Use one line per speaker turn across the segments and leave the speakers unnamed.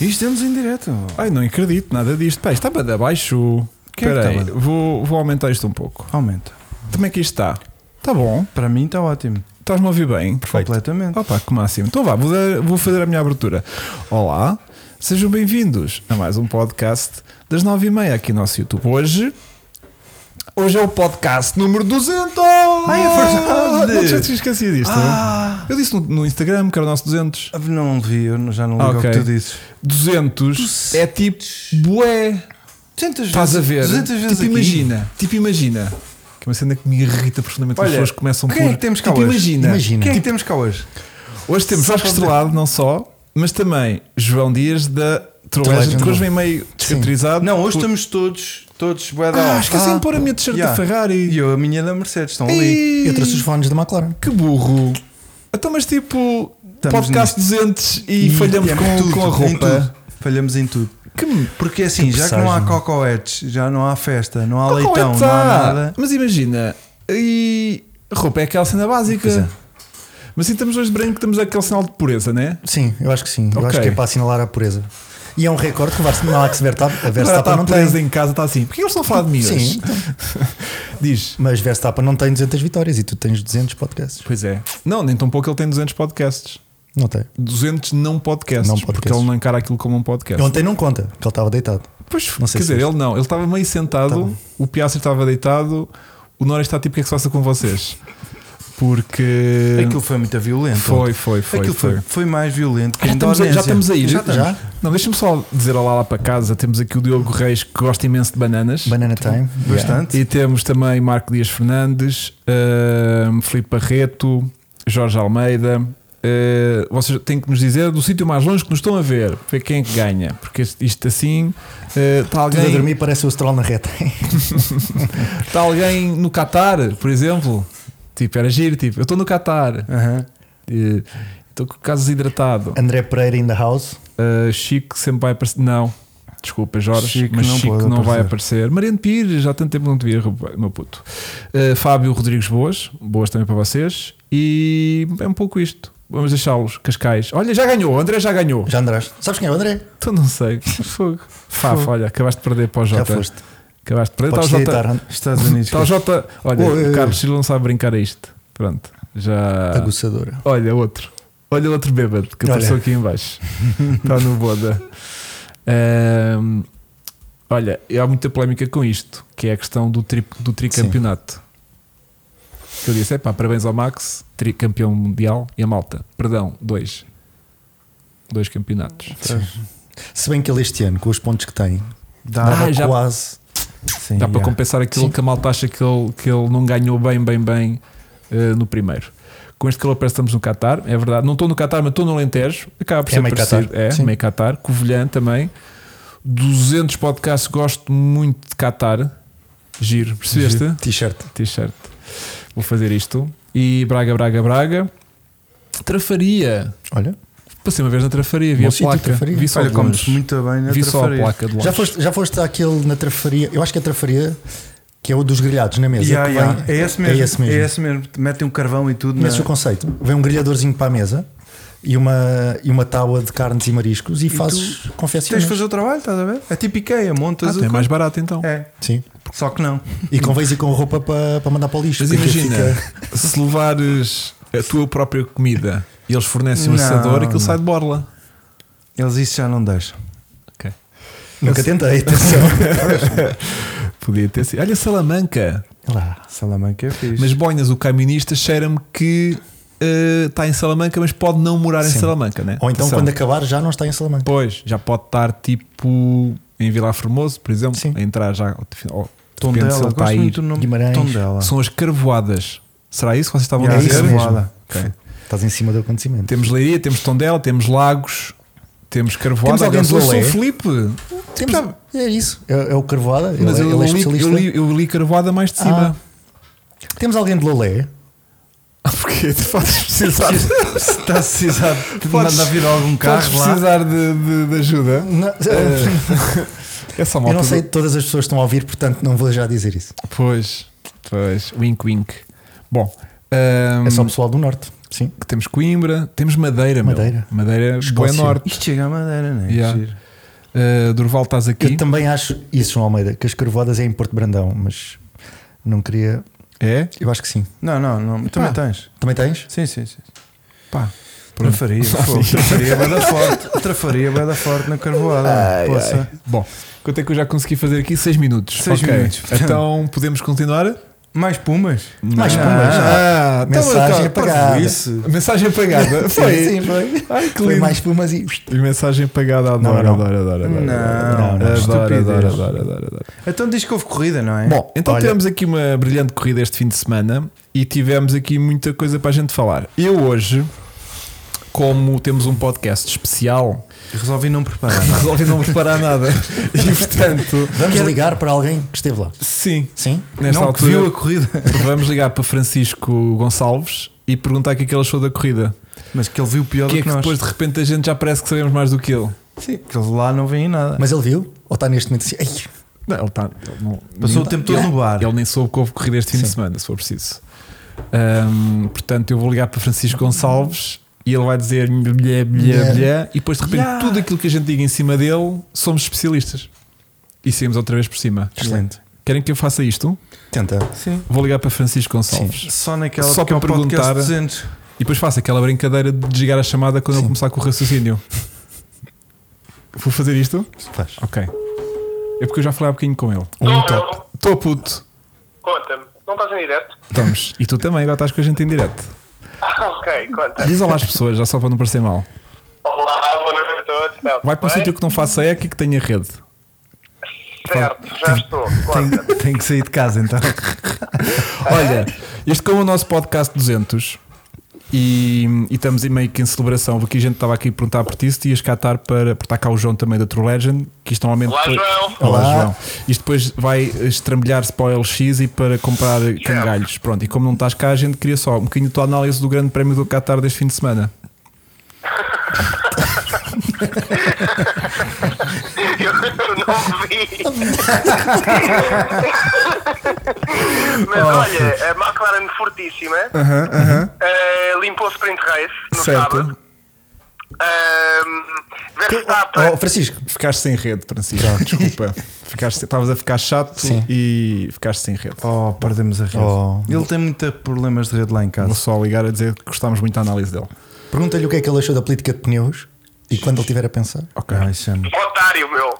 Isto temos em direto.
Ai, não acredito nada disto. Pá, isto está para abaixo.
Que é que
Espera aí,
estava?
vou, vou aumentar isto um pouco.
Aumenta.
Como é que isto está? Está bom.
Para mim está ótimo.
Estás-me a ouvir bem? Perfeito.
Completamente.
Opa, que máximo. Então vá, vou, dar- vou fazer a minha abertura. Olá, sejam bem-vindos a mais um podcast das nove e meia aqui no nosso YouTube. Hoje. Hoje é o podcast número 200!
Ai, é verdade!
Não, já tinha esquecido disto.
Ah!
Eu disse no, no Instagram que era o nosso 200.
Não vi, eu já não ligo
Ok.
ao que tu dizes.
200 é tipo bué.
200
Estás a ver?
200 vezes
tipo,
aqui.
imagina. Tipo, imagina. Que é uma cena que me irrita profundamente. As
Olha,
pessoas que começam
Quem
por.
é que temos cá
tipo,
hoje?
imagina. Tipo,
Quem é que temos cá hoje?
Hoje temos
Só
Vasco
para-
Estrelado, não só, mas também João Dias da True
True
Legend,
Legend.
que hoje vem meio descaracterizado.
Não, hoje
por-
estamos todos, todos bué da
Ah,
off.
esqueci de pôr a minha t-shirt
Yeah.
da Ferrari.
E eu, a minha da Mercedes, estão ali.
Ei,
Eu trouxe os fones da McLaren.
Que burro. Então, mas tipo,
Estamos
podcast 200 e, falhamos
é
com,
tudo,
com a
em
roupa.
tudo. Falhamos em tudo.
Que me-
Porque assim,
Que
já que não há
presságio.
cocoetes, já não há festa,
Tá
não há
Oh,
leitão,
Coeta,
não há nada.
Mas imagina, e a roupa é aquela cena básica.
Pois é.
Mas assim, estamos hoje de branco, estamos aquele sinal de pureza, né?
Sim, eu acho que sim. Eu
Ok.
acho que é para assinalar a pureza. E é um recorde que o Verstappen- Max Verstappen, a
Agora
Verstappen
está
não
a pureza
tem.
em casa, está assim. Porquê eles estão a falar de mim hoje?
Sim, então.
Diz.
mas Verstappen não tem 200 vitórias e tu tens 200 podcasts.
Pois é. Não, nem tão pouco ele tem 200 podcasts.
Não tem.
200 não podcasts,
Não
porque
podcasts.
ele não encara aquilo como um podcast.
Ontem não conta, que ele estava deitado.
Pois,
Não sei
quer
se
dizer,
isto- Tá
ele não. Ele estava meio sentado, o Piazza estava deitado, o Norris está tipo, o que é que se passa com vocês? Porque.
Aquilo foi muito violento.
foi, foi, foi.
Aquilo foi,
foi.
foi mais violento que
Já
a
estamos, a,
Indonésia.
já estamos a ir.
Já estamos.
Já?
Não, deixa-me só dizer olá lá para casa. Temos aqui o Diogo Reis, que gosta imenso de bananas.
Banana Time. Yeah.
Bastante.
E temos também Marco Dias Fernandes, ahm, Filipe Barreto, Jorge Almeida. Ah, vocês têm que nos dizer do sítio mais longe que nos estão a ver, ver quem é que ganha, porque isto, isto assim ah, está
Tudo a
alguém,
dormir parece o Stroll na reta.
está alguém no Qatar, por exemplo. Tipo, era giro, tipo, eu estou no Qatar,
Aham.
eh, estou com o caso desidratado.
André Pereira in the house.
Ah, Chico sempre vai aparecer. Não, desculpa, Jorge,
Chico
mas
não
Chico
pode
não vai
aparecer.
aparecer. Mariano Pires, já há tanto tempo não te via, meu puto. Ah, Fábio Rodrigues Boas, boas também para vocês. E é um pouco isto. Vamos deixá-los, Cascais. Olha, já ganhou, o André já ganhou.
Já andarás. Sabes quem é o André?
Tu não sei. Fogo. Fafo,
Fogo.
olha, acabaste de perder para o
Já
Jota.
foste.
Acabaste de perder. Está o
Podes
Jota.
deitar.
Estados Unidos.
Está o Jota. Olha,
Oh, eh,
o Carlos Silva não sabe brincar a isto. Pronto. Já.
Aguçadora.
Olha outro. Olha outro bêbado que
Olha.
apareceu aqui em baixo. Está no boda. Ahm, olha, há muita polémica com isto, que é a questão do, tri, do tricampeonato. Que eu disse, epá, parabéns ao Max, tricampeão mundial, e a malta, perdão, dois. Dois campeonatos.
Se bem que ele este ano, com os pontos que tem,
Dá,
Ah,
dava
já-
quase.
sim,
Dá para
já.
compensar aquilo
Sim.
que a malta acha que ele, que ele não ganhou bem, bem, bem eh, no primeiro. Com este calor parece que estamos no Qatar, é verdade. Não estou no Qatar, mas estou no Alentejo. Acaba por
É
ser
meio
parecido.
Qatar,
É,
sim.
meio Qatar. Covilhã também. 200 podcasts, gosto muito de Qatar. Giro, percebeste?
T-shirt.
T-shirt. Vou fazer isto. E Braga, Braga, Braga. Trafaria.
Olha,
Passei uma vez na Trafaria, vi
Bom
a
sítio,
placa.
Trafaria.
Vi só,
Olha,
de
comes
longe.
muito bem na
vi só a
Trafaria.
placa Ah, de longe.
Já foste, já foste àquele na trafaria? Eu acho que é a trafaria que é o dos grelhados na mesa.
Ya,
que
ya.
vem-
É esse mesmo.
É esse mesmo.
É esse mesmo. Metem um carvão e tudo.
Conheces
na-
o conceito? Vem um grelhadorzinho para a mesa e uma, e uma tábua de carnes e mariscos e, fazes
Tens
confecções.
de fazer o trabalho, estás a ver? É tipo Ikea, montas
Ah,
o.
é mais barato então.
É,
Sim.
só que não.
E convens ir com roupa para, para mandar para o lixo.
Mas
porque aquilo
imagina,
fica-
se levares a tua própria comida e eles fornecem um
Não,
assador, aquilo
não.
sai de borla.
Eles isso já não deixam.
Nunca tentei, atenção.
Podia ter sido. Olha, Salamanca.
Lá.
Salamanca é fixe.
Mas Boinas, o caminista, cheira-me que eh, está em Salamanca, mas pode não morar em
Sim.
Salamanca, né?
Ou então
Atenção.
quando acabar já não está em Salamanca.
Depois, já pode estar tipo em Vila Formoso, por exemplo,
Sim.
a entrar já. ao final-
Tom
depende se
dela,
ele tá está a
gosto
ir.
muito do nome.
Guimarães.
Tom dela.
São as carvoadas. Será isso que vocês estavam
Ya,
a
é
dizer?
isso mesmo.
Carvoada.
Ok.
Estás em cima do acontecimento.
Temos Leiria, temos Tondela, temos Lagos, temos Carvoada.
Temos alguém de
Aliás, eu
Lolé?
sou o Felipe.
Temos- é isso. É, é o Carvoada.
Mas
ele, é-
eu,
ele é
li,
especialista.
eu, li, eu li Carvoada mais de cima.
Temos alguém de Lolé.
Ah. Porque tu podes precisar,
Se está a precisar de
Podes-
mandar vir algum
podes
carro lá.
precisar de, de- de ajuda.
Não-
Eh, É só
eu
malta.
não sei
do-
todas as pessoas que estão a ouvir, portanto não vou já dizer isso.
Pois, pois, wink wink. Bom, ahm, Hum.
É só o pessoal do Norte. Sim.
que temos Coimbra, temos Madeira, meu.
Madeira.
Madeira, Boa
Escócia.
Norte.
Isto chega à madeira, não é?
Yeah.
Giro.
Uh, Durval, estás aqui.
Eu também acho isso, João Almeida, que as Carvoadas é em Porto Brandão, mas não queria.
É?
Eu acho que sim.
Não, não, não. Também
Pá.
tens.
Também tens?
Sim, sim, sim.
Pá. Pronto.
Trafaria, fogo. Trafaria bem da forte. Trafaria bem da forte na carvoada.
Ai,
Poça.
Bom, quanto é que eu já consegui fazer aqui? 6 minutos.
Seis
Ok.
minutos.
Então podemos continuar?
Mais pumas?
Mais
Não.
pumas.
Ah, então,
Mensagem
então,
apagada.
pá,
Isso.
A Mensagem apagada. Foi.
Sim, sim, foi.
Ai, que
Foi
lindo.
mais pumas e.
E Mensagem apagada. Adoro,
Não, não.
adoro, adoro. adoro,
Não,
adoro,
não,
adoro,
estupidez.
adoro, adoro, adoro, adoro.
Então diz que houve corrida, não é?
Bom, então
olha-
tivemos aqui uma brilhante corrida este fim de semana e tivemos aqui muita coisa para a gente falar. Eu hoje, como temos um podcast especial,
resolvi não preparar.
resolvi não preparar nada. E portanto,
Vamos ligar para alguém que esteve lá.
sim,
Sim.
nesta
não que
altura
viu a corrida,
vamos ligar para Francisco Gonçalves e perguntar o que é que ele achou da corrida.
mas que ele viu pior
O
do
que
que,
é que
nós.
depois de repente a gente já parece que sabemos mais do que ele?
Sim, que ele lá não vem em nada.
Mas ele viu? Ou está neste momento assim? "Ei,
Não, ele tá, ele não-
Passou
nem-
o tempo todo
ele-
no bar.
Ele nem soube que houve corrida este fim de
Sim.
semana, se for preciso. Ahm, portanto, eu vou ligar para Francisco Gonçalves e ele vai dizer bilhé, bilhé,
Yeah.
bilhé, e depois de repente
Yeah.
tudo aquilo que a gente diga em cima dele somos especialistas. E saímos outra vez por cima.
Excelente.
Querem que eu faça isto?
Tenta.
Sim.
Vou ligar para Francisco Gonçalves
Só naquela
Só
porque é um
para
podcast
perguntar-
200.
e depois faço aquela brincadeira de desligar a chamada quando ele começar com o raciocínio. vou fazer isto?
Faz.
Ok. É porque eu já falei há bocadinho com ele.
Não,
top.
Estou puto.
Conta-me, não estás em direto?
Estamos. E tu também, agora estás com a gente em direto.
Ah, ok, conta.
Diz olá às pessoas, já só para não parecer mal.
Olá, boa noite a todos. Está
Vai para um
bem?
sítio que não faça eco e que tenha rede.
Certo, já estou. Conta.
Tem, tem que sair de casa então.
Olha, este como é o nosso podcast 200 e, e estamos em meio que em celebração, porque a gente estava aqui a perguntar por ti se tu ias cá estar para. Porque está cá o João também da True Legend, que isto normalmente.
Olá,
depois-
João.
Olá,
Olá.
João. Isto depois vai estrambilhar-se para o LX e para comprar cangalhos. Pronto, e como não estás cá, a gente queria só um bocadinho a tua análise do Grande Prémio do Qatar deste fim de semana.
Eu não vi.
Oh.
Mas olha, a McLaren fortíssima eh, limpou o sprint race no sábado. Ahm, Verstappen.
Oh, Francisco,
Ficaste sem rede, Francisco. Desculpa. Ficaste- Estavas a ficar chato
Sim.
e ficaste sem rede.
Oh, perdemos a rede.
Oh.
Ele tem muitos problemas de rede lá em
Vou
casa.
só ligar a dizer que gostámos muito da análise dele.
pergunta-lhe o que é que ele achou da política de pneus e quando ele estiver a pensar.
Ok.
Ai, chama.
Otário, meu.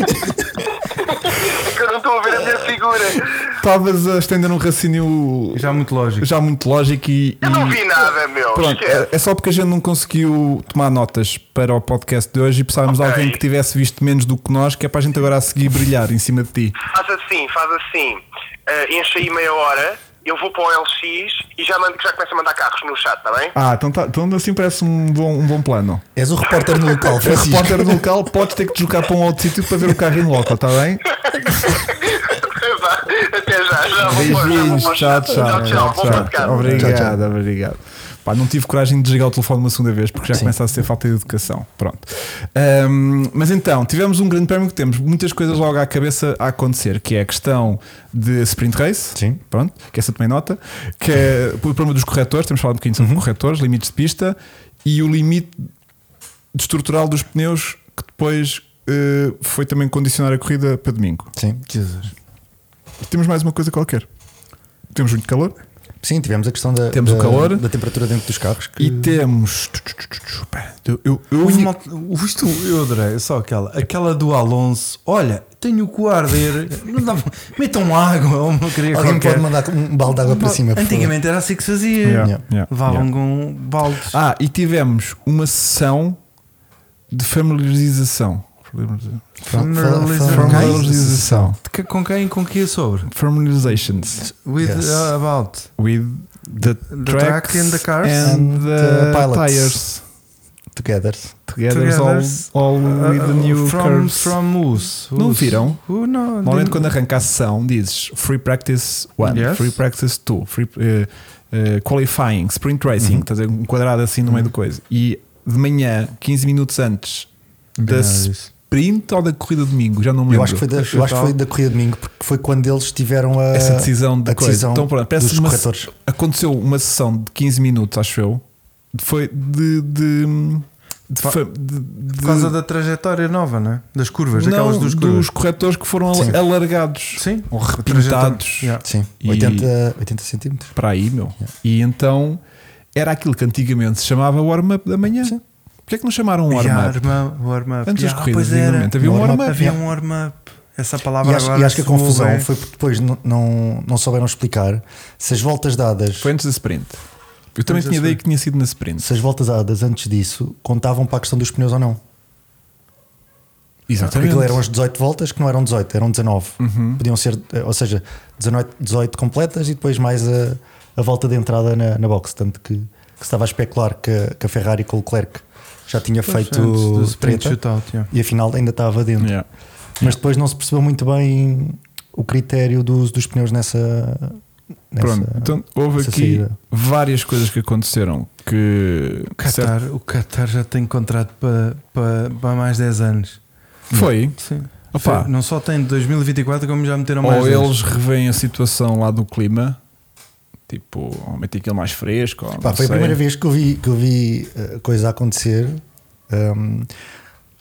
É que eu não estou a ver a minha figura.
Estavas a estender um raciocínio já,
Já muito lógico.
já muito lógico e.
Eu não
e-
vi nada, meu.
Pronto,
Esquece.
é, é só porque a gente não conseguiu tomar notas para o podcast de hoje e precisávamos de
Ok.
alguém que tivesse visto menos do que nós, que é para a gente agora a seguir brilhar em cima de ti.
Faz assim, faz assim. Eh, enche aí meia hora, eu vou para o LX e já, mando, já começo a mandar carros no chat, está bem?
Ah, então, tá- então assim parece um bom, um bom plano.
És o repórter no local,
É
Francisco.
repórter do local, podes ter que deslocar para um outro sítio para ver o carro em loco, está bem?
Vá, Até já, já vou para já vou
Beijinhos,
para o
tchau,
chat.
tchau.
tchau. Bom podcast.
Obrigado,
Tchau,
obrigado. Pá, não tive coragem de desligar o telefone uma segunda vez porque já começa a ser falta de educação. Pronto. Ahm, mas então, tivemos um grande prémio que temos muitas coisas logo à cabeça a acontecer, que é a questão de sprint race.
Sim.
Pronto, que essa também nota. Que é o problema dos corretores, temos falado um bocadinho sobre
Uhum.
corretores, limites de pista e o limite estrutural dos pneus que depois eh, foi também condicionar a corrida para domingo.
Sim.
Jesus.
Temos mais uma coisa qualquer. Temos muito calor.
Sim, tivemos a questão da,
Temos
da,
o calor.
da temperatura dentro dos carros. que-
E temos. Pera, Eu, eu, eu
Houve uma- Isto, eu adorei, só aquela. Aquela do Alonso. Olha, tenho o cu a arder. Não dá- Metam água ou uma queria
Alguém
qualquer.
pode mandar um balde de água para cima. por favor?
Antigamente era assim que se fazia.
Yeah,
Yeah.
yeah,
Levavam
yeah.
com baldes.
Ah, e tivemos uma sessão de familiarização.
Familiarization.
Familiarização.
De que- com quem? Com que é sobre?
Familiarizations
With
Yes.
uh, about.
with the,
track
tracks
and the cars.
and
And
the
the pilots.
tires.
Together.
Together all,
Togethers.
all with the new
Uh, from,
curves.
From who's?
Não
Who's?
viram?
Who? não,
Normalmente
didn't-
quando arranca a sessão dizes Free Practice 1,
Yes.
Free Practice 2, free, eh, eh, Qualifying, Sprint
Uhum.
Racing, estás a dizer, um quadrado assim no meio do coisa. E de manhã, 15 minutos antes da
Não, isso.
sprint ou da corrida de domingo? Já não me lembro.
Eu acho que foi da, eu acho que foi da corrida de domingo, porque foi quando eles tiveram a,
essa decisão de
a
coisa.
decisão
então, pronto, parece
dos
uma,
corretores.
aconteceu uma sessão de 15 minutos, acho eu. Foi de. de, de, fa- de- de-
Por causa da trajetória nova, né? Das curvas, daquelas
não,
dos
dos,
curvas.
corretores que foram
Sim.
alargados
Sim.
ou
A trajetória-
repintados
Yeah.
Sim,
E-
80, 80 centímetros.
para aí, meu. E então era aquilo que antigamente se chamava warm-up da manhã. Porquê é que não chamaram
E a
warm-up?
arma- o arma-
Antes das
Yeah, ah,
corridas,
pois era.
antigamente, havia um
Warm-up
warm-up.
Havia um warm-up. Essa palavra
E acho,
agora.
e acho que a
soou
confusão
bem.
foi porque depois não, não, não souberam explicar se as voltas dadas.
Foi antes da sprint. Eu também
Antes da
tinha ideia
sprint.
que tinha sido na sprint.
Se as voltas dadas antes disso contavam para a questão dos pneus ou não. Porque aquilo um eram as 18 voltas que não eram 18, eram 19. Podiam ser, eh, ou seja, 19, 18 completas e depois mais a, a volta de entrada na, na box. Tanto que, que se estava a especular que, a- que a Ferrari com o Leclerc já tinha
Antes do
feito
sprint
treta
shootout, yeah.
e afinal ainda estava dentro.
Yeah.
Mas depois não se percebeu muito bem o critério do uso dos pneus nessa. nessa
Pronto, então houve
essa
aqui
saída.
várias coisas que aconteceram que
O Qatar, o Qatar já tem contrato para, para, para mais 10 anos.
foi.
Sim. Oh,
Opa,
Foi- Não só tem de 2024, como já meteram mais
ou
10.
eles revêem a situação lá do clima, tipo, ou metem aquilo mais fresco. ou
Pá,
não
foi
sei.
a primeira vez que eu vi, que eu vi eh, coisa a acontecer hum,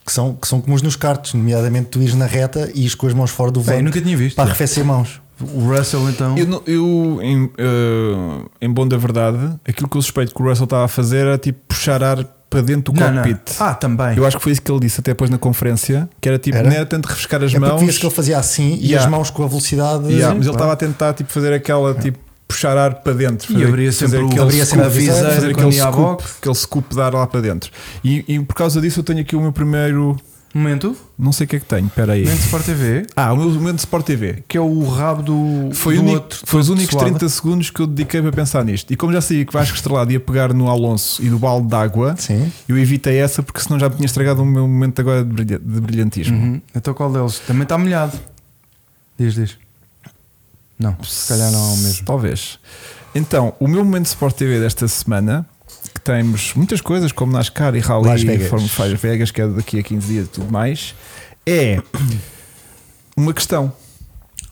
que, são, que são comuns nos cartos, nomeadamente tu ires na reta e ires com as mãos fora do
Bem,
volante
nunca tinha visto.
para arrefecer mãos.
O Russell, então.
Eu, não- eu, em, eh, em bom da verdade, aquilo que eu suspeito que o Russell estava a fazer era tipo puxar ar para dentro do
Não, não.
cockpit.
Ah, também.
Eu acho que foi isso que ele disse até depois na conferência, que era tipo,
Era?
não era tanto refrescar as
É
mãos,
porque via-se que ele fazia assim e
Yeah.
as mãos com a velocidade.
yeah,
Sim,
mas ele
claro.
estava a tentar tipo, fazer aquela tipo puxar ar para dentro.
É. E
fazer-
abria sempre
fazer
o-
aquele
abria sempre a
scoop,
viseira
fazer
quando
aquele
ia à
scoop,
boxe.
aquele scoop de ar lá para dentro. E, e por causa disso eu tenho aqui o meu primeiro,
Um Momento,
não sei o que é que tenho, espera aí.
momento Sport TV,
Ah, o meu momento de Sport TV.
que é o rabo do,
Foi,
do
o único-
outro.
foi os únicos
suado.
30 segundos que eu dediquei para pensar nisto. E como já sabia que Vasco Estrelado ia pegar no Alonso e no balde d'água,
Sim.
eu evitei essa porque senão já me tinha estragado o meu momento agora de brilha- de brilhantismo.
Uhum. Então qual deles? Também está molhado. Diz, diz. Não, se calhar não é o mesmo.
Talvez. Então, o meu momento de Sport TV desta semana, que temos muitas coisas, como NASCAR e
Las
Rally e
Vegas.
Fórmula Las Vegas, que é daqui a 15 dias e tudo mais, é uma questão.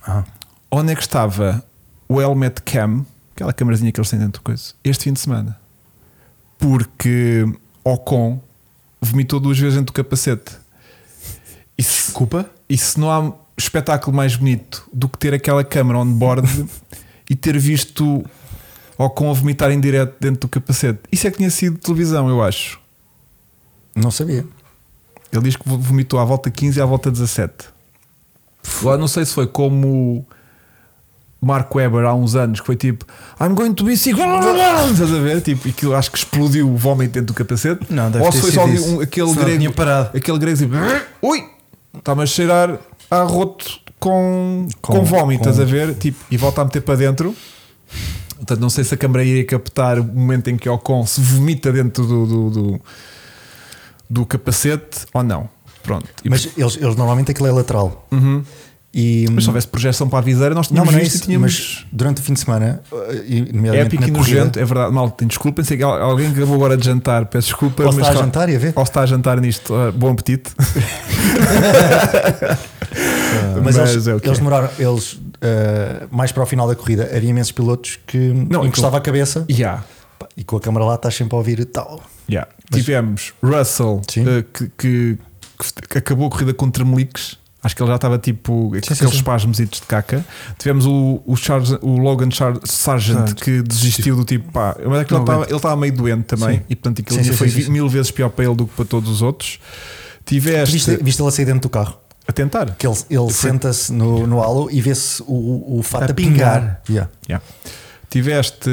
Ah.
Onde é que estava o Helmet Cam, aquela camerazinha que eles têm dentro de coisa, este fim de semana? Porque Ocon vomitou duas vezes dentro do capacete. E se-
Desculpa?
e se não há espetáculo mais bonito do que ter aquela câmara on board e ter visto ou com a vomitar em direto dentro do capacete. Isso é que tinha sido televisão, eu acho.
Não sabia.
Ele diz que vomitou à volta 15 e à volta 17. Agora não sei se foi como o Mark Webber há uns anos que foi tipo I'm going to be sick. Estás a ver? Tipo, e que eu acho que explodiu o vómito dentro do capacete.
Não, deve
Ou
ter
se foi
sido
só
isso.
um- aquele
Senão
grego.
tinha parado.
Aquele grego tipo Ui! Está-me a cheirar a roto com, com,
Com-
vómito,
com-
estás a ver? Tipo, e volta a meter para dentro. Portanto, não sei se a câmara iria captar o momento em que Ocon se vomita dentro do, do, do, do capacete ou não. Pronto. E Uhum.
Mas eles, eles normalmente aquilo é lateral. E, hum,
mas se houvesse projeção para a viseira, nós
não,
tínhamos
mas não é
visto
isso.
e tínhamos.
Mas durante o fim de semana, eh, e nomeadamente
épico
na
e
corrida,
nojento, é verdade. Mal, desculpa, sei que al- alguém que acabou agora de jantar, peço desculpa.
Ou está
mas
a
claro,
jantar e a ver?
Ou está a jantar nisto. Ah, bom apetite.
Mas, eles,
é o que
eles
é.
demoraram, eles eh, mais para o final da corrida, havia imensos pilotos que
Não,
não, encostava a cabeça
Yeah.
pá, e com a câmera lá estás sempre a ouvir tal.
Yeah. Tivemos Russell
Sim.
eh, que, que- que acabou a corrida com tremeliques. Acho que ele já estava tipo
sim,
aqueles
sim.
espasmos de caca. Tivemos o, o, Charles- o Logan Char- Sargent
Sargent.
que desistiu do tipo pá, mas é que ele
Não
estava-
aguento.
ele estava meio doente também
Sim.
e portanto aquilo
Sim, sim,
foi
sim, sim, sim.
mil vezes pior para ele do que para todos os outros.
Tu
Tiveste
Viste, viste ele a sair dentro do carro?
a tentar.
Que ele, ele senta-se no, no halo e vê-se o, o fato
A
a, pingar.
pingar.
Yeah.
Yeah. Tiveste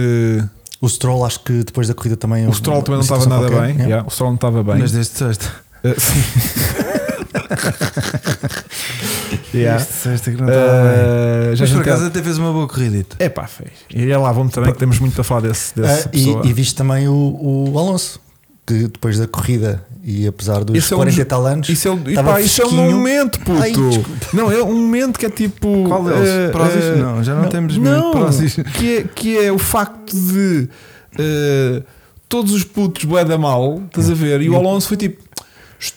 O Stroll, acho que depois da corrida também.
o Stroll também não estava nada bem. Yeah, O Stroll não estava bem.
Mas desde sexta.
Eh, sim. Yeah.
Desde sexta que
tá
não estava bem.
Eh, já
Mas por
jantei-
acaso até fez uma boa corrida.
É pá, fez. E é lá, vamos também, que temos muito a falar desse, dessa
Ah,
pessoa.
e, e viste também o, o Alonso, que depois da corrida e apesar dos
Isso é um
40 e
jo-
tal anos.
Isso é, e
estava
pá, isso é um
fresquinho.
momento, puto.
Ai, desculpa.
não, é um momento que é tipo.
Qual deles?
eh,
Prósis?
eh,
Não, já não temos
não,
muito prósis.
Que é, que é o facto
Hum.
de eh, todos os putos bué da mal, estás a ver? E o Alonso foi tipo.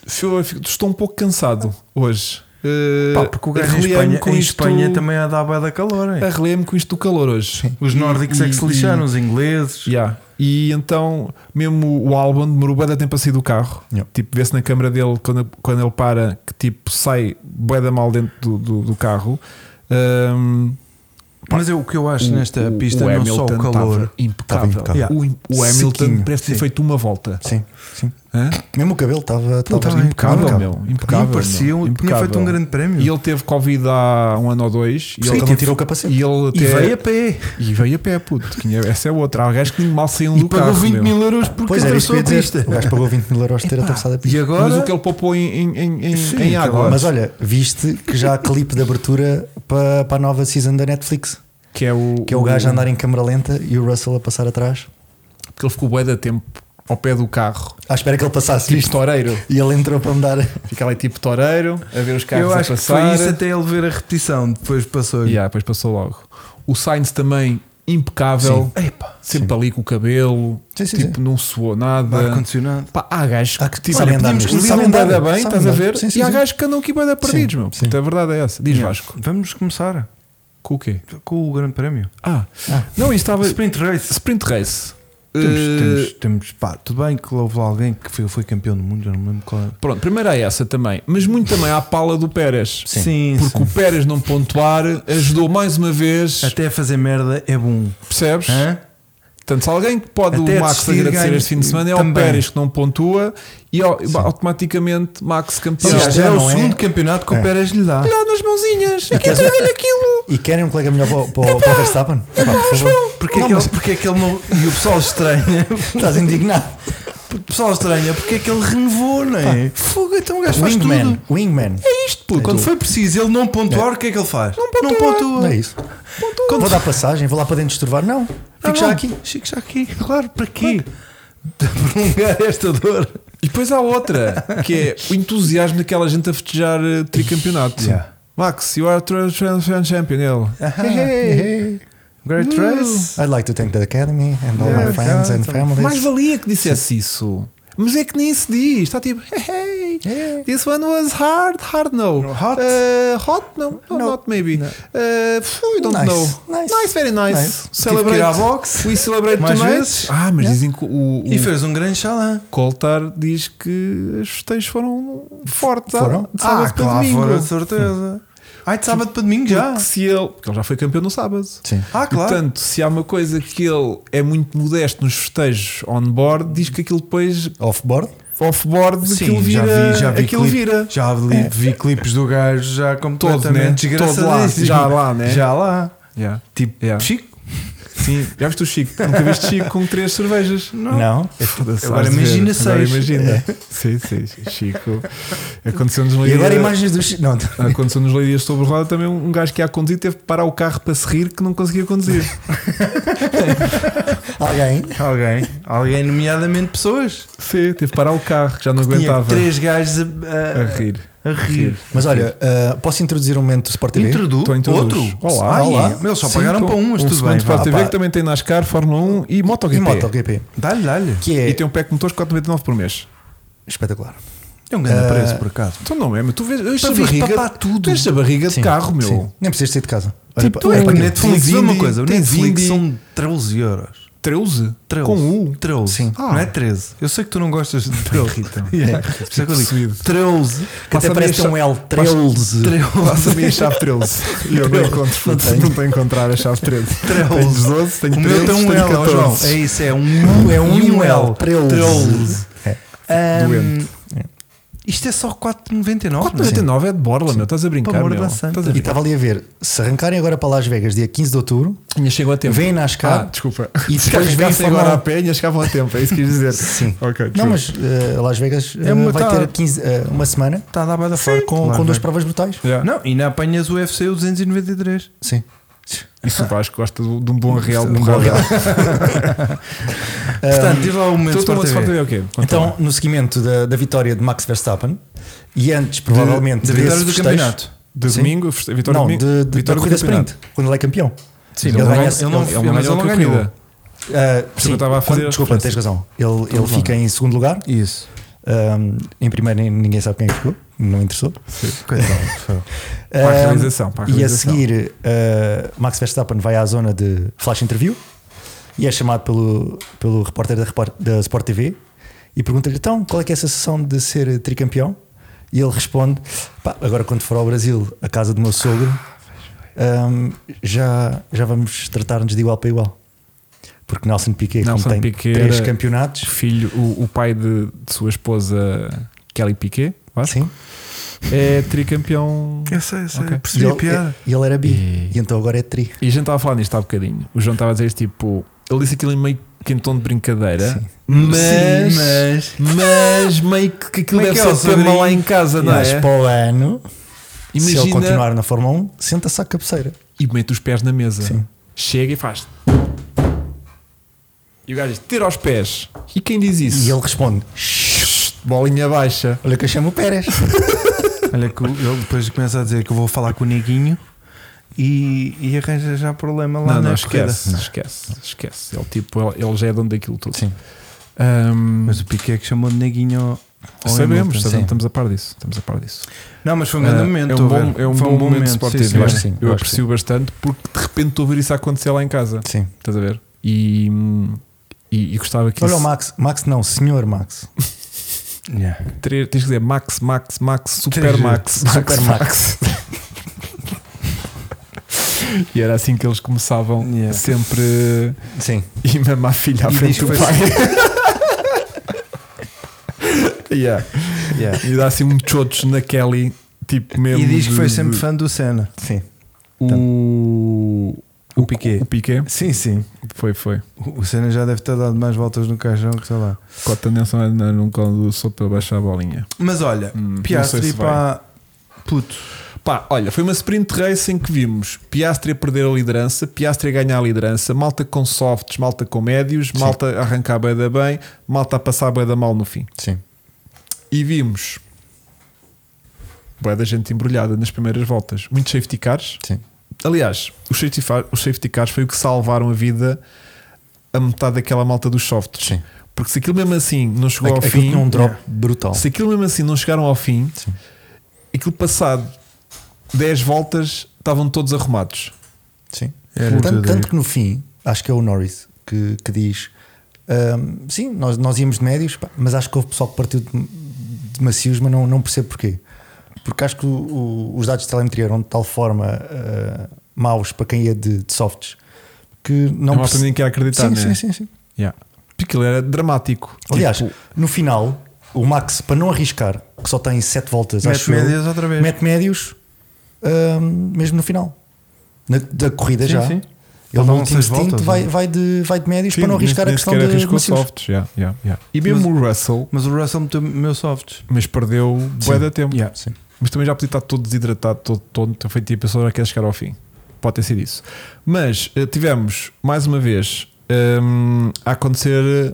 Estou estou um pouco cansado hoje. Eh,
Pá, porque o gajo em
arreliei-me
Espanha,
com
em
isto-
Espanha também há da da calor. hein?
Arrelei-me com isto do calor hoje.
Os
E-
nórdicos é que se
e-
lixaram,
e-
os ingleses.
Yeah. E então, mesmo o álbum demorou bué de tempo a sair do carro.
Yeah.
Tipo, vê-se na câmara dele quando, quando ele para que tipo sai bué da mal dentro do, do, do carro. Ahm,
Mas eu, o que eu acho nesta
o-
pista, é
o
não
Hamilton
só o calor.
estava impecável.
Estava impecável.
Yeah. O, o Hamilton
Sequinho.
parece ter
Sim.
feito uma volta.
Sim, sim.
Hã?
Mesmo o cabelo estava
Ele
estava
estava impecável, meu. Impecável.
Sim, parecia
meu.
um- tinha
Impecável.
feito um grande prémio.
E ele teve Covid há um ano ou dois. e
Sim,
ele
ele não tirou o capacete.
E ele
E
até-
veio a pé.
E veio a pé, puto. Tinha- Essa é outra. Há gajos que mal saíam
E
do
pagou
carro.
20
meu.
mil euros porque
Pois era isso
atravessou a
que eu ia dizer.
pista.
O gajo pagou 20 mil euros ter atravessado a
E
pista.
agora.
Mas o que ele poupou em, em, em- em-
Sim,
em água.
claro.
Mas olha, viste que já há clipe de abertura para, para a nova season da Netflix.
que é o,
Que é o gajo a andar em câmera lenta e o Russell a passar atrás.
Porque ele ficou bué da tempo ao pé do carro.
À espera que ele passasse.
Tipo
Viste?
toreiro.
E ele entrou para mudar.
Fica ali tipo toreiro, a ver os carros
Eu
a
acho que
passar.
foi isso até ele ver a repetição. Depois passou.
Yeah, depois passou logo. O Sainz também impecável.
Epá,
Sempre ali com o cabelo.
Sim, sim,
tipo,
sim.
não suou
ar
nada.
condicionado.
Pá, há gajos
Há
que
que
tipo,
sabem
olha,
andar
podemos
mesmo.
que
Sabem
andam bué
andar,
da bem,
sabem
estás a
andar.
ver?
Sim, sim,
e há
sim.
gajos que andam aqui bué da perdidos, meu.
sim.
Puta, A verdade é essa. Diz
Yeah.
Vasco.
Vamos começar
Com o quê?
com o Grande Prémio.
Ah, não, isto estava.
Sprint Race.
Sprint Race. Eh,
Temos, temos, temos, pá, tudo bem que houve lá alguém que foi, foi campeão do mundo, já não me lembro qual é.
Pronto, primeiro é essa também, mas muito também à pala do Pérez.
Sim,
Porque
sim.
o Pérez não pontuar ajudou mais uma vez,
Até fazer merda é bom.
percebes?
Hã?
Portanto, se alguém que pode
Até
o Max
desistir,
agradecer
ganha-
este fim de semana é o
também.
Pérez que não pontua e ao- automaticamente Max campeão.
Sim,
Aliás,
já
é o
não é-
segundo campeonato que o
É.
Pérez lhe dá.
Olha lá nas mãozinhas, É aqui atrás olha aquilo.
E querem um colega melhor para, o- para, o- para o Verstappen? Pá, por favor.
Porque, é que ele, porque é que ele não. E o pessoal estranha.
Estás indignado.
O pessoal estranha porque é que ele renovou, não é? Fogo, então o gajo faz
Wingman.
tudo.
Wingman.
É isto, puto.
Quando foi preciso ele não pontuar, o que é que ele faz? Não
pontua.
Não é isso. Tá
Quando Tá
Vou dar passagem, vou lá para dentro estorvar. Não. Fico já aqui.
Fico já aqui, claro, para quê? Prolongar é esta dor.
E depois há outra, que é o entusiasmo daquela gente a festejar eh, tricampeonato.
Yeah.
Max, you are a trans- trans- trans champion. Ele.
Ah, Great race.
I'd like to thank the Academy and all
Yeah,
my friends and
yeah.
families.
Mais valia que dissesse isso. Mas é que nem se diz. Está tipo, hey, hey,
Yeah.
this one was hard, hard no.
Hot?
Uh, hot? No, no,
No.
not maybe. Uh, phew, I don't
Nice.
know.
Nice.
very nice.
Nice.
Tive que ir à
Celebrate.
boxe.
We celebrate
Mais
tonight.
vezes.
Ah, mas
Yeah.
dizem que o, o
E fez um grande chalã.
Coltar diz que os festejos foram fortes.
Foram?
De sábado para domingo.
fora Ah, de certeza. Ai, de sábado para domingo já.
Porque se ele, porque ele já foi campeão no sábado.
Sim.
Ah, claro.
Portanto, se há uma coisa que ele é muito modesto nos festejos on-board, diz que aquilo depois
Off-board.
off-board aquilo vira, aquilo
clipe-
vira
Já li- vi clipes do gajo já como
Todo, né?
completamente
Todo lá.
desgraçadíssimo.
Já lá, né?
Já lá.
Yeah.
Tipo,
Yeah.
Chico.
Sim, já viste o Chico? Nunca viste Chico com três cervejas?
Não.
Foda-se,
Agora
hás de ver.
imagina
Agora
seis.
imagina. É. Sim, sim, Chico. Aconteceu-nos
E agora
Leiria-
imagens dos. Não.
Aconteceu-nos Leiria sobre roda também um gajo que ia a conduzir teve que parar o carro para se rir que não conseguia conduzir.
Alguém.
Alguém. Alguém, nomeadamente pessoas.
Sim, teve que parar o carro que já não
Tinha
aguentava
três gajos a, a-
a rir.
a rir.
Mas olha, ah, posso introduzir um momento do Sport TV?
Introdu
Então, introduz.
outro.
Olá,
Ai,
olá.
Meu, só pagaram para um, mas
um
tudo
segundo
bem.
Sport
vá.
TV
pá.
que também tem NASCAR, Fórmula 1 e MotoGP.
E MotoGP.
Dá-lhe, dá-lhe.
Que é
E tem um pack de motores 4,99 por mês.
espetacular.
É um grande
Ah,
preço, por acaso.
Então não é, mas tu vês esta
Para vir
barriga,
papar tudo.
esta barriga de
Sim,
carro, meu.
sim. Nem precisas sair de casa. Olha
Tipo,
para-
tu é
olha para
o
aquilo.
Net- Netflix,
Netflix,
diz
diz uma
indie,
coisa. O
tens
Netflix
indie.
são 13 euros.
13?
13.
Com U.
13.
Sim.
Não é 13. Eu sei que tu não gostas de 13.
Rita.
Yeah. Por isso é que eu digo, 13.
Que até
Passa-me
parece
esta-
um L. 13.
13.
Passa-me a chave 13. E eu não encontro, puto, não tenho a encontrar a chave 13.
13.
Tens 12, tenho
O meu
13,
tem um
tenho
L, ó,
14.
João. É isso, é um U, é um, e um L.
13.
13.
É.
Ahm,
Doente.
isto é só 4,99. não é?
4,99 é de borla, meu. Estás a
Pelo
brincar,
amor
meu.
da
Estás
santa.
a
E
brincar.
estava ali a ver, se arrancarem agora para Las Vegas dia 15 de outubro,
Tinha chegado a tempo.
vêm na
Ah,
Ascar.
desculpa.
E
Se
depois vem
carregassem agora
Fórmula um.
a penha, chegavam a tempo. É isso que quis dizer. Sim. Ok, É
não,
true.
mas eh, Las Vegas eh,
uma
vai
tá-
tarde.
ter 15, eh, uma semana
Está a dar bué da fora
com, com duas provas brutais.
Yeah.
Não, ainda apanhas o UFC o 293.
Sim.
Isso o Vasco gosta de de um bom real de borrada.
Portanto, tive lá o momento
Então,
Sport TV.
Thomas Sport TV é o quê? Conta lá.
Eh, Então, no seguimento da, da vitória de Max Verstappen, e antes, provavelmente,
da vitória
desse
do
festejo-
campeonato.
de
sim.
domingo, a feste- a vitória
não,
de
de,
domingo,
de, da
vitória do
corrida
campeonato.
sprint, quando ele é campeão.
Sim,
ele
ele
ganha-
ganha-
ele-
ele não-
Ele é não
mas
ganhou
ele
a
não
corrida.
ganhou.
Ah,
que eu estava a fazer Então a
desculpa,
referência.
tens razão. Ele, ele
bem.
fica em segundo lugar
Isso.
Um, em primeiro, ninguém sabe quem é que ficou, não interessou. Ah,
Coitado.
Para a realização, para a
Ehm, e a
realização.
seguir, uh, Max Verstappen vai à zona de flash interview e é chamado pelo, pelo repórter da, Repor- da Sport TV e pergunta-lhe então qual é que é a sensação de ser tricampeão. E ele responde: "Pá, agora quando for ao Brasil, a casa do meu sogro, um, já, já vamos tratar-nos de igual para igual. Porque Nelson Piquet,
Nelson
como tem
Piquet
três
era-
campeonatos,
Filho, o, o pai de, de sua esposa Kelly Piquet, acho,
sim,
é tricampeão.
Eu sei, eu sei.
Ok.
e
Percebi a
ele, é
piada.
e ele era bi,
E-
e então agora é tri.
E a gente estava a falar nisto há bocadinho. O João estava a dizer isto, tipo, ele disse aquilo em meio que em tom de brincadeira, mas,
Sim,
mas, meio que que
Como
aquilo
é
deve
que é,
ser
o
tema lá
Sandrinho?
em casa, não
Mas
é?
para o ano, se ele
Imagina
continuar na Fórmula 1, senta-se à cabeceira.
e mete os pés na mesa.
Sim.
Chega e faz. E o gajo diz: tira os pés. E quem diz isso?
E ele responde:
Bolinha baixa.
Olha que eu chamo o Pérez.
Olha, que o- ele depois começa a dizer que eu vou falar com o Neguinho e, e arranja já problema lá
não,
na
não,
corrida.
esquece, esquece, esquece. Ele, tipo, ele, ele já é dono daquilo tudo.
Sim.
Ahm,
Mas o Piquet que chamou de Neguinho ao- ao Hamilton.
sabemos, sabemos,
Sim.
estamos a par disso. Estamos a par disso.
Não, mas foi um grande
Ah,
momento.
é um
estou a
bom,
ver.
é um
Foi
bom, momento de Sport TV.
eu acho que sim,
eu
eu acho que
aprecio bastante porque de repente estou a ver isso a acontecer lá em casa.
Sim.
Estás a ver? E, e, e gostava que
Olha
isso-
o Max. Max não, senhor Max.
Yeah.
Três- tens que dizer Max, Max, Max, Super
Três
Max, Max,
Super Max.
E era assim que eles começavam
Yeah.
sempre
Sim.
e mesmo a filha à
E diz
frente
que
do
Tá foi
pai. Yeah.
Yeah.
E dá assim um chotos na Kelly, tipo mesmo.
E diz que foi
de-
sempre
de-
fã do Senna.
Sim.
o,
O Piquet.
Tá. o Piquet.
Sim, sim.
Foi, foi.
O o Senna já deve ter dado mais voltas no caixão que sei lá.
Com a tendência a andar num colo um do sol para baixar a bolinha.
Mas olha,
Hum, não sei
Piastri
se
pá. Puto.
Pá, olha, foi uma sprint race em que vimos Piastri a perder a liderança, Piastri a ganhar a liderança, malta com softs, malta com médios, malta a arrancar a da bem, malta a passar a da mal no fim.
Sim.
E vimos bué da gente embrulhada nas primeiras voltas. Muitos safety cars.
Sim.
Aliás, os safety, fa- os safety cars foi o que salvaram a vida a metade daquela malta dos softs.
Sim.
Porque se aquilo mesmo assim não chegou ao
Aquilo
fim.
tinha um drop brutal.
Se aquilo mesmo assim não chegaram ao fim,
Sim.
aquilo passado 10 voltas estavam todos arrumados.
Sim.
Era
tanto,
tudo
tanto
aí.
que no fim, acho que é o Norris que, que diz: "Ahm, Sim, nós, nós íamos de médios, pá, mas acho que houve pessoal que partiu de, de macios, mas não, não percebo porquê. Porque acho que o- o- os dados de telemetria eram de tal forma ah, maus para quem ia de, de softs que
Não
não
há para
perce-
ninguém que acreditar, né?
Sim, sim, sim, sim.
Yeah. Porque aquilo era dramático.
Aliás,
Tipo,
no final, o Max, para não arriscar, que só tem 7 voltas,
Mete
acho
médias
eu,
outra vez.
mete médios ahm, mesmo no final na- da corrida
Sim,
já.
sim.
Ele no
Faltavam
último
seis
instinto
voltas,
vai,
não é?
vai, de, vai de médios
sim,
para não
nem-
arriscar a
nem
questão
sequer
de
arriscou
macios.
softs. Yeah, yeah, yeah. E mesmo o Russell,
Mas o Russell meteu meus softs.
mas perdeu bué da tempo.
Yeah.
Sim.
Mas também já podia estar todo desidratado, todo tonto. Foi tipo, a pessoa já quer chegar ao fim. Pode ter sido isso. Mas eh, tivemos, mais uma vez, hum, a acontecer eh,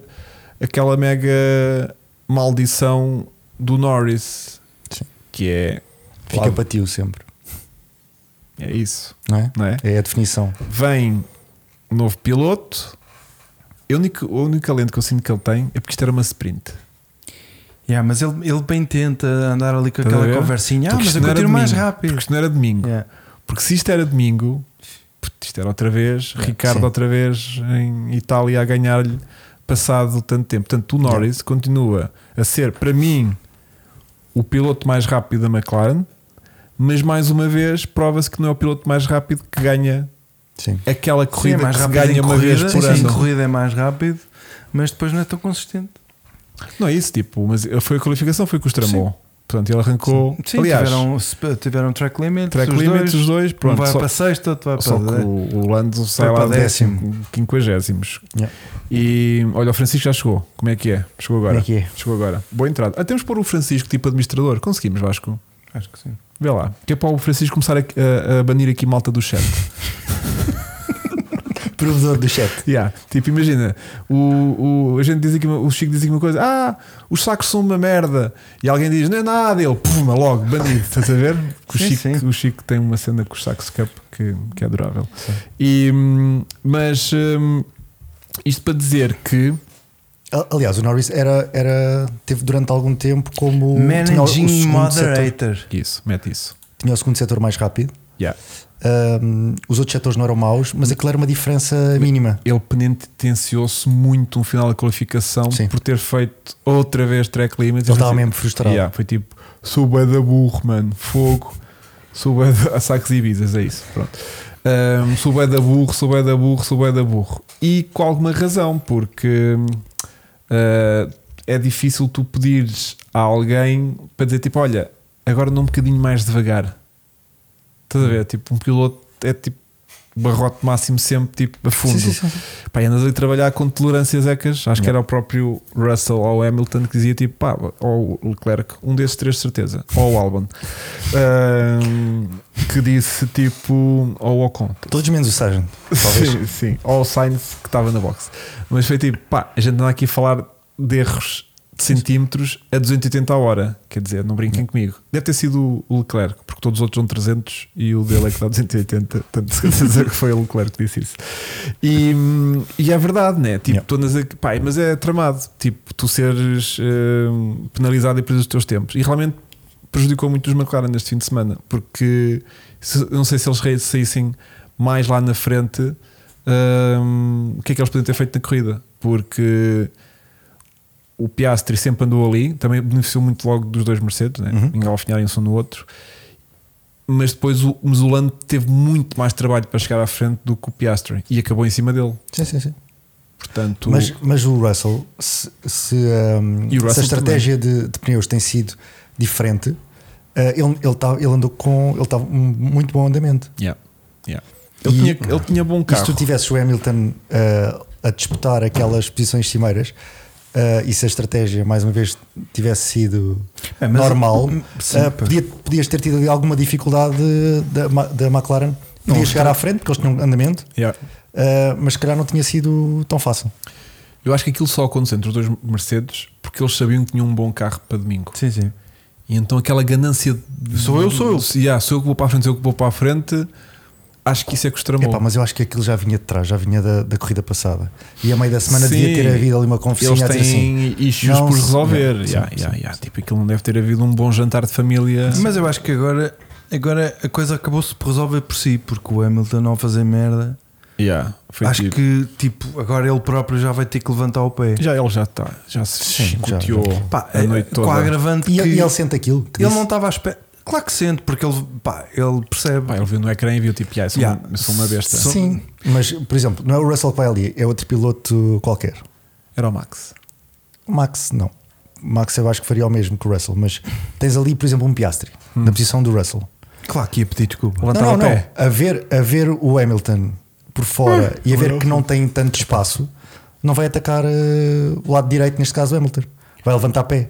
aquela mega maldição do Norris.
Sim.
Que é.
Fica
Claro.
para ti sempre,
É isso,
não é?
não é?
É a definição. Sim,
Vem novo piloto. A única, a única lente que eu sinto que ele tem é porque isto era uma sprint.
Yeah, mas ele, ele bem tenta andar ali com
Estás a
aquela
ver?
conversinha. Ah,
Porque
mas
isto
eu
não era
continuo mais
domingo. Porque
rápido.
isto não era domingo.
Yeah.
Porque se isto era domingo, puto, isto era outra vez, Ricardo
sim.
outra vez em Itália a ganhar-lhe passado tanto tempo. Portanto, o Norris continua a ser, para mim, o piloto mais rápido da McLaren, mas mais uma vez prova-se que não é o piloto mais rápido que ganha
sim.
aquela
Sim, é
corrida
mais
que se
rápido em
ganha uma
corrida.
vez
Sim,
por
sim, em
ano.
corrida é mais rápido, mas depois não é tão consistente.
Não é isso, tipo, mas foi a qualificação, foi com o Stramon. Portanto, ele arrancou.
Sim,
aliás,
tiveram, tiveram track limits.
track
os
limits,
dois.
os dois,
Um
pronto.
vai
só-
para sexto, outro vai
Só que
para.
o, é? o Lando sai
Vai
lá
para
décimo, quinquagésimos.
Yeah.
E olha, o Francisco já chegou. Como é que é? Chegou agora.
Como é que é?
Chegou agora. Boa entrada. Ah, temos que pôr o Francisco tipo administrador. Conseguimos, Vasco.
Acho que sim.
Vê lá. Que é para o Francisco começar a, a- a banir aqui malta do chat.
Provedor do chat.
Yeah. Tipo, imagina, o, o- a gente diz aqui, uma- o Chico diz aqui uma coisa: Ah, os sacos são uma merda. E alguém diz: Não é nada. Ele, puma, logo, bandido. Estás a ver? Que o,
Sim,
Chico,
sim.
o Chico tem uma cena com os sacos cup que, que é adorável. E, hum, mas hum, isto para dizer que
A- Aliás, o Norris era, era, teve durante algum tempo como tinha o- o
Managing
segundo setor-
Moderator.
Isso, mete isso.
tinha o segundo setor mais rápido.
Yeah.
Um, os outros setores não eram maus, mas aquilo era uma diferença mínima.
Ele penitenciou-se É muito no final da qualificação
Sim.
por ter feito outra vez track limits.
Ele estava
Foi
mesmo frustrado.
Yeah, foi tipo, suba da burro, mano, fogo, suba da, a sacos e bisas, é isso. Pronto. Um, suba da burro, suba da burro, suba da burro. E com alguma razão, porque hum, ah, é difícil tu pedires a alguém para dizer tipo, olha, agora não um bocadinho mais devagar. Estás a ver? Tipo, um piloto é tipo barrote máximo sempre, tipo, a fundo. Pá, e andas ali a trabalhar com tolerâncias ecas. Acho que era o próprio Russell ou Hamilton que dizia tipo, pá, ou o Leclerc, um desses três, de certeza, ou o Albon, Ahm, que disse tipo, ou o Ocon.
Todos menos o Sargent. Talvez.
Sim, sim, ou o Sainz que estava na box. Mas foi tipo, pá, a gente anda aqui a falar de erros de centímetros a 280 a hora. Quer dizer, não brinquem comigo. Deve ter sido o Leclerc, porque todos os outros são 300 e o dele é que dá 280. Portanto, se dizer que foi o Leclerc que disse isso. E, hum, e é verdade, né? Tipo,
Yeah.
tu andas aqui, pá, mas é tramado. Tipo, tu seres hum, penalizado e preso os teus tempos. E realmente prejudicou muito os McLaren neste fim de semana, porque se- eu não sei se eles re- saíssem mais lá na frente, hum, o que é que eles podiam ter feito na corrida? Porque o Piastri sempre andou ali, também beneficiou muito logo dos dois Mercedes, né?
Uhum.
engalfinharem-se um no outro. Mas depois o Mesolano teve muito mais trabalho para chegar à frente do que o Piastri e acabou em cima dele.
Sim, sim, sim.
Portanto,
Mas, mas o Russell, se, se, um,
E o
se
Russell
a estratégia de, de pneus tem sido diferente, uh, ele, ele, tá, ele andou com. Ele estava um muito bom andamento.
Yeah, yeah. Ele,
E-
tinha, ele tinha bom
E se
carro.
tu tivesses o Hamilton uh, a disputar aquelas posições cimeiras, uh, e se a estratégia, mais uma vez, tivesse sido
É, mas-
normal,
Sim,
uh,
pá.
podia- podias ter tido ali alguma dificuldade da, Ma- da McLaren. Podia chegar à frente, porque eles tinham andamento,
Yeah.
uh, mas se calhar não tinha sido tão fácil.
Eu acho que aquilo só aconteceu entre os dois Mercedes porque eles sabiam que tinham um bom carro para domingo.
Sim, sim.
E então aquela ganância de,
Sou eu, sou eu.
Se, yeah, sou eu que vou para a frente, sou eu que vou para a frente. Acho que isso é que os tramou.
Epá, mas eu acho que aquilo já vinha de trás, já vinha da, da corrida passada. E a meio da semana
Sim.
devia ter havido ali uma conversinha
Eles
a dizer assim.
têm issues
não,
por
sim,
resolver.
sim,
Yeah,
sim,
yeah, yeah. Tipo, aquilo não deve ter havido um bom jantar de família.
Mas eu acho que agora, agora a coisa acabou-se por resolver por si, porque o Hamilton não fazer merda.
Yeah, foi
acho
tipo-
que tipo, agora ele próprio já vai ter que levantar o pé.
já ele já está, já se
já,
chicoteou
Pá, é,
a noite toda.
com a agravante
E,
que
ele- e ele sente aquilo. que
ele
disse.
não estava à espera. Claro que sente, porque ele, pá, ele percebe.
Pá, ele viu no ecrã e viu tipo, yeah, eu sou,
Yeah.
uma, eu sou uma besta.
Sou-
Sim, mas por exemplo, não é o Russell que vai ali, é outro piloto qualquer.
Era o Max.
O Max, não. O Max eu acho que faria o mesmo que o Russell, mas tens ali, por exemplo, um Piastri, na posição do Russell.
Claro que ia pedir desculpa.
Levantava
não, não,
o
não.
pé.
A ver, a ver o Hamilton por fora e a ver que não tem tanto espaço, não vai atacar eh, o lado direito, neste caso o Hamilton. Vai levantar pé.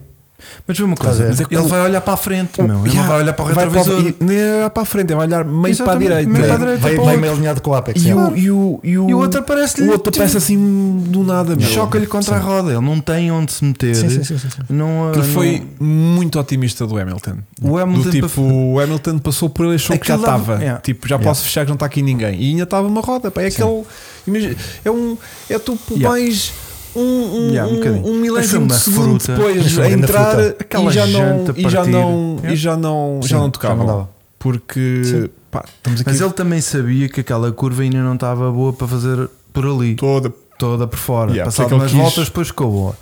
Mas vê uma
Estás a
coisa,
ver?
mas é que ele vai olhar para a frente, meu. Ele não vai olhar para o
vai
retrovisor.
e- nem era para a frente, é vai olhar meio
Exatamente,
para a direita.
meio
É.
para a direita.
Vai,
para o
vai
outro.
meio alinhado com o Apex.
E,
é.
o, e, o, e, o,
E o outro parece-lhe,
O outro
tipo,
parece assim do nada, meu.
Choca-lhe contra a roda, ele não tem onde se meter.
Sim, sim, sim, sim, sim.
Não,
Ele
não-
foi muito otimista do é? Hamilton.
O Hamilton
do tipo,
pa-
o Hamilton passou por ele e achou que já
Aquilo dava-
estava.
yeah.
Tipo, já posso fechar que não está aqui ninguém. E ainda estava uma roda. Pá. É aquele. imagina, é um. É tu
Yeah.
mais um, um,
Yeah, um
um,
bocadinho. Mas foi
milésimo
uma
de segundo
fruta.
Mas
depois
foi
a
uma grande
entrar
fruta.
e
Aquela
já não.
janta
E já
partida.
não, e
Yeah.
já não, já
Sim,
não
já não
tocava.
dava.
Porque.
Sim.
Pá, estamos aqui
Mas ele também sabia que aquela curva ainda não estava boa para fazer por ali,
toda.
toda por fora.
Yeah, por isso é
Passado
que ele
umas
quis-
voltas, depois ficou boa.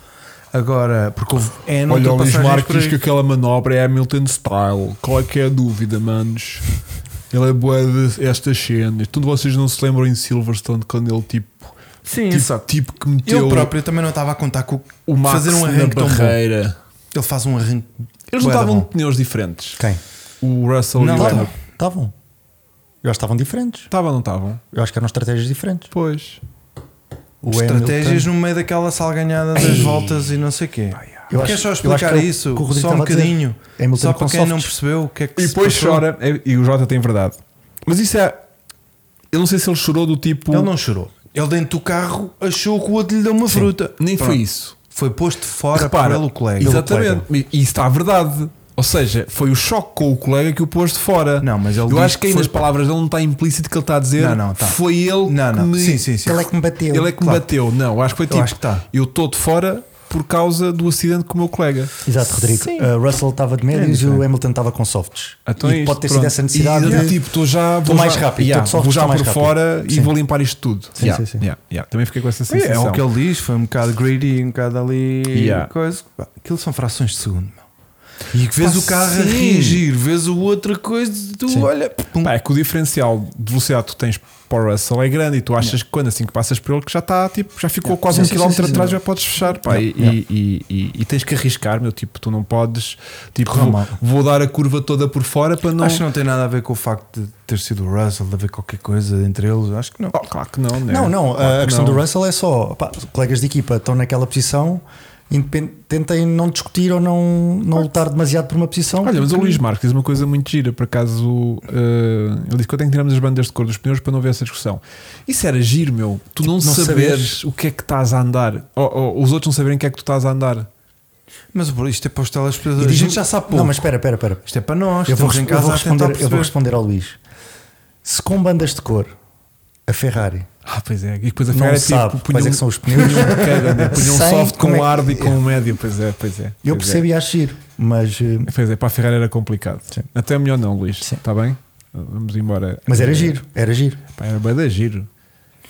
Agora, porque houve é não
Olha, o Luís
passagens por
Marques diz
aí.
que aquela manobra é Hamilton style. Qual é que é a dúvida, manos? Ele é boa destas cenas. Tudo vocês não se lembram em Silverstone quando ele tipo.
Sim,
tipo,
só que
tipo que meteu
ele próprio também não estava a contar com
o Max
fazer um
na
arranque tão bom.
barreira.
Ele faz um arranque. bué
Eles não
da
estavam de
bom.
pneus diferentes.
Quem? Tá
O Russell
Não
e o
estavam.
Hamilton.
Estavam. Eu acho que estavam diferentes.
Estavam, não estavam?
Eu acho que eram estratégias diferentes.
Pois.
O
Estratégias
Hamilton-
no meio daquela salganhada das voltas e não sei o quê.
Eu acho-
Queres só
eu acho que
explicar
é o que
isso?
o Rodrigo
Só um
estava a dizer.
bocadinho.
Hamilton
Só
com
para quem não
softs.
percebeu o que é que
E
se
depois
passou.
chora. É- E o Jota tem verdade. Mas isso é. Eu não sei se ele chorou do tipo.
Ele não chorou. Ele dentro do carro achou que o outro lhe deu uma fruta.
Nem foi
Pronto.
isso.
Foi posto fora
Repara,
pelo é colega.
Exatamente. E isso está a verdade. Ou seja, foi o choque com o colega que o pôs de fora.
Não, mas ele
Eu
diz
acho que aí
que foi-
nas palavras dele não está implícito que ele está a dizer
Não, não, tá.
foi ele
Não,
que
não.
me.
Sim, sim, sim.
Ele é que me bateu.
Ele é que me
Claro.
bateu. Não, acho que foi tipo.
acho que tá.
Eu estou de fora por causa do acidente com o meu colega.
Exato, Rodrigo.
Sim.
Uh, Russell estava de médios e
diferente.
o Hamilton estava com softs.
É Então é
e
isto,
pode ter sido
pronto.
essa necessidade.
E,
de-
Tipo, estou já. vou
Estou mais
já-
rápido,
yeah,
estou de sorte,
vou já
estou mais
por
rápido.
fora e
Sim.
vou limpar isto tudo.
Sim,
Yeah,
sim, sim.
yeah, yeah. Também fiquei com essa
É,
sensação.
o que ele diz, foi um bocado greedy, um bocado ali.
Yeah.
Coisa. Pá, Aquilo são frações de segundo, meu. E que vês
Pá,
o carro a
sim.
reagir, vês o outra coisa, tu
Sim.
olha. pum.
Pá, é que o diferencial de velocidade que tu tens para o Russell é grande e tu achas que quando assim que passas por ele que já está tipo, já ficou quase
Sim,
um
sim,
quilómetro
sim, sim,
atrás
sim.
já podes fechar pá, e, E, e- e tens que arriscar, meu tipo, tu não podes tipo,
Correu
vou,
mal.
vou dar a curva toda por fora para não.
Acho que não tem nada a ver com o facto de ter sido o Russell, de haver qualquer coisa entre eles. Acho que não.
Oh, claro que não, né?
Não, não. a-
Claro
a
que
questão
não.
do Russell é só. pá, os colegas de equipa estão naquela posição. independ- Tentem não discutir ou não, não lutar demasiado por uma posição.
Olha, mas o
porque-
Luís Marques diz uma coisa muito gira, por acaso eh, ele disse que eu tenho que tirarmos as bandas de cor dos pneus para não haver essa discussão. Isso era giro, meu, tu
Tipo,
não, saberes, o que é que estás a andar, ou, ou os outros não saberem o que é que tu estás a andar.
Mas bro, isto é para os
E
telespectadores. A
diz-me-
gente já sabe pouco.
Não, mas espera, espera, espera.
Isto é para nós.
Eu vou,
estamos em
res-
casa
eu vou
a tentar
responder, eu vou
perceber.
responder ao Luís. Se com bandas de cor a Ferrari
Ah, pois é, e depois a
não
Ferrari
sabe
tipo, punha
quais
um,
é que são os pneus,
Cara, né? Punha um
Sem
soft com
como é
um
que-
hard e com um médio, pois é, pois é.
eu
pois
percebo e acho giro, mas, eh,
É. Pois é, para a Ferrari era complicado.
Sim.
Até melhor não, Luís.
Sim.
Está bem? Vamos embora.
mas era
Eh,
giro, era giro.
Pá, era bem da giro.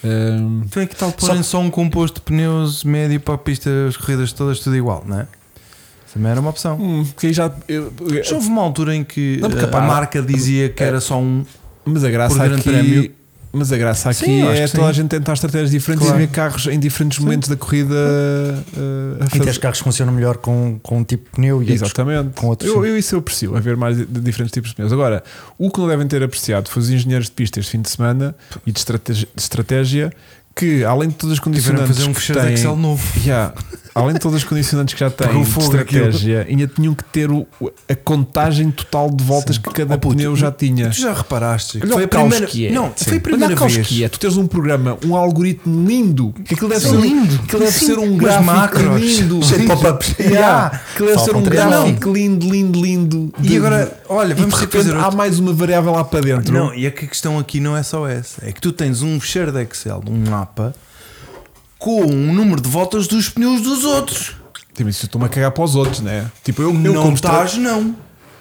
Hum, Ahm,
Então é que tal porém só um composto de pneus médio para a pista, as corridas todas, tudo igual, não é? Isso Também era uma opção.
hum, porque aí já. eu- eu-
Mas houve uma altura em que
Não, porque,
eh, a
pá,
marca dizia que
é-
era só um.
mas a graça
Por grande
aqui.
prémio.
Mas a graça aqui
Sim, eu acho
é
que sim.
toda a gente tentar estratégias diferentes
Claro.
e ver carros em diferentes momentos da corrida eh, a
E até
fazer-
os carros funcionam melhor com, com um tipo de pneu e outros-
Exatamente.
com outros,
eu,
sim.
eu isso eu aprecio, haver mais de- de diferentes tipos de pneus. Agora, o que não devem ter apreciado foi os engenheiros de pista este fim de semana e de estratégia, de estratégia que, além de todas as
Tiveram a
condicionantes.
fazer um
que
fecheiro de
têm-
Excel novo.
Yeah. Além de todas as condicionantes que já têm
Pegou
de
fogo aquilo.
estratégia, ainda tinham que ter o- a contagem total de voltas que cada
Oh, puto,
pneu já tinha.
Tu já reparaste? que
Olha
foi
o
a
caos
primeira,
que é.
não,
Sim.
foi a primeira
Olha o caos
vez.
que é. Tu tens um programa, um algoritmo lindo. Que aquilo deve
Sim.
ser
Lindo.
Aquilo deve
Sim.
ser um
Umas
gráfico
macros.
lindo.
Cheio de pop-ups.
Yeah. Aquilo deve
Faltam
ser um
três
gráfico lindo, lindo, lindo.
E agora, olha,
e de
vamos
repente
refazer
há
outro.
mais uma variável lá para dentro.
Não, e é que a questão aqui não é só essa. É que tu tens um fecheiro de Excel, um mapa, com um número de voltas dos pneus dos outros.
Tipo, isso eu estou-me a cagar para os outros, né? Tipo, eu, eu
não
como estou-
estás, não.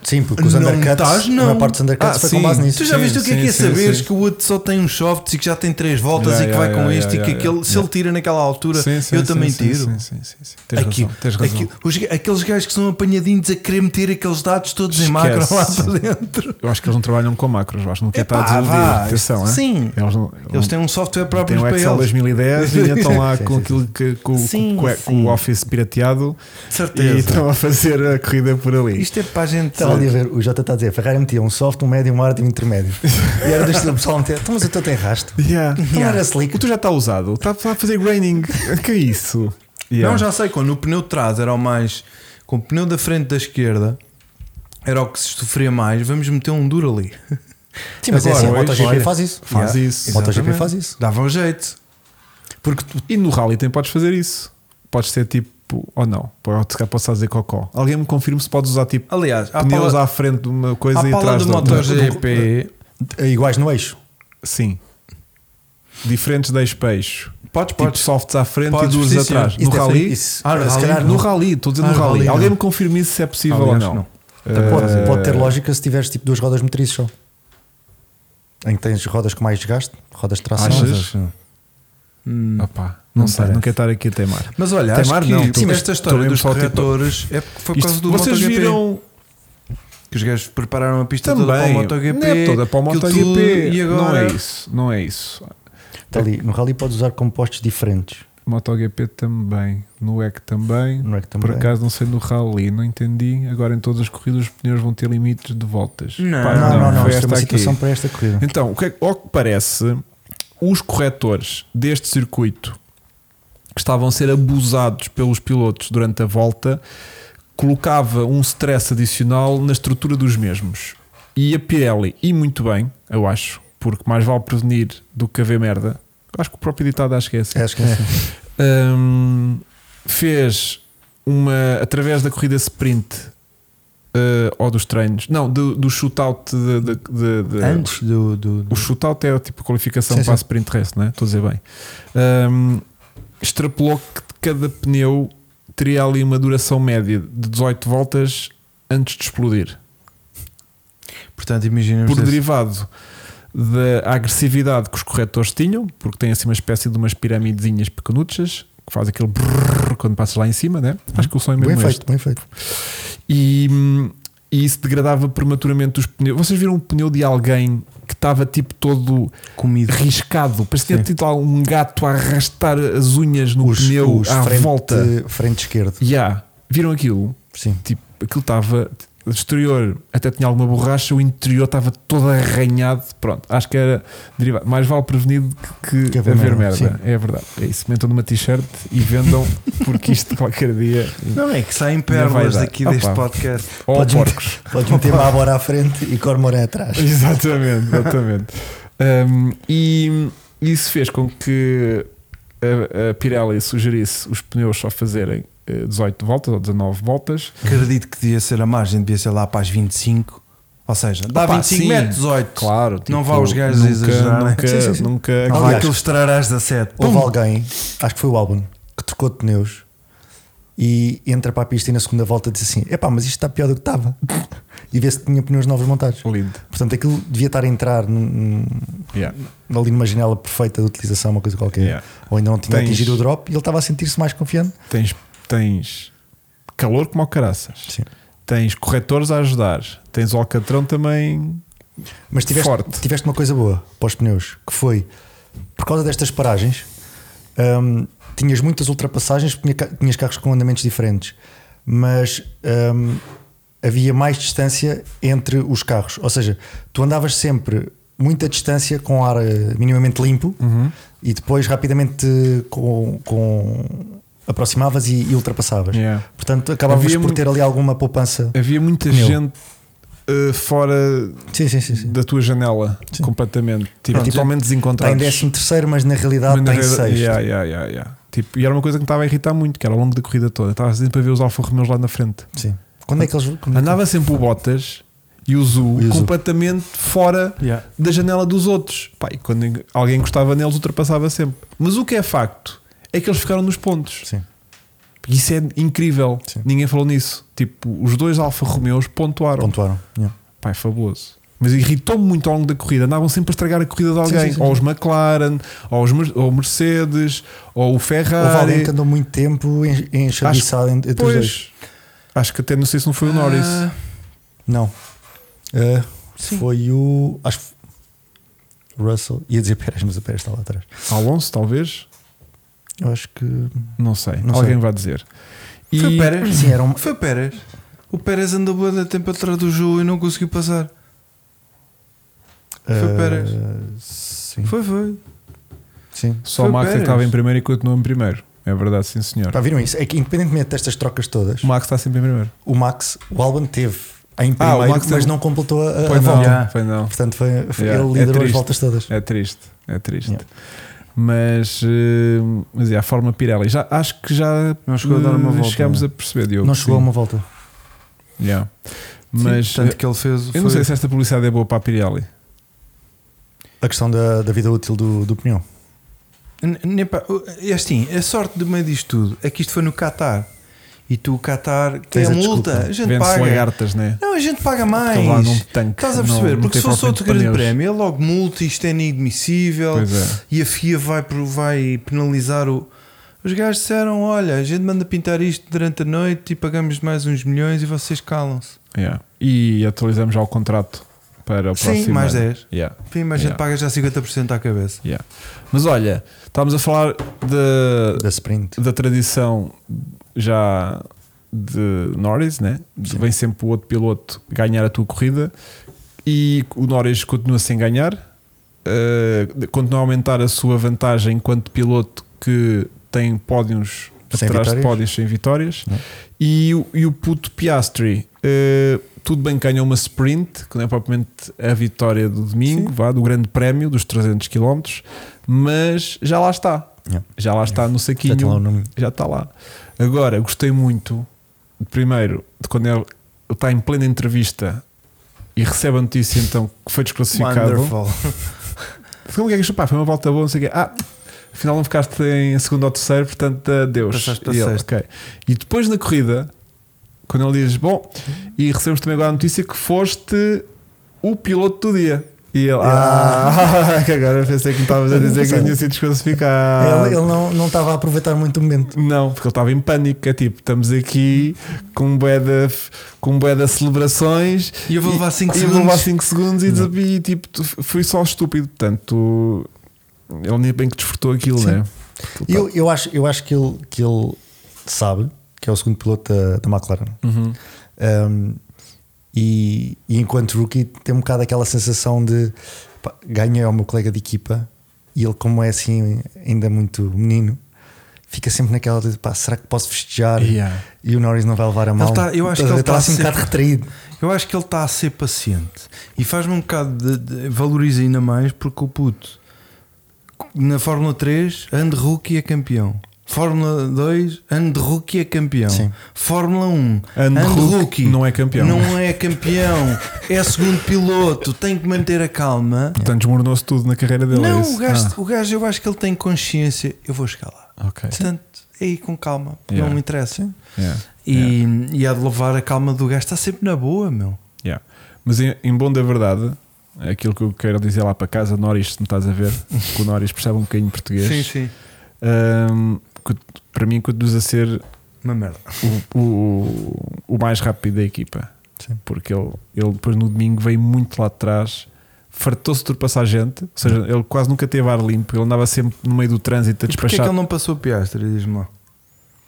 Sim, porque os
Não
undercuts,
estás, não.
a maior parte dos undercuts
Ah,
foi com
sim.
base nisso.
Tu já
Sim,
viste o que é
sim,
que é
sim,
saberes
sim.
que o outro só tem uns softs e que já tem três voltas
Yeah,
e que vai
yeah,
com
yeah,
este
yeah,
e que
yeah.
aquele, se ele tira naquela altura,
Sim, sim,
eu
sim,
também
sim,
tiro.
Sim, sim, sim, sim. Tens
Aquilo-
razão. Tens razão.
aquilo- os ga- aqueles gajos que são apanhadinhos a querer meter aqueles dados todos em macro lá
Esquece.
para dentro.
Eu acho que eles não trabalham com macros, eu acho que não quer estar a
Epá,
desiludir.
vá.
Atenção, é?
Sim.
Eles, não,
Eles têm um software próprio
Tem o
para
Excel
eles.
2010 e ainda estão lá
Sim,
com
sim,
aquilo que com,
Sim,
com- com-
sim.
com o Office pirateado
Certeza.
e estão a fazer a corrida por ali.
Isto é para a gente.
então,
Estava ali a ver, o Jota está a dizer, a Ferrari metia um soft, um médio, um hard e um intermédio. E era deste o pessoal a meter, então mas o teu tem rastro.
Yeah.
Então
Yeah.
era slick.
O tu já está usado, está está a fazer graining. que é isso? Yeah.
Não, já sei, quando o pneu de trás era o mais. Com o pneu da frente da esquerda era o que se sofria mais. Vamos meter um duro ali.
Sim, mas
Agora,
é assim, a
hoje,
MotoGP
olha,
faz isso.
Faz
Yeah.
isso.
A MotoGP
Exatamente.
faz isso.
Dava um jeito.
Porque tu-
E no rally tem podes fazer isso. Podes ser tipo, ou não, pode, se calhar posso dizer cocó. Alguém me confirma se podes usar tipo
Aliás, à
pneus
Ah, pala-
à frente de uma coisa
à
e
pala
atrás
do
da outra.
MotoGP,
é iguais no eixo.
Sim. Diferentes 10 peixes.
podes,
Tipo
podes.
softs à frente
Podes,
e duas
sim, sim.
atrás.
Isso
no
deve-
rally,
isso-
Ah, no
se
rally,
calhar
No
não.
rally, estou dizendo
Ah,
no rally.
rally,
Alguém
não.
me confirme isso se é possível ou
Aliás,
não.
não.
Eh,
Então, Pode, pode ter lógica se tiveres tipo duas rodas motrizes só. Em que tens rodas com mais desgaste, rodas de tração.
Achas?
Hum.
Opá, não,
Não
sei,
parece.
não quero estar aqui a teimar.
Mas olha,
Tem
acho
mar,
que
não,
sim,
tu-
esta história
tu
dos
mesmo só, tipo,
corretores é porque foi por
Isto-
causa do
vocês
MotoGP.
viram
que os gajos prepararam a pista toda para o
também
MotoGP,
não é toda para o
aquilo
MotoGP.
tudo, e agora
Não é isso, não é isso.
Está Tá ali, no rally podes usar compostos diferentes.
MotoGP também, no EC também.
No EC
Por
também.
acaso não sei no Rally, não entendi. Agora em todas as corridas os pneus vão ter limites de voltas.
Não.
Pá,
Não, não, não.
Ah, foi
Isto é
esta
uma
aqui.
situação para esta corrida.
Então, o que é que- ao que parece, os corretores deste circuito que estavam a ser abusados pelos pilotos durante a volta colocava um stress adicional na estrutura dos mesmos. E a Pirelli, e muito bem, eu acho, porque mais vale prevenir do que haver merda. Acho que o próprio ditado acho que é assim.
Acho que é assim.
Hum, fez uma através da corrida sprint eh, ou dos treinos. Não, do, do shootout de, de- de- de-
Antes do. do, do-
O shootout é tipo qualificação
Sim,
para a
sim.
sprint race, não é? Estou a dizer bem. Ahm, extrapolou que cada pneu teria ali uma duração média de 18 voltas antes de explodir.
Portanto, imaginemos.
Por
esse-
derivado da agressividade que os corretores tinham, porque tem assim uma espécie de umas piramidezinhas pequenuchas que faz aquele brrr quando passas lá em cima, né? Acho que o som é mesmo
Uhum. Bem
este.
feito, bem feito.
e, hum, e isso degradava prematuramente os pneus. Vocês viram um pneu de alguém que estava tipo todo
comido.
riscado, parecia
Sim.
tido lá um gato a arrastar as unhas no
Os-
pneu
os
à
frente,
volta.
Frente esquerda.
Yeah. Viram aquilo?
Sim.
Tipo, aquilo estava. O exterior até tinha alguma borracha, o interior estava todo arranhado. Pronto, acho que era derivado. Mais vale prevenido que,
Que haver
haver merda.
merda,
É verdade. É isso. Metam numa t-shirt e vendam, porque isto qualquer dia.
Não é que saem
vai
pérolas
dar.
daqui
Opa.
deste podcast.
Ou
Podes meter-
porcos. Então-
Podes meter Bábora à frente e Cormoran atrás.
Exatamente, exatamente. Um, e isso fez com que a, a Pirelli sugerisse os pneus só fazerem eh, 18 voltas ou 19 voltas.
Acredito que devia ser a margem, devia ser lá para as 25. Ou seja, dá
Opa,
25
sim.
metros 18.
Claro, tipo,
Não vá os gajos
nunca,
exagerar, né?
Nunca,
Sim, sim, sim.
nunca.
Não vai
Aliás,
aqueles trarás 17.
Houve
Pum!
alguém, acho que foi o Albon, que trocou de pneus e entra para a pista e na segunda volta diz assim: epá, mas isto está pior do que estava. E vê-se que tinha pneus novos montados.
Lindo.
Portanto, aquilo devia estar a entrar num-
Yeah.
num- ali numa janela perfeita de utilização, uma coisa qualquer.
Yeah.
Ou ainda não tinha
Tens-
atingido o drop e ele estava a sentir-se mais confiante.
Tens, tens calor como ao caraças.
Sim.
Tens corretores a ajudar. Tens o Alcatrão também.
Mas tiveste,
Forte.
tiveste uma coisa boa para os pneus, que foi por causa destas paragens, hum, tinhas muitas ultrapassagens, porque tinha ca- tinhas carros com andamentos diferentes, mas hum, havia mais distância entre os carros. Ou seja, tu andavas sempre muita distância com ar eh, minimamente limpo
Uhum.
e depois rapidamente com. com- aproximavas e, e ultrapassavas.
Yeah.
Portanto, acabavas
Havia
por
muito-
ter ali alguma poupança.
Havia muita
Pneu.
gente eh, fora
Sim, sim, sim. sim.
da tua janela completamente. Tipo,
Pronto,
totalmente
Está em
desencontrados.
13 terceiro, mas na realidade
Mas na
está
realidade-
em 6.
yeah, yeah, yeah, yeah. Tipo, e era uma coisa que me estava a irritar muito, que era ao longo da corrida toda. Estava sempre a ver os Alfa Romeos lá na frente.
Sim. Quando é que eles. quando é que-
Andava sempre o Bottas e o Zu
E o Zu.
completamente fora
Yeah.
da janela dos outros. Pá, e quando alguém gostava neles, ultrapassava sempre. Mas o que é facto é que eles ficaram nos pontos.
Sim.
Isso é incrível.
Sim.
Ninguém falou nisso. Tipo, os dois Alfa Romeos pontuaram.
Pontuaram. Yeah.
Pá, é fabuloso. Mas irritou-me muito ao longo da corrida. Andavam sempre a estragar a corrida de
Sim,
alguém.
sim, sim,
ou os McLaren, ou os Mer- ou o Mercedes, ou o
Houve alguém
Ferrari.
que andou muito tempo en- enxerguiçado entre os dois.
Pois, acho que até não sei se não foi o Norris.
Ah,
Não. Ah, foi o. Acho que. Russell. Ia dizer Pérez, mas o Pérez está lá atrás.
Alonso, talvez.
Eu acho que.
Não sei.
Não
alguém
sei.
vai dizer.
Foi
E-
o Pérez?
Sim, era um.
Foi o Pérez. O Pérez andou bué de tempo atrás do jogo e não conseguiu passar. Foi
ah,
Pérez.
Sim.
Foi, foi.
sim.
Só
Foi
o
o
Max é que
Pérez.
estava em primeiro e continuou em primeiro. É verdade, sim senhor.
Pá, viram isso? É que independentemente destas trocas todas,
O Max está sempre em primeiro.
o Max, o Albon teve em primeiro,
Ah, o Max
mas
teve-
Ah, não completou a, a
Foi não,
volta.
Yeah.
foi não.
Portanto, foi, foi-
Yeah.
ele
É
liderou as
triste.
voltas todas.
É triste, é triste.
Yeah.
Mas, eh, mas é, a forma Pirelli, já, acho que já
Não chegou a dar uma
eh,
volta,
chegámos
não
a perceber, Diogo.
Não chegou a
sim.
uma volta.
Yeah. Mas
Sim, tanto que ele fez.
eu não sei se esta publicidade é boa para a Pirelli.
A questão da, da vida útil do, do pneu.
N- nem pa- é assim, a sorte do meio disto tudo é que isto foi no Qatar. E tu, o Qatar, que é
Tens
a
a
multa,
desculpa.
a gente
Vende-se
paga.
lagartas, né?
Não, a gente paga
Estão lá
mais.
num tanque,
Estás a
não-
perceber?
não
Porque
tem
se fosse
propriamente
outro grande
pneus.
prémio, é logo multa, isto é inadmissível.
Pois é.
E a FIA vai, pro- vai penalizar o. Os gajos disseram: olha, a gente manda pintar isto durante a noite e pagamos mais uns milhões e vocês calam-se.
Yeah. E atualizamos já o contrato para o
Sim,
próximo.
mais
ano.
10.
Yeah.
Enfim, mas a gente
Yeah.
paga já 50% à cabeça.
Yeah. Mas olha, estávamos a falar de,
Da sprint.
da tradição já de Norris, né? De Vem sempre o outro piloto ganhar a tua corrida e o Norris continua sem ganhar, eh, continua a aumentar a sua vantagem enquanto piloto que tem pódios
Sem
atrás de
vitórias.
pódios sem vitórias
Não.
e, o- e o puto Piastri. eh, tudo bem que ganha uma sprint, que não é propriamente a vitória do domingo, vá, do grande prémio dos 300 km, mas já lá está.
Yeah.
Já lá está no saquinho tá
Já tem lá o nome.
já está lá. Agora, gostei muito, primeiro, de quando ele está em plena entrevista e recebe a notícia então que foi desclassificado.
Wonderful.
Como é que é isto? Pá, foi uma volta boa, não sei o quê. Ah, afinal não ficaste em segundo ou terceiro, portanto, adeus.
Passaste para
E, ele,
sexto.
ok. e depois na corrida, quando ele diz, bom, e recebemos também agora a notícia que foste o piloto do dia. E ele, ah, que agora pensei que me estavas a dizer que eu tinha sido
É,
desclassificado.
Ele, ele não, não estava a aproveitar muito o momento.
Não, porque ele estava em pânico. É tipo, estamos aqui com um bué de, com um bué de celebrações
E eu vou levar cinco
e eu vou levar
segundos.
5 segundos e, desab- e tipo, tu- fui só estúpido. Portanto, ele nem bem que desfrutou aquilo, né? Aquilo
Eu, eu, acho, eu acho que ele, que ele sabe que é o segundo piloto da, da McLaren. Um, e, e enquanto rookie, tem um bocado aquela sensação de pá, ganhei ao meu colega de equipa e ele, como é assim, ainda muito menino. Fica sempre naquela de pá, será que posso festejar?
Yeah.
E o Norris não vai levar a mão.
tá- eu acho
Estás a
que ele
ver?
tá
assim um
sempre-
bocado retraído.
Eu acho que ele está a ser paciente e faz-me um bocado de, de- valoriza ainda mais porque o puto na Fórmula 3 Andy Rookie é campeão. Fórmula 2, Andy Rookie é campeão.
Sim.
Fórmula 1,
Andy Rookie não é campeão.
Não é campeão, é segundo piloto, tem que manter a calma.
Portanto, desmoronou-se tudo na carreira dele. é
Não,
isso?
o gajo, o gajo, eu acho que ele tem consciência, eu vou chegar lá.
Ah, ok.
Portanto, é aí com calma,
Yeah.
não me interessa.
Yeah,
E, e há de levar a calma do gajo, está sempre na boa, meu.
yeah. Mas em, em bom da verdade, aquilo que eu quero dizer lá para casa, Norris, se me estás a ver, que o Norris percebe um bocadinho de português.
sim.
Ahm, que- para mim, conduz a ser
Uma merda.
o, o, o mais rápido da equipa.
Sim.
Porque ele, ele depois no domingo veio muito lá de trás, fartou-se de ultrapassar a gente, ou seja, ele quase nunca teve ar limpo, ele andava sempre no meio do trânsito
E
a
porquê é que
despachar.
ele
Ele...
não passou o Piastre? Diz-me lá.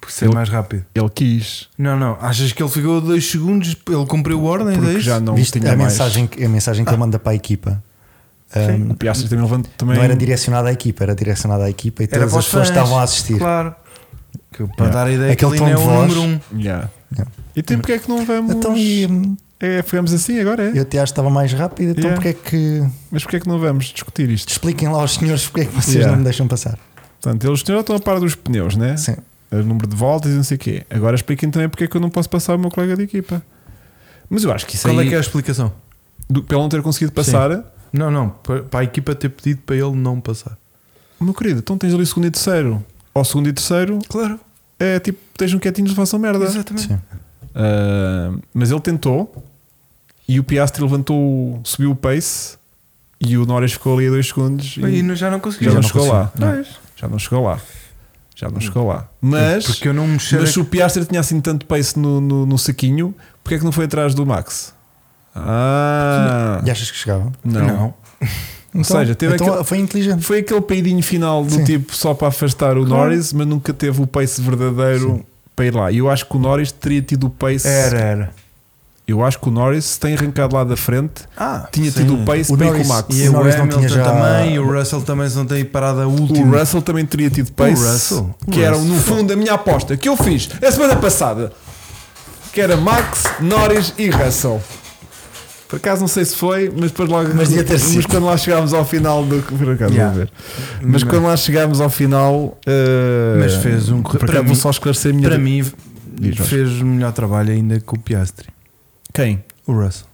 Por ser
Ele-
mais rápido.
quis,
Não, não. Achas que ele ficou 2 segundos? Ele cumpriu ordens? É
porque
isso?
já não
Viste
tinha
a
mais.
mensagem, que- a mensagem que ele manda para a equipa. Um,
O Piastri também levantou também.
Não era direcionada à equipa, era direcionada à equipa e
Era
todas
para os
as pessoas
fãs,
estavam a assistir.
Claro. Que, para
Yeah.
dar a ideia
Aquele
que ele
tom
ainda é
de
o
voz.
número 1. Um.
Yeah.
Yeah.
Então porque é que não vamos.
Então, e, hum,
É, ficamos assim agora, é?
eu até acho que estava mais rápido, então
Yeah.
porque é que.
Mas porque é que não vamos discutir isto?
Expliquem lá aos senhores porque é que vocês
Yeah.
não me deixam passar.
Portanto, eles já estão a par dos pneus, né?
Sim.
o número de voltas e não sei o quê. Agora expliquem também porque é que eu não posso passar o meu colega de equipa. Mas eu acho que isso
Qual
aí,
é que é a explicação?
do, pelo não ter conseguido passar,
Não, não. Para para a equipa ter pedido para ele não passar.
meu querido, então tens ali o segundo e terceiro. Ou segundo e terceiro,
Claro.
é tipo, estejam quietinhos, façam merda.
Exatamente.
Sim.
Ah, mas ele tentou e o Piastri levantou, subiu o pace e o Norris ficou ali a dois segundos e,
E não- já não
já,
conseguiu.
não,
não
chegou lá.
conseguiu,
Pois.
Já não chegou lá. Já não chegou lá. Mas.
Hum. Porque eu não mexer.
Mas
a-
se o Piastri tinha assim tanto pace no, no, no saquinho, porque é que não foi atrás do Max? Ah,
E achas que chegavam?
não.
Então,
seja, teve
então
aquele-
foi inteligente.
Foi aquele peidinho final do
Sim.
tipo só para afastar o Norris, mas nunca teve o pace verdadeiro para ir lá. E eu acho que o Norris teria tido o pace.
Era, era.
Eu acho que o Norris, se tem arrancado lá da frente,
Ah,
tinha
sim.
tido o pace
O
para ir
Norris
com o Max.
E
O
o
Norris não
Hamilton
tinha já-
também. E o Russell também se não tem parada a
O
última.
Russell também teria tido pace.
Russell? O
Que era,
Russell.
no fundo, a minha aposta que eu fiz a semana passada. Que era Max, Norris e Russell. Por acaso não sei se foi, mas depois logo.
Mas devia ter
mas
sido.
quando lá chegámos ao final do. Por acaso,
Yeah.
vou ver. Mas quando lá chegámos ao final. eh,
Mas fez um-
Por
para
acaso,
mim-
vou só esclarecer a minha.
Para mim,
Diz, Vasco.
fez o melhor trabalho ainda que o Piastri.
Quem?
O Russell.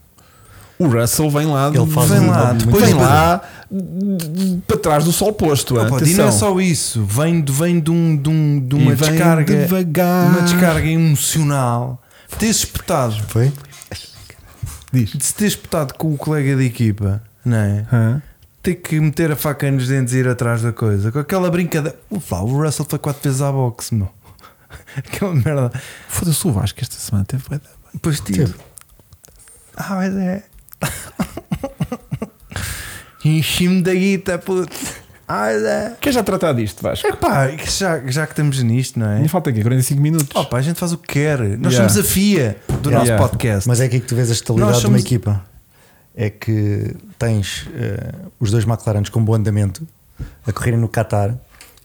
O Russell vem lá.
Ele faz
Vem
um
lá,
muito
depois
vem
bem.
lá de- de- para trás do sol posto.
Opa, e não é só isso, vem de, vem de, um, de, um, de uma descarga,
Devagar.
uma descarga emocional. Ter espetado,
Foi?
Diz.
de se ter espetado com o colega de equipa, não é?
Hã?
Ter que meter a faca nos dentes e ir atrás da coisa, com aquela brincadeira. Ufa, o Russell foi quatro vezes à boxe, meu. Aquela merda.
Foda-se o Vasco esta semana teve bué da bem.
Depois tiro.
Teve.
Ah, mas é. Enchi-me da guita, puto. Ah, mas é.
Quer já tratar disto, Vasco?
Epá, que já, já que estamos nisto, não é?
Ainda falta aqui 45 minutos.
Opa, a gente faz o que quer. Nós
Yeah.
somos a FIA do
Yeah.
nosso
Yeah.
podcast.
Mas é aqui que tu vês a
Nós
estabilidade
somos-
de uma equipa. É que tens eh, os dois McLarens com bom andamento a correrem no Qatar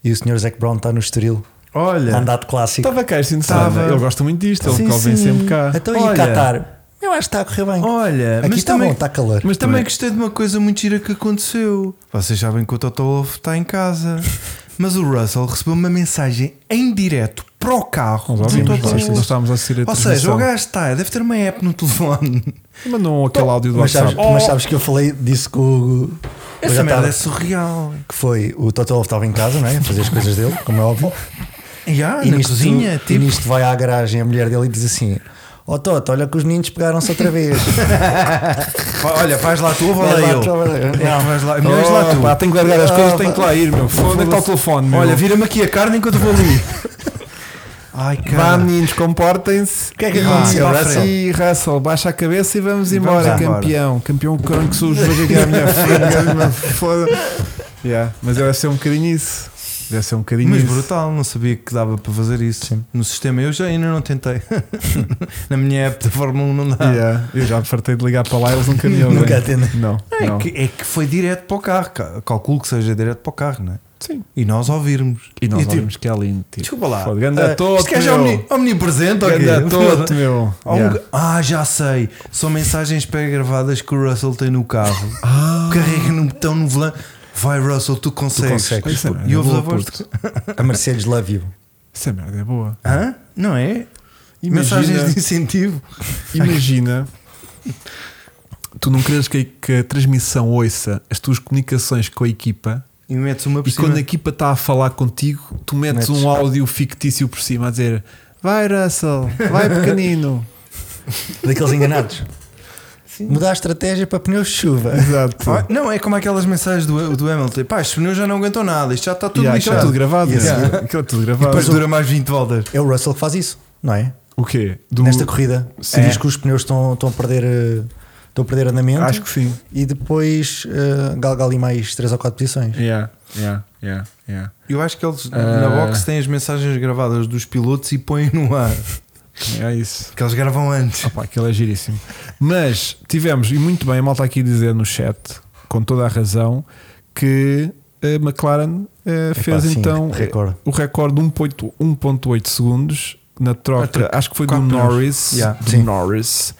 e o senhor Zac Brown está no Estoril a
Olha,
andar de clássico.
Estava cá este
Estava.
Estava. Ele gosta muito disto,
Sim,
ele vem
sim.
sempre cá.
Então e
Olha.
o Qatar? Eu acho que está a correr bem.
olha,
Aqui
mas
está
também,
bom, está calor.
mas também gostei de uma coisa muito gira que aconteceu. Vocês tá sabem que o Toto Wolff está em casa, mas o Russell recebeu uma mensagem em direto para para o carro.
Nós
junto
ouvimos,
ao
nós,
carro.
nós estávamos a assistir a
Ou seja, o
transmissão.
gajo está, deve ter uma app no telefone.
Mandou aquele áudio do
Mas sabes,
WhatsApp.
mas sabes que eu falei disso com o Hugo. Eu já tá.
Essa merda
estava-
é surreal.
Que foi o Total Love estava em casa, não é? A fazer as coisas dele, como é óbvio.
Já,
E
Oh, na
nisto,
cozinha,
e
tipo.
nisto vai à garagem a mulher dele e diz assim: Ó Toto, olha que os meninos pegaram-se outra vez.
Fa- Olha, faz lá tu ou vou
Vai
lá
lá
eu.
tu, vai lá eu.
É,
Não.
vais lá,
Oh,
melhor és lá tu.
pá, tenho que largar as coisas,
Ah,
tenho que lá ir, meu. Foda-se, Onde é que está o telefone, meu?
Olha, vira-me aqui a carne enquanto eu vou ali. Ai,
Vá,
cara.
meninos, comportem-se. O
que é que aconteceu, Russell?
Sim, Russell, baixa a cabeça e vamos
embora.
embora, campeão. Campeão crônico sujo, jogo aqui à minha frente. meu, Foda. Yeah, mas deve ser um bocadinho isso. Deve ser um bocadinho
Mas
isso.
brutal, não sabia que dava para fazer isso no sistema. Eu já ainda não tentei. na minha app da Fórmula 1 não dá.
Yeah, Eu já me fartei de ligar para lá, eles nunca me ouvem.
Nunca atendem.
Não,
É,
não.
que, é que foi direto para o carro. ca- Calculo que seja direto para o carro, né?
Sim.
E nós ouvirmos.
E nós
tipo,
ouvimos que é lindo. Tipo,
Desculpa lá.
Foda, ganda
Ah,
todo,
este gajo é
meu.
omni- omnipresente, ok?
Ganda todo, meu.
Há um
Yeah.
ga- Ah, já sei. São mensagens pré-gravadas que o Russell tem no carro.
Ah.
Carrega no botão no volante. Vai, Russell, tu consegues.
consegues.
Isso é merda,
E ouves a
boa,
voz.
puto.
a Mercedes Love You.
Essa merda é boa.
Hã? Não é? Mensagens
Imagina,
de incentivo.
imagina tu não queres que, que a transmissão ouça as tuas comunicações com a equipa
E metes uma por
e
cima.
quando é a equipa está a falar contigo, tu metes,
Metes.
um áudio fictício por cima a dizer vai Russell, vai pequenino.
Daqueles enganados. Mudar a estratégia para pneus de chuva.
Exato.
Ah, não, é como aquelas mensagens do, do Hamilton. Pá, este pneu já não aguentou nada. Isto já está tudo
Yeah, aquilo é
lixado.
tudo gravado.
Yeah.
né? Aquilo é tudo gravado.
Depois dura mais 20 voltas.
É o Russell que faz isso, não é?
O quê? Do-
Nesta corrida. Se
É.
diz que os pneus estão, estão a perder. eh, Estão a perder andamento
Acho que sim.
e depois eh, galga ali mais 3 ou 4 posições.
Yeah, yeah, yeah, yeah.
Eu acho que eles
Ah.
na box têm as mensagens gravadas dos pilotos e põem no ar.
É isso.
Que eles gravam antes.
Opa, aquilo é giríssimo. Mas tivemos, e muito bem, a malta aqui a dizer no chat, com toda a razão, que a McLaren eh, fez
sim,
então
recorde.
o recorde um de 1.8 1.8 segundos na troca,
A troca-
acho que foi do
quatro pneus.
Norris,
Yeah.
do
Sim.
Norris,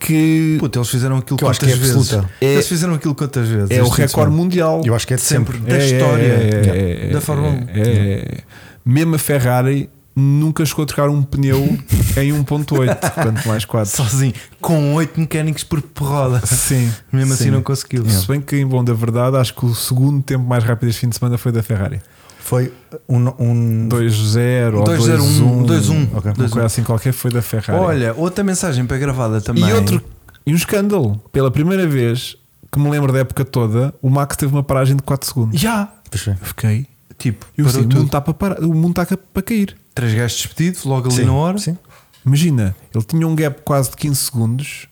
que
Puta, eles fizeram aquilo
Que eu acho
quantas
que é
vezes?
absoluta.
Eles fizeram aquilo quantas vezes?
é
este
o
fim de
recorde
semana?
mundial.
Eu acho que é de sempre.
sempre. da história da Fórmula 1.
é, é. Mesmo a Ferrari nunca chegou a trocar um pneu em 1.8, quanto mais 4.
um Sozinho, com 8 mecânicos por roda.
Sim,
Mesmo
sim.
assim não conseguiu.
Se bem que, em bom da verdade, acho que o segundo tempo mais rápido este fim de semana foi da Ferrari.
Foi um. um
2-0 ou
2-0-1,
2-1.
2-1,
Ok, Uma
2-1.
coisa assim qualquer foi da Ferrari.
Olha, outra mensagem para gravada também.
e outro. E um escândalo. Pela primeira vez que me lembro da época toda, o Max teve uma paragem de 4 segundos.
Já!
Puxa.
Eu Fiquei.
Tipo,
Eu
parou
sei, o mundo
tá-
tudo.
está para, parar- o mundo está ca- para cair.
Três gajos despedidos, logo ali
Sim,
na hora.
Sim.
Imagina, ele tinha um gap quase de 15 segundos,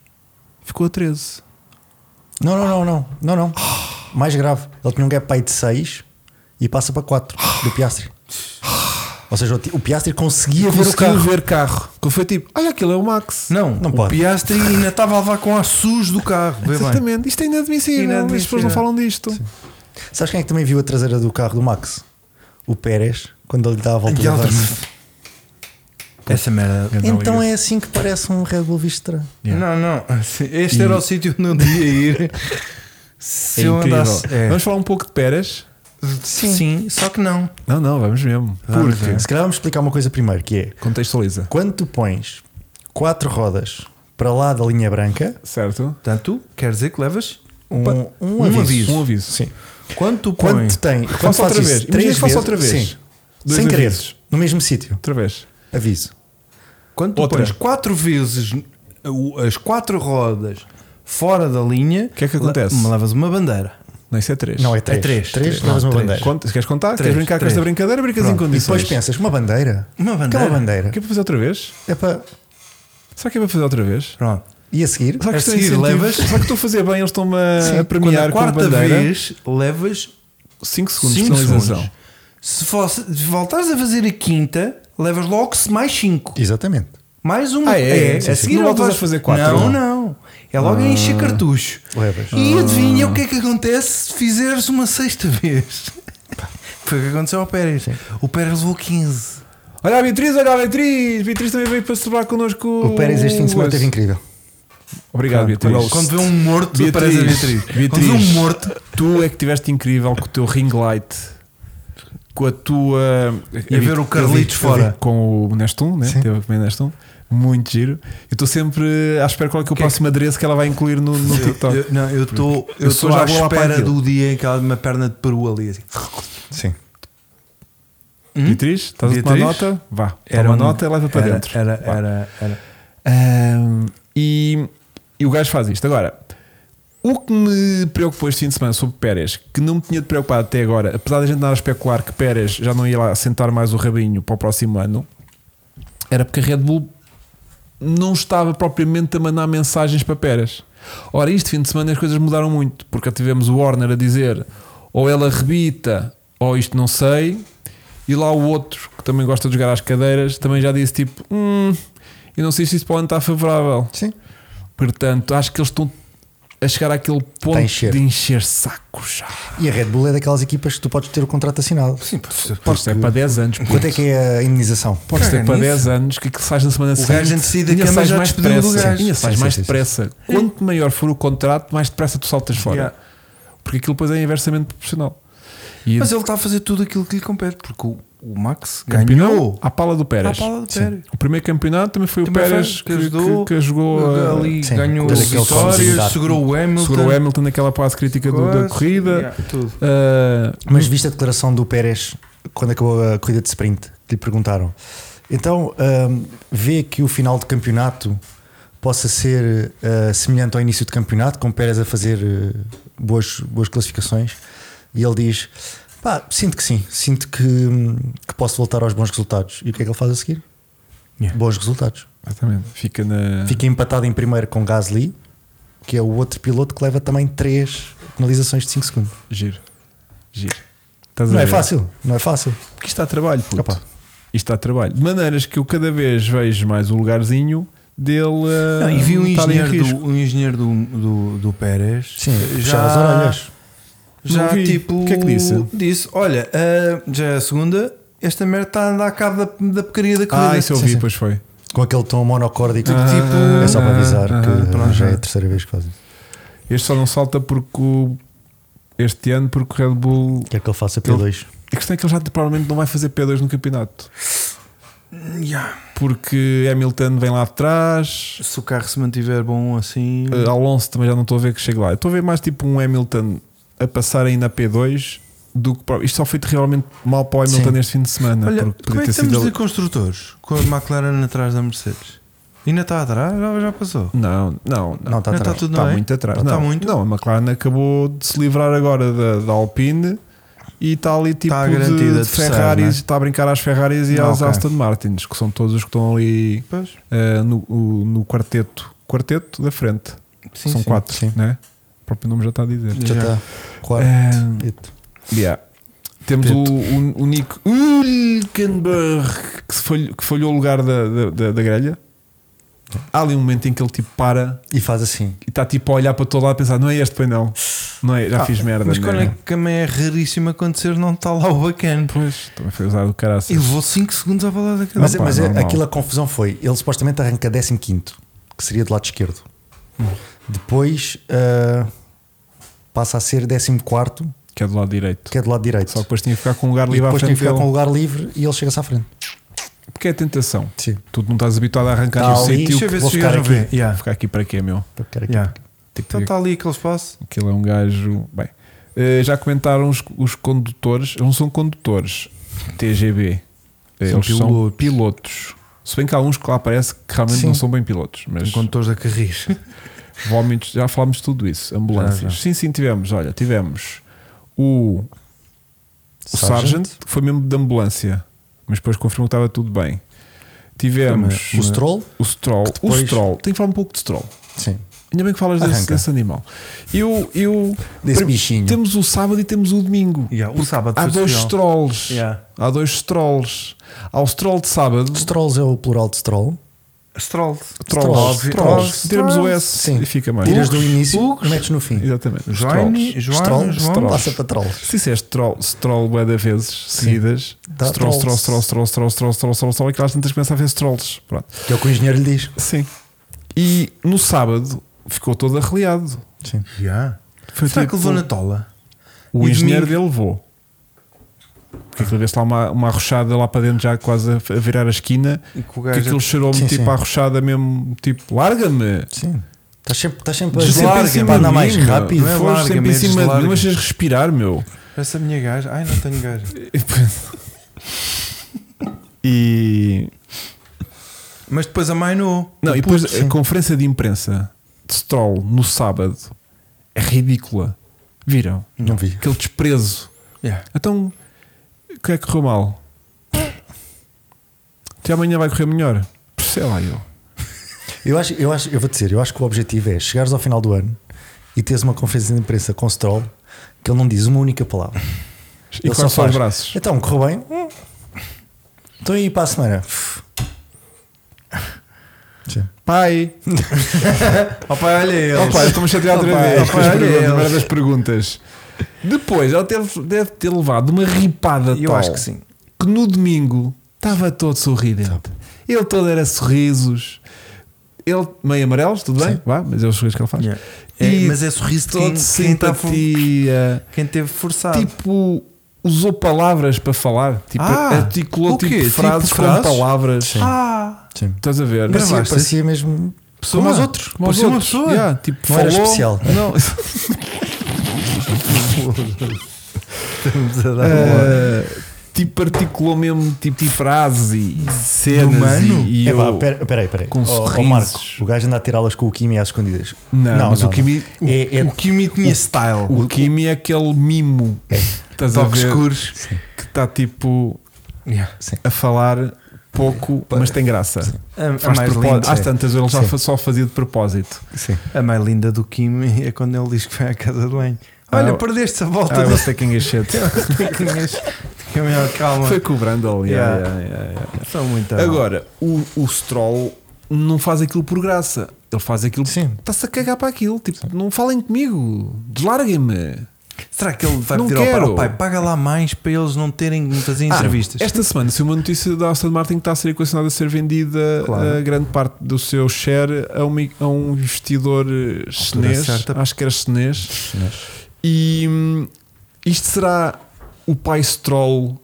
ficou a 13.
Não, não, não, não, não, não. Mais grave, ele tinha um gap aí de 6 e passa para 4 do Piastri. Ou seja, o ti- o Piastri conseguia ver o
Conseguiu
carro.
ver carro. Que foi tipo, olha, aquilo é o Max.
Não,
Não
o
pode.
Piastri ainda estava a levar com a SUS do carro. Vê bem.
Exatamente, isto é inadmissível. As pessoas
Inadmissível.
não falam disto.
Sabes quem é que também viu a traseira do carro do Max? O Pérez, quando ele lhe dá a volta
E
de
ela-
avanço.
Essa merda.
Então é assim que parece um Red Bull visto de trás.
Não, não. assim, Este era o sítio onde eu devia ir. Se
É
eu
incrível.
andasse. é.
Vamos falar um pouco de Pérez?
Sim. Sim, só que não.
Não, não, vamos mesmo.
Vamos
Porque
ver.
Se calhar vamos explicar uma coisa primeiro, que é
contextualiza.
quando tu pões 4 rodas para lá da linha branca,
Certo?
Portanto, quer dizer que levas
um,
Pa-
um,
um
aviso.
aviso.
Um aviso.
Sim.
quando tu
Quando
pões.
tu tem, quando
Faça outra
fazes
vez.
isso
Imagina
três
que faça
vezes,
outra vez.
sim,
Dois
sem querer,
avisos.
no mesmo sítio,
Outra vez.
aviso.
Quando tu
Outra.
pões quatro vezes o- as quatro rodas fora da linha, o
que é que acontece?
Me levas uma bandeira.
Não, isso é três.
Não, é três.
três.
Três,
Três,
levas
não,
uma
três.
bandeira.
Conta- queres contar?
Três,
queres brincar
três.
com esta brincadeira? Brincas em
Pronto, e
condições.
depois pensas, uma bandeira?
Uma bandeira?
Aquela bandeira.
O que é para fazer outra vez?
É para...
Será que é para fazer outra vez?
Pronto.
E a seguir?
Será que,
A
isto é
seguir,
incentivo?
levas-
Será que estou a fazer bem? Eles estão-me a- a
Quando
premiar
Eh, a
com a
quarta
bandeira.
vez levas
5 segundos de
cinco segundos.
penalização.
Se fosse, se voltares a fazer a quinta, levas logo se mais cinco.
Exatamente.
Mais uma.
Ah, é, é, sim,
a
sim.
seguir
Não
logo
voltas a
vais-
fazer quatro. Ah.
Não, não. É logo a encher cartucho.
Levas.
E adivinha o que é que acontece se fizeres uma sexta vez? Foi o que aconteceu ao Pérez. O Pérez levou 15.
Olha a Beatriz, olha a Beatriz. Beatriz também veio para celebrar connosco.
O Pérez este fim de semana
Osso.
teve incrível.
Obrigado,
Pronto,
Beatriz.
Quando, quando vê um morto, aparece a Beatriz. Quando vê um morto,
tu é que tiveste incrível com o teu ring light. com a tua.
E a ver o Carlitos
eu vi-
fora.
eu vi Com o Nestum, né?
Sim.
Teve a comer Nestum. Muito giro. Eu estou sempre à espera qual é que é o próximo adereço que ela vai incluir no, no TikTok.
Eu, não, eu estou eu
sou
estou
já
à
vou lá para
espera
aquilo.
do dia em que ela de uma perna de peru ali. Assim.
Sim.
Beatriz, estás a tomar
Hum? Beatriz?
nota? Vá.
Era
toma
um-
nota e leva para
era,
dentro.
Era,
Vá.
era, era.
Ahm, e, e o gajo faz isto. Agora, o que me preocupou este fim de semana sobre Pérez, que não me tinha de preocupar até agora, apesar da gente andar a especular que Pérez já não ia lá sentar mais o rabinho para o próximo ano, era porque a Red Bull não estava propriamente a mandar mensagens para Pérez. Ora, este fim de semana as coisas mudaram muito, porque tivemos o Warner a dizer ou ela rebita ou isto não sei, e lá o outro que também gosta de jogar às cadeiras também já disse tipo: Hum, eu não sei se isso pode estar favorável.
Sim.
Portanto, acho que eles estão a chegar àquele ponto
a encher.
de encher sacos já.
E a Red Bull é daquelas equipas que tu podes ter o contrato assinado. Sim,
Pode ser para 10 anos. puto.
Quanto é que é a indenização?
Pode ser
Caga
para
nisso.
10 anos que aquilo sais na semana seguinte.
gajo antes de sair da
ainda
cama
sais
já
mais
despediu do
depressa.
gajo.
Ainda
Sim,
sais
sim,
mais
sim, sim.
depressa. Quanto maior for o contrato, mais depressa tu saltas fora.
Yeah.
Porque aquilo depois é inversamente proporcional. E
Mas ele está a fazer tudo aquilo que lhe compete, porque o, o Max
campeonato
ganhou
à pala do
à
Pérez.
pala de Pérez.
O primeiro campeonato também foi
Também
o
foi,
Pérez
que
que, que,
ajudou,
que jogou
ali
Sim,
ganhou
teve
aquele
vitórias,
consolidado.
segurou o Hamilton,
Segurou o Hamilton naquela fase crítica do- da
coisa,
corrida.
yeah, tudo.
Ah,
Mas viste a declaração do Pérez quando acabou a corrida de sprint, que lhe perguntaram. Então, hum, vê que o final de campeonato possa ser eh, semelhante ao início de campeonato, com o Pérez a fazer eh, boas, boas classificações, e ele diz: pá, sinto que sim, sinto que, hum, que posso voltar aos bons resultados. E o que é que ele faz a seguir?
Yeah.
Bons resultados.
exatamente. Fica na.
Fica empatado em primeiro com Gasly, que é o outro piloto que leva também três penalizações de 5 segundos.
Giro. Giro. Estás a
Não é
ver?
fácil, não é fácil.
Porque isto dá trabalho, puto.
Opa.
Isto dá trabalho. De maneiras que eu cada vez vejo mais o lugarzinho dele. ah,
Não, e vi um
estar em
engenheiro,
risco.
do, um engenheiro do, do, do Pérez
Sim, já
já,
as orelhas.
já
Não vi.
tipo
O que é que disse?
olha, ah, já é a segunda, esta merda está a andar cabo da, da porcaria da corrida.
Ah, isso eu
Sim,
vi,
sim.
pois foi.
com aquele tom monocórdico.
Ah, tipo-
é só para avisar
ah,
ah,
que
pronto,
já é a
já.
terceira vez que faz isso.
Este só não salta porque o- este ano, porque o Red Bull.
Quer que ele faça P2.
A questão é que ele já provavelmente não vai fazer P2 no campeonato.
Yeah.
Porque Hamilton vem lá atrás.
Se o carro se mantiver bom assim,
Uh, Alonso também já não estou a ver que chegue lá. Eu Estou a ver mais tipo um Hamilton a passar ainda a P2 do que pro- isto só foi terrivelmente mal para o Hamilton
Sim.
este fim de semana.
olha, como
porque podia
é que
ter
estamos
sido.
de construtores com a McLaren atrás da Mercedes? Ainda está atrás? Já, já passou?
Não, não, não.
Não, está
Não está
atrás.
tudo
Está
bem?
muito atrás.
Não
Não,
está muito?
Não, a McLaren acabou de se livrar agora da, da Alpine e está ali tipo
Está
de,
Tá garantida
de
a terceira,
Ferraris,
não é?
está a brincar às Ferraris e
Ah,
às
ok.
Aston Martins, que são todos os que estão ali
Pois.
eh, no, o- no quarteto, quarteto da frente.
Sim,
são
sim.
quatro,
sim.
né? O próprio nome já está a dizer.
Já.
Já
tá.
está. Quarto.
É.
Ito.
Yeah. Temos o, o, o Nico Hülkenberg que, se falhou, que falhou o lugar da, da, da, da grelha. Há ali um momento em que ele tipo para
E faz assim.
e está tipo a olhar para todo lado a pensar: não é este, pois não. não é, já
Ah,
fiz merda.
Mas
né?
quando é que também é raríssimo acontecer, não está lá o bacana.
Pois, também foi usado o cara
E levou 5 segundos à balada da
Mas,
pá,
mas é-
normal.
aquilo a confusão foi: ele supostamente arranca 15, que seria do lado esquerdo. Depois ah, passa a ser 14,
que é do lado direito.
que é do lado direito.
Só que depois tinha que ficar com o lugar
e
livre à
depois tem
frente
que ficar
dele.
com o lugar livre e ele chega-se à frente.
Porque é tentação.
Sim.
Tu não estás habituado a arrancar
Tá
no
ali,
sítio.
Deixa eu ver
Vou
se
ficar
chegaram a
aqui.
ver.
Vou
Yeah.
ficar aqui para quê, meu?
Para ficar aqui.
Yeah.
Tipo,
Então está ali aquele espaço.
Aquilo é um gajo. Bem, eh, já comentaram os, os condutores. Eles não são condutores TGB. Eh,
São
eles são pilotos. Se bem que há uns que lá parece que realmente
Sim.
não são bem pilotos. Mas
Os condutores da Carris.
vómitos, já falámos de tudo isso. Ambulâncias.
Já, já.
Sim, sim, tivemos. Olha, tivemos o, o Sargent, que foi membro de ambulância, mas depois confirmou que estava tudo bem. Tivemos
O Stroll?
o Stroll.
que depois-
O Stroll. Tem que falar um pouco de Stroll.
Sim.
Ainda bem que falas desse,
Arranca.
desse animal. Eu, eu
Desse bichinho.
Temos o sábado e temos o domingo.
Yeah, o sábado
Há
foi
dois
especial.
trolls.
Yeah.
Há dois trolls. Há o stroll de sábado.
Strolls é o plural de Stroll.
Stroll.
Trolls.
Óbvio.
Trolls. Tiramos o S
Sim.
e fica mais.
Tiras do
Ux,
início,
ux.
metes no fim.
Exatamente. Os trolls.
Joane, Joane,
Stroll,
João.
passa para Trolls.
Se disseste troll, stroll bué de vezes seguidas,
Dá
stroll, stroll,
trolls.
stroll, stroll, stroll, stroll, stroll, stroll, stroll, aquelas tantas começa a ver trolls. Pronto.
Que é o que o engenheiro lhe diz.
Sim. E no sábado ficou todo arreliado.
Sim.
Yeah.
Foi
Será que
tipo-
levou na tola?
O
E
engenheiro
domingo?
dele levou. Porque aquilo vê-se lá uma, uma arrochada lá para dentro, já quase a virar a esquina.
E que o
Que
gajo
aquilo cheirou-me
Sim,
tipo
sim.
a arrochada mesmo, tipo, larga-me!
Sim. Estás sempre, estás sempre a
Deslarga-me
sempre para andar mais
de mim, meu.
rápido.
Não é
Foste
larga-me,
sempre em
é
cima de
deslarga-me.
mim.
Não deixas respirar, meu.
Essa minha gaja. Ai, não tenho gaja.
E.
Mas depois a mãe não.
Não, e depois a
sim.
conferência de imprensa de Stroll no sábado é ridícula. Viram?
Não vi.
Aquele desprezo.
Yeah.
Então, o que é que correu mal? Até amanhã vai correr melhor. Sei lá, eu.
Eu, acho, eu, acho, eu vou dizer, eu acho que o objetivo é chegares ao final do ano e teres uma conferência de imprensa com o Stroll que ele não diz uma única palavra.
E com só os braços.
Então, correu bem. Hum. Então, e para a semana? Sim.
Pai!
Oh, pai, olha ele.
Oh, pai, estou-me a chatear outra
Oh, pai,
vez
oh,
com as
pai,
perguntas,
olha
primeira
eles.
das perguntas. Depois, ela teve- deve ter levado uma ripada
Eu
tal
acho que sim.
que no domingo estava todo sorridente. Ele todo era sorrisos. Ele, meio amarelos, tudo bem, vá, mas é os sorrisos que ele faz.
Yeah. É, mas é sorriso de
todo
quem,
de
quem, tá Ah. for-
simpatia.
quem teve forçado.
tipo, usou palavras para falar. Tipo,
Ah,
articulou
o quê?
tipo
Tipo
frases com
frases?
palavras.
ah,
Sim.
Estás a ver?
Mas-
Parecia,
Gravaste?
parecia mesmo
Pessoa.
como aos outros.
Como aos
Parecia uma
outros.
pessoa.
Yeah, tipo,
Não era
falou-
especial.
Não.
estamos a dar bola.
Ah, tipo, articulou mesmo tipo, de frases e cenas.
Do mano?
E, e
É pá,
eu-
pera- peraí, peraí.
com
Ó, ó,
sorrisos.
Marco, o gajo anda a tirá-las com o Kimi às escondidas.
Não, mas o Kimi-
não. É, é-
o Kimi tinha style.
O Kimi é aquele mimo.
É.
Estás a
Toques
ver?
escuros.
Que está tipo
Yeah.
a falar pouco, mas tem graça. É
A, a
Faz
mais
propósito.
linda,
Às tantas ele já
é. Sim.
fa- só fazia de propósito.
sim.
a mais linda do Kim é quando ele diz que vai à casa de banho.
Ah,
Olha,
eu-
perdeste a volta
Ah,
do
eu sei quem é chato.
caminhão. Calma,
Foi cobrando ali. yeah,
Yeah.
yeah, yeah, yeah.
são muito
Agora, o, o Stroll não faz aquilo por graça. Ele faz aquilo.
Sim.
Está-se a cagar para aquilo. Tipo, não falem comigo. Deslarguem-me.
Será que ele vai
Não
pedir ao pai,
quero.
ao pai, paga lá mais para eles não terem que me fazer
Ah,
entrevistas?
Esta semana se uma notícia da Aston Martin que está a ser equacionada a ser vendida
Claro.
a grande parte do seu share a, uma- a um investidor eh, chinês,
certa.
acho que era chinês. E hum, isto será o pai Stroll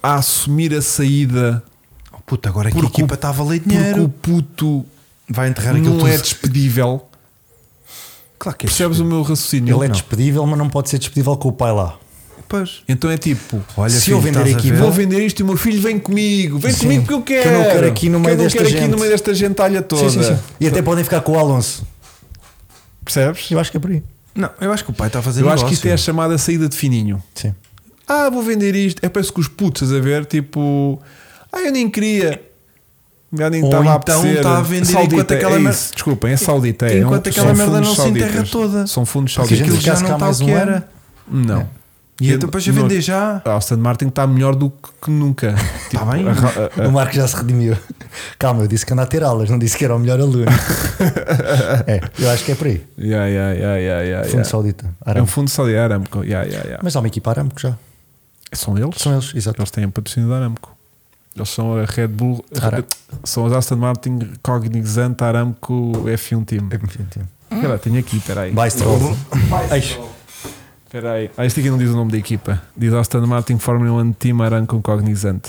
a assumir a saída
Oh, puta, agora que a
Porque o-
equipa está a valer
porque o
dinheiro.
puto
Vai enterrar aquilo
não
tudo.
é despedível.
Claro que é.
Percebes o meu raciocínio?
Ele é
Não.
despedível, mas não pode ser despedível com o pai lá.
Pois.
Então é tipo,
Olha,
Se
filho,
eu vender
estás a
aqui,
ver?
vou vender isto e o meu filho vem comigo, vem
Sim.
comigo porque eu
Que eu
quero.
não quero aqui no
Que eu
meio
não
desta
quero aqui
gente.
no meio desta gentalha toda.
E até podem ficar com o Alonso.
Percebes?
Eu acho que é por aí.
Não, eu acho que o pai está a fazer
Eu acho
negócio.
que isto é a chamada saída de fininho.
Sim.
Ah, vou vender isto. É parece que os putos estás a ver, tipo, ah, eu nem queria. Já nem
Ou
estava a
então
apetecer.
está a vender
saudita,
enquanto aquela
é
mer-
isso, Desculpem, é saudita. é,
Enquanto
é um-
aquela
são
merda
fundos
não se
sauditas.
enterra toda.
São fundos
Porque
sauditas.
aquilo já
Ficasse
não
cá
está o
mais
que
um
era. Tá
ano.
Não.
E então depois a
Não-
vender já.
A Aston Martin está melhor do que que nunca. Tipo, Está
bem.
ah,
O Marco já se redimiu. Calma, eu disse que anda a ter aulas, não disse que era o melhor aluno. é, eu acho que é por aí.
uh, Yeah, yeah, yeah, yeah, yeah,
Fundo
yeah.
Saudita.
É um
Aramco.
fundo saudita Aramco. Yeah, yeah, yeah.
Mas há uma equipa Aramco já.
São eles?
São eles, exato.
Eles têm a patrocínio da Aramco. Eles são a Red Bull, a
Ara-
Red- são as Aston Martin Cognizant Aramco F1 Team.
Enfim, sim.
Cara, tenho aqui, peraí.
Vai, Stroll.
Peraí. Ah, este aqui não diz o nome da equipa. Diz Aston Martin Formula 1 Team Aramco Cognizant.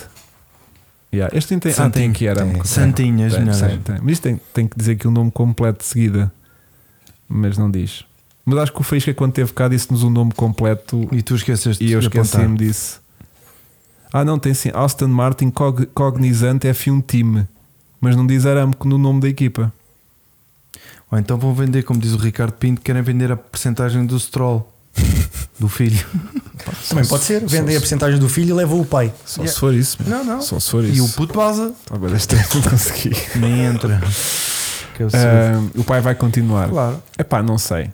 Yeah. Este tem, ah, tem
Santinho.
aqui Aramco.
Santinhas,
Tem,
melhor.
tem, tem. Mas isto tem, tem que dizer aqui o nome completo de seguida. Mas não diz. Mas acho que o Faísca, quando teve cá, disse-nos o nome completo
E tu esqueceste
e eu
de
esqueci-me
apontar.
disso. Ah, não, tem sim. Aston Martin Cog- Cognizante F1 Team. Mas não diz Aramco no nome da equipa.
Ou então vão vender, como diz o Ricardo Pinto, querem vender a percentagem do Stroll. Do filho.
Também pode ser. Vendem a porcentagem do filho e levam o pai.
Só
Yeah.
se for isso.
Não, não.
Só se for
E
isso.
o puto baza
Agora esta não consegui.
nem entra. Que absurdo.
Ah, o pai vai continuar.
Claro.
Epá, não sei.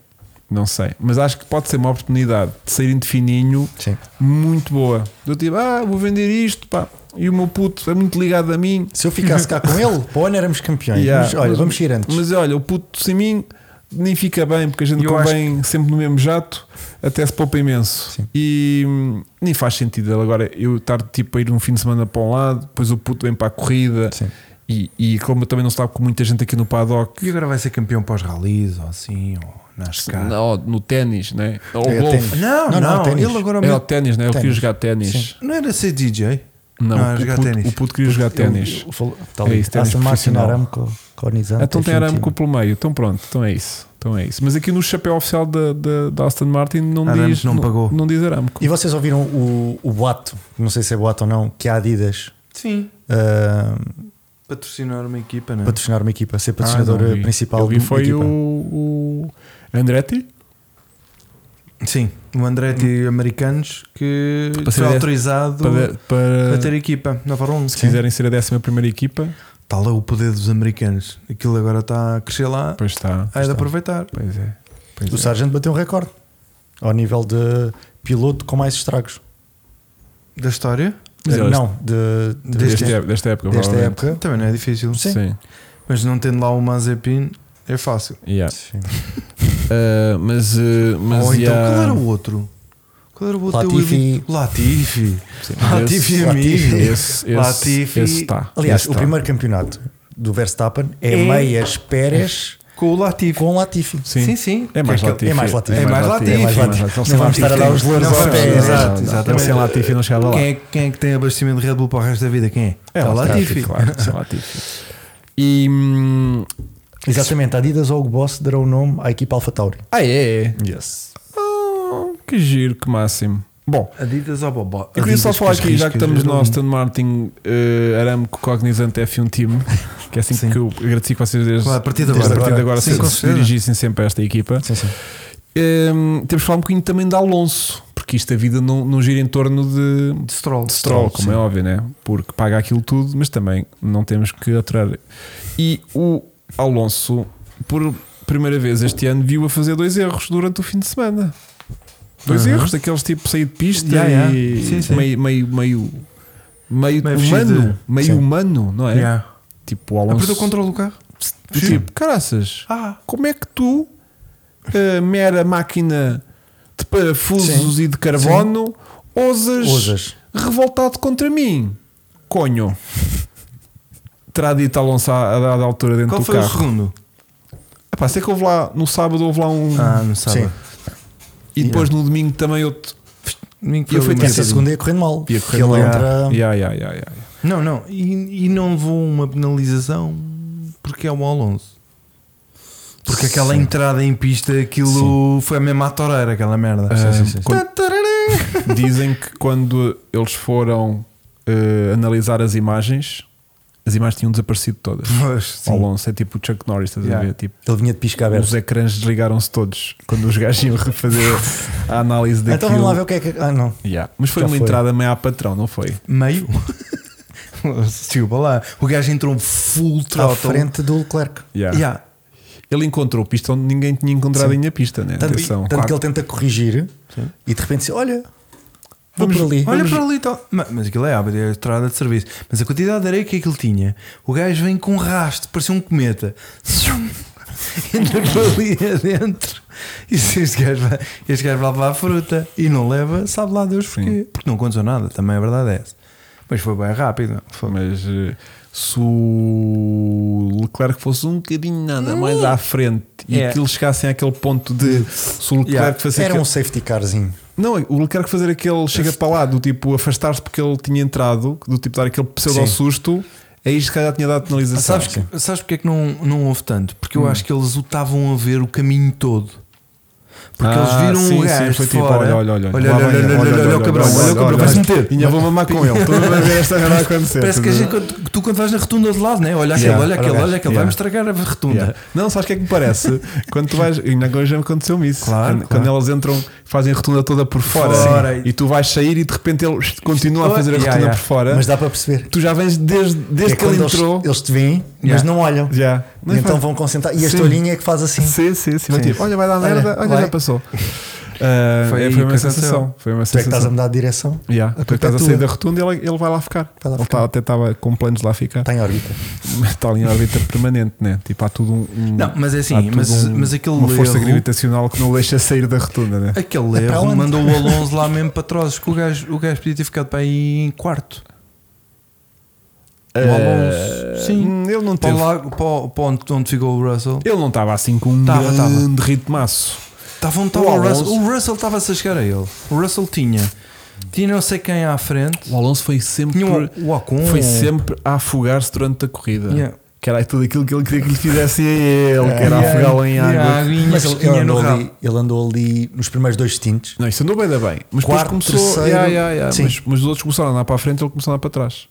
Não sei. Mas acho que pode ser uma oportunidade de saírem de fininho
Sim.
muito boa. Do tipo, ah, vou vender isto, pá. E o meu puto é muito ligado a mim.
Se eu ficasse cá com ele, para o ano éramos campeões.
Yeah.
Mas olha, vamos sair antes.
Mas olha, o puto sem mim nem fica bem, porque a gente
Eu
convém sempre no mesmo jato, até se poupa imenso. E hum, nem faz sentido ele agora eu estar tipo a ir um fim de semana para um lado, depois o puto vem para a corrida.
Sim.
E, e como também não se sabe com muita gente aqui no paddock,
E agora vai ser campeão para os ralis, ou assim, ou NASCAR. Não,
não, no ténis, né? Ou
É,
golfe.
ténis.
não,
Não, não, ténis.
ele agora
É o
mete-
ténis, né? Eu queria
Ténis.
jogar ténis.
Sim.
não era ser DJ.
Não,
Não,
o,
jogar
puto,
ténis.
o puto queria jogar ténis.
Eu- eu falo- Tá
É
ali.
isso, ténis
Aston Martin
profissional.
Aramco, Conizante.
Então tem
Argentina.
Aramco pelo meio, então pronto, então é isso. Então é isso. Mas aqui no chapéu oficial da, da, da Aston Martin não
Aramco
diz.
não pagou.
Não diz Aramco.
E vocês ouviram o, o boato, não sei se é boato ou não, que a Adidas
Sim.
ah,
Patrocinar uma equipa, não é?
patrocinar uma equipa,
Ah,
ser
não
patrocinadora
vi.
principal
Eu vi
de uma
foi o,
equipa.
o Andretti.
Sim. O Andretti Americanos que
Hum. Para ser
foi
dez-
autorizado
Para, para-
a ter equipa na Fórmula 1.
se quiserem ser a 11 primeira equipa,
Está Tá lá o poder dos americanos. Aquilo agora está a crescer lá.
pois
Ah, é
está.
Há de aproveitar.
Pois é. Pois
O
é.
Sargent bateu um recorde ao nível de piloto com mais estragos.
Da história?
Mas é
Eh,
elas-
não, de,
Desta,
deste,
época- é- desta época,
desta
provavelmente.
época.
Também não é difícil.
Sim.
Sim.
Mas não tendo lá o Mazepin é fácil.
Yeah.
Sim.
Ah, mas, ah, mas
Ou então,
yeah.
qual era o outro? Qual era o outro?
Latifi.
evento? Latifi.
Sim, mas
Latifi, é
esse-
amigo.
Esse, esse,
Latifi.
esse tá. está.
Aliás,
Esse
o
está.
primeiro campeonato do Verstappen é,
É-
meias Pérez
Com o Latifi.
com Latifi.
É- Sim.
Sim, sim.
É mais
Que é
Latifi.
aquele- é mais Latifi.
É mais Latifi.
É mais Latifi.
Não vamos estar a dar os louros
Não
aos
vamos,
Pérez.
exato,
Não, não,
exato.
Ele sem Latifi não chegava lá.
Quem é, quem é que tem abastecimento de Red Bull para o resto da vida? Quem é?
É,
É o Latifi.
claro. É o Latifi. E. hum,
Exatamente, a Adidas ou o Boss deram o nome à equipa AlphaTauri.
Ah, é, é.
Yes.
Oh, que giro, que máximo. Bom,
Adidas ou Bobó?
eu queria só
Adidas,
falar
que as
aqui, já que
riscas
estamos no
eram-
Aston Martin eh, Aramco Cognizante F1 Team, que é assim
Sim.
que eu agradeci que vocês desde,
Claro, a partir de
desde
agora.
a partir de agora
Sim,
se,
com
se
certeza.
dirigissem sempre a esta equipa.
Sim, sim.
Hum, temos que falar um bocadinho também de Alonso, porque isto a vida não, não gira em torno de,
De Stroll.
de Stroll, como é óbvio, né? Porque paga aquilo tudo, mas também não temos que aturar. E o Alonso, por primeira vez este ano, viu a fazer dois erros durante o fim de semana. Dois
Uhum.
erros, daqueles tipo sair de pista
Yeah, yeah.
e
Sim, sim.
meio meio meio meio,
Meio
humano,
fugido.
meio
Sim.
humano, não é?
Yeah.
Tipo o
Ah,
Alonso.
perdeu o controle do carro?
do tipo, caraças,
Ah,
como é que tu, eh, mera máquina de parafusos e de carbono, ousas,
Ousas.
revoltado contra mim? Conho. Terá dito Alonso à, à dada altura dentro
qual
do
foi o
carro.
segundo?
Epá, sei que houve lá, no sábado houve lá um.
Ah, não sabe.
Sim.
e depois no domingo também outro.
Domingo
Eu fui
uma
ter
Essa
coisa.
segunda ia correndo mal.
Ia
que
correr
ele
mal.
entra.
Yeah, yeah, yeah, yeah.
Não, não. E, e não levou uma penalização porque é o Alonso. Porque aquela
Sim.
entrada em pista, aquilo foi mesmo à toreira, aquela merda.
Ah,
sim, sim.
quando- dizem que quando eles foram eh, analisar as imagens, as imagens tinham desaparecido todas.
Pois, sim.
O Alonso é tipo o Chuck Norris, estás a
Yeah.
ver? Tipo,
Ele vinha de pisca aberta.
Os ecrãs desligaram-se todos quando os gajos iam refazer a análise daquilo.
Então vamos lá ver o que é que. Ah, não.
Yeah. Mas foi
Já
uma
foi.
entrada meio à patrão, não foi?
Meio. Desculpa lá. O gajo entrou full
À
throttle.
frente do Leclerc.
Yeah.
Yeah.
Ele encontrou pista onde ninguém tinha encontrado ainda pista, né?
Tanto,
Atenção.
tanto que ele tenta corrigir e de repente diz: Olha, vou
Vamos-
por ali.
Olha para ali, tal. Ma- Mas aquilo é hábito, é a estrada de serviço. Mas a quantidade de areia que aquilo tinha, o gajo vem com um rasto, parecia um cometa. Entra para ali adentro. E se este gajo, vai, este gajo vai levar a fruta e não leva, sabe lá Deus porquê. Porque não aconteceu nada, também a verdade é essa. Mas foi bem rápido. Foi.
Mas eh, se o Leclerc fosse um bocadinho nada mais à frente e
É.
que eles chegassem àquele ponto de se o Leclerc
Yeah.
fazer
Era
aquele-
um safety carzinho.
Não, o Leclerc fazer aquele chega para lá, do tipo afastar-se porque ele tinha entrado, do tipo dar aquele pseudo
Sim.
susto, aí se calhar tinha dado penalização.
Sabes, que, sabes porque é que não, não houve tanto? Porque eu acho que eles o estavam a ver o caminho todo. Porque
Ah,
eles viram
sim,
o
sim,
gajo
foi
de
tipo,
fora.
olha, olha, olha.
olha,
Lá
olha,
vai ele,
olha,
olha,
olha, olha o
olha,
cabrão,
olha,
olha o cabrão,
olha,
vai-se
olha.
meter.
Ainha, vou mamar com ele. Estou a ver esta merda acontecer.
Parece que a
Tudo
gente,
bem.
quando- tu quando vais na retunda de lado, né? olha aquele,
é?
olha
Yeah, olha
aquele,
o gajo.
olha aquele,
Yeah.
vai-me estragar a retunda.
Yeah. Não, sabes o que é que me parece? Quando tu vais. Ainda agora já me aconteceu-me isso.
Claro, claro.
quando, quando elas entram, fazem a rotunda toda por fora.
Fora.
Sim. E tu vais sair e de repente ele continua a fazer a
Yeah,
rotunda
yeah.
por fora.
Mas dá para perceber.
tu já vens desde, É? desde
É
que ele
quando eles-
entrou.
Eles, te veem, mas
Yeah.
não olham.
Já. Não
E então
faz-
vão concentrar. E
Sim.
esta olhinha é que faz assim.
Sim, sim, sim. vai
Sim.
tipo, olha, vai dar merda. Olha,
vai.
já passou. Ah, é,
Foi
foi,
aí
uma
que
sensação.
aconteceu.
Foi uma
Tu é que estás a
sensação.
mudar de direção?
Yeah, tu é que
culpa é
estás a sair
tua.
da rotunda e ele, ele vai lá ficar.
Vai lá
ele
ficar.
tá- até estava com planos de lá ficar.
Está em órbita.
Mas está ali em órbita permanente, né? Tipo, há tudo um. um-
Não, mas é assim,
há tudo
mas-
um-
mas aquele
Uma força
erro-
gravitacional que não o deixa sair da rotunda, né?
Aquele
para
erro
onde?
mandou o Alonso lá mesmo para trozes, que o gajo, o gajo podia ter ficado para aí em quarto. O Alonso Sim.
Ele não
Para,
Eh, hum, teve.
o lago- para o- para onde, onde ficou o Russell.
Ele não estava assim com um
Tava,
grande ritmaço.
Estava onde estava
O
o,
Alonso-
Russell. O Russell estava-se a chegar a ele. O Russell tinha. Tinha não sei quem à frente.
O Alonso foi sempre.
Tinha o, o Ocon.
Foi sempre a afogar-se durante a corrida.
Yeah.
Que era tudo aquilo que ele queria que lhe fizesse a ele, que era
Yeah.
afogá-lo em
Tinha a
água.
aguinha
Mas ele,
fresquinha
ele,
no
andou
rabo.
ali, ele andou ali nos primeiros dois tintes.
Não, isso andou bem, da bem. Mas
Quarto,
depois começou.
terceiro.
Yeah, yeah, yeah.
Sim.
Mas, mas os outros começaram a andar para a frente e ele começou a andar para trás.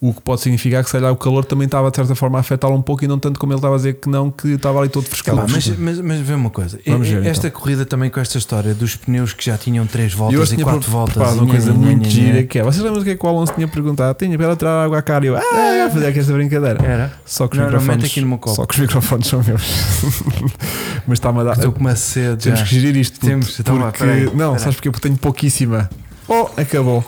O que pode significar que, sei lá, o calor também estava de certa forma a afetá-lo um pouco e não tanto como ele estava a dizer que não, que estava ali todo
Tá
frescão.
bem, mas, mas, mas vê uma coisa,
Vamos
E-
ver, então.
esta corrida também com esta história dos pneus que já tinham 3 voltas e
tinha
4
pre-
voltas,
preparado
e
uma coisa
nhanhanhanhanhan.
muito gira que é. Vocês lembram do que é que o Alonso tinha perguntado? Tinha para tirar água à cara e eu, ah, ia fazer aqui esta brincadeira.
Era?
Só que os
É. Não, não,
microfones.
mete aqui no meu copo.
Só que os microfones são meus. mas está-me a dar.
Estou com uma sede já.
Temos que gerir isto. puto,
É. Temos, então vá,
porque,
peraí,
Não,
peraí.
sabes porque? Porque tenho pouquíssima. Oh, acabou.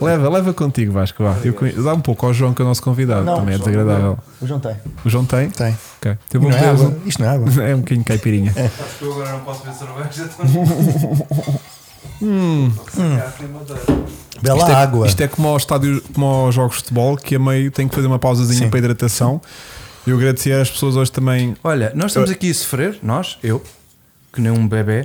leva, leva contigo, Vasco. Vá. Eu conhe- Dá um pouco ao João, que é o nosso convidado.
Não,
também é
João,
desagradável.
O João tem.
O João tem?
Tem.
Ok. Então
E
vamos
não é
ver-
água. Isto não é água.
É um bocadinho caipirinha.
Acho que eu agora não posso ver cerveja, então
Hum,
Bela
isto é,
água.
Isto é como aos, estádios, como aos jogos de futebol, que a meio tem que fazer uma pausazinha
Sim.
para hidratação. Eu agradecer às pessoas hoje também.
Olha, nós estamos aqui a sofrer, nós, eu, que nem um bebê,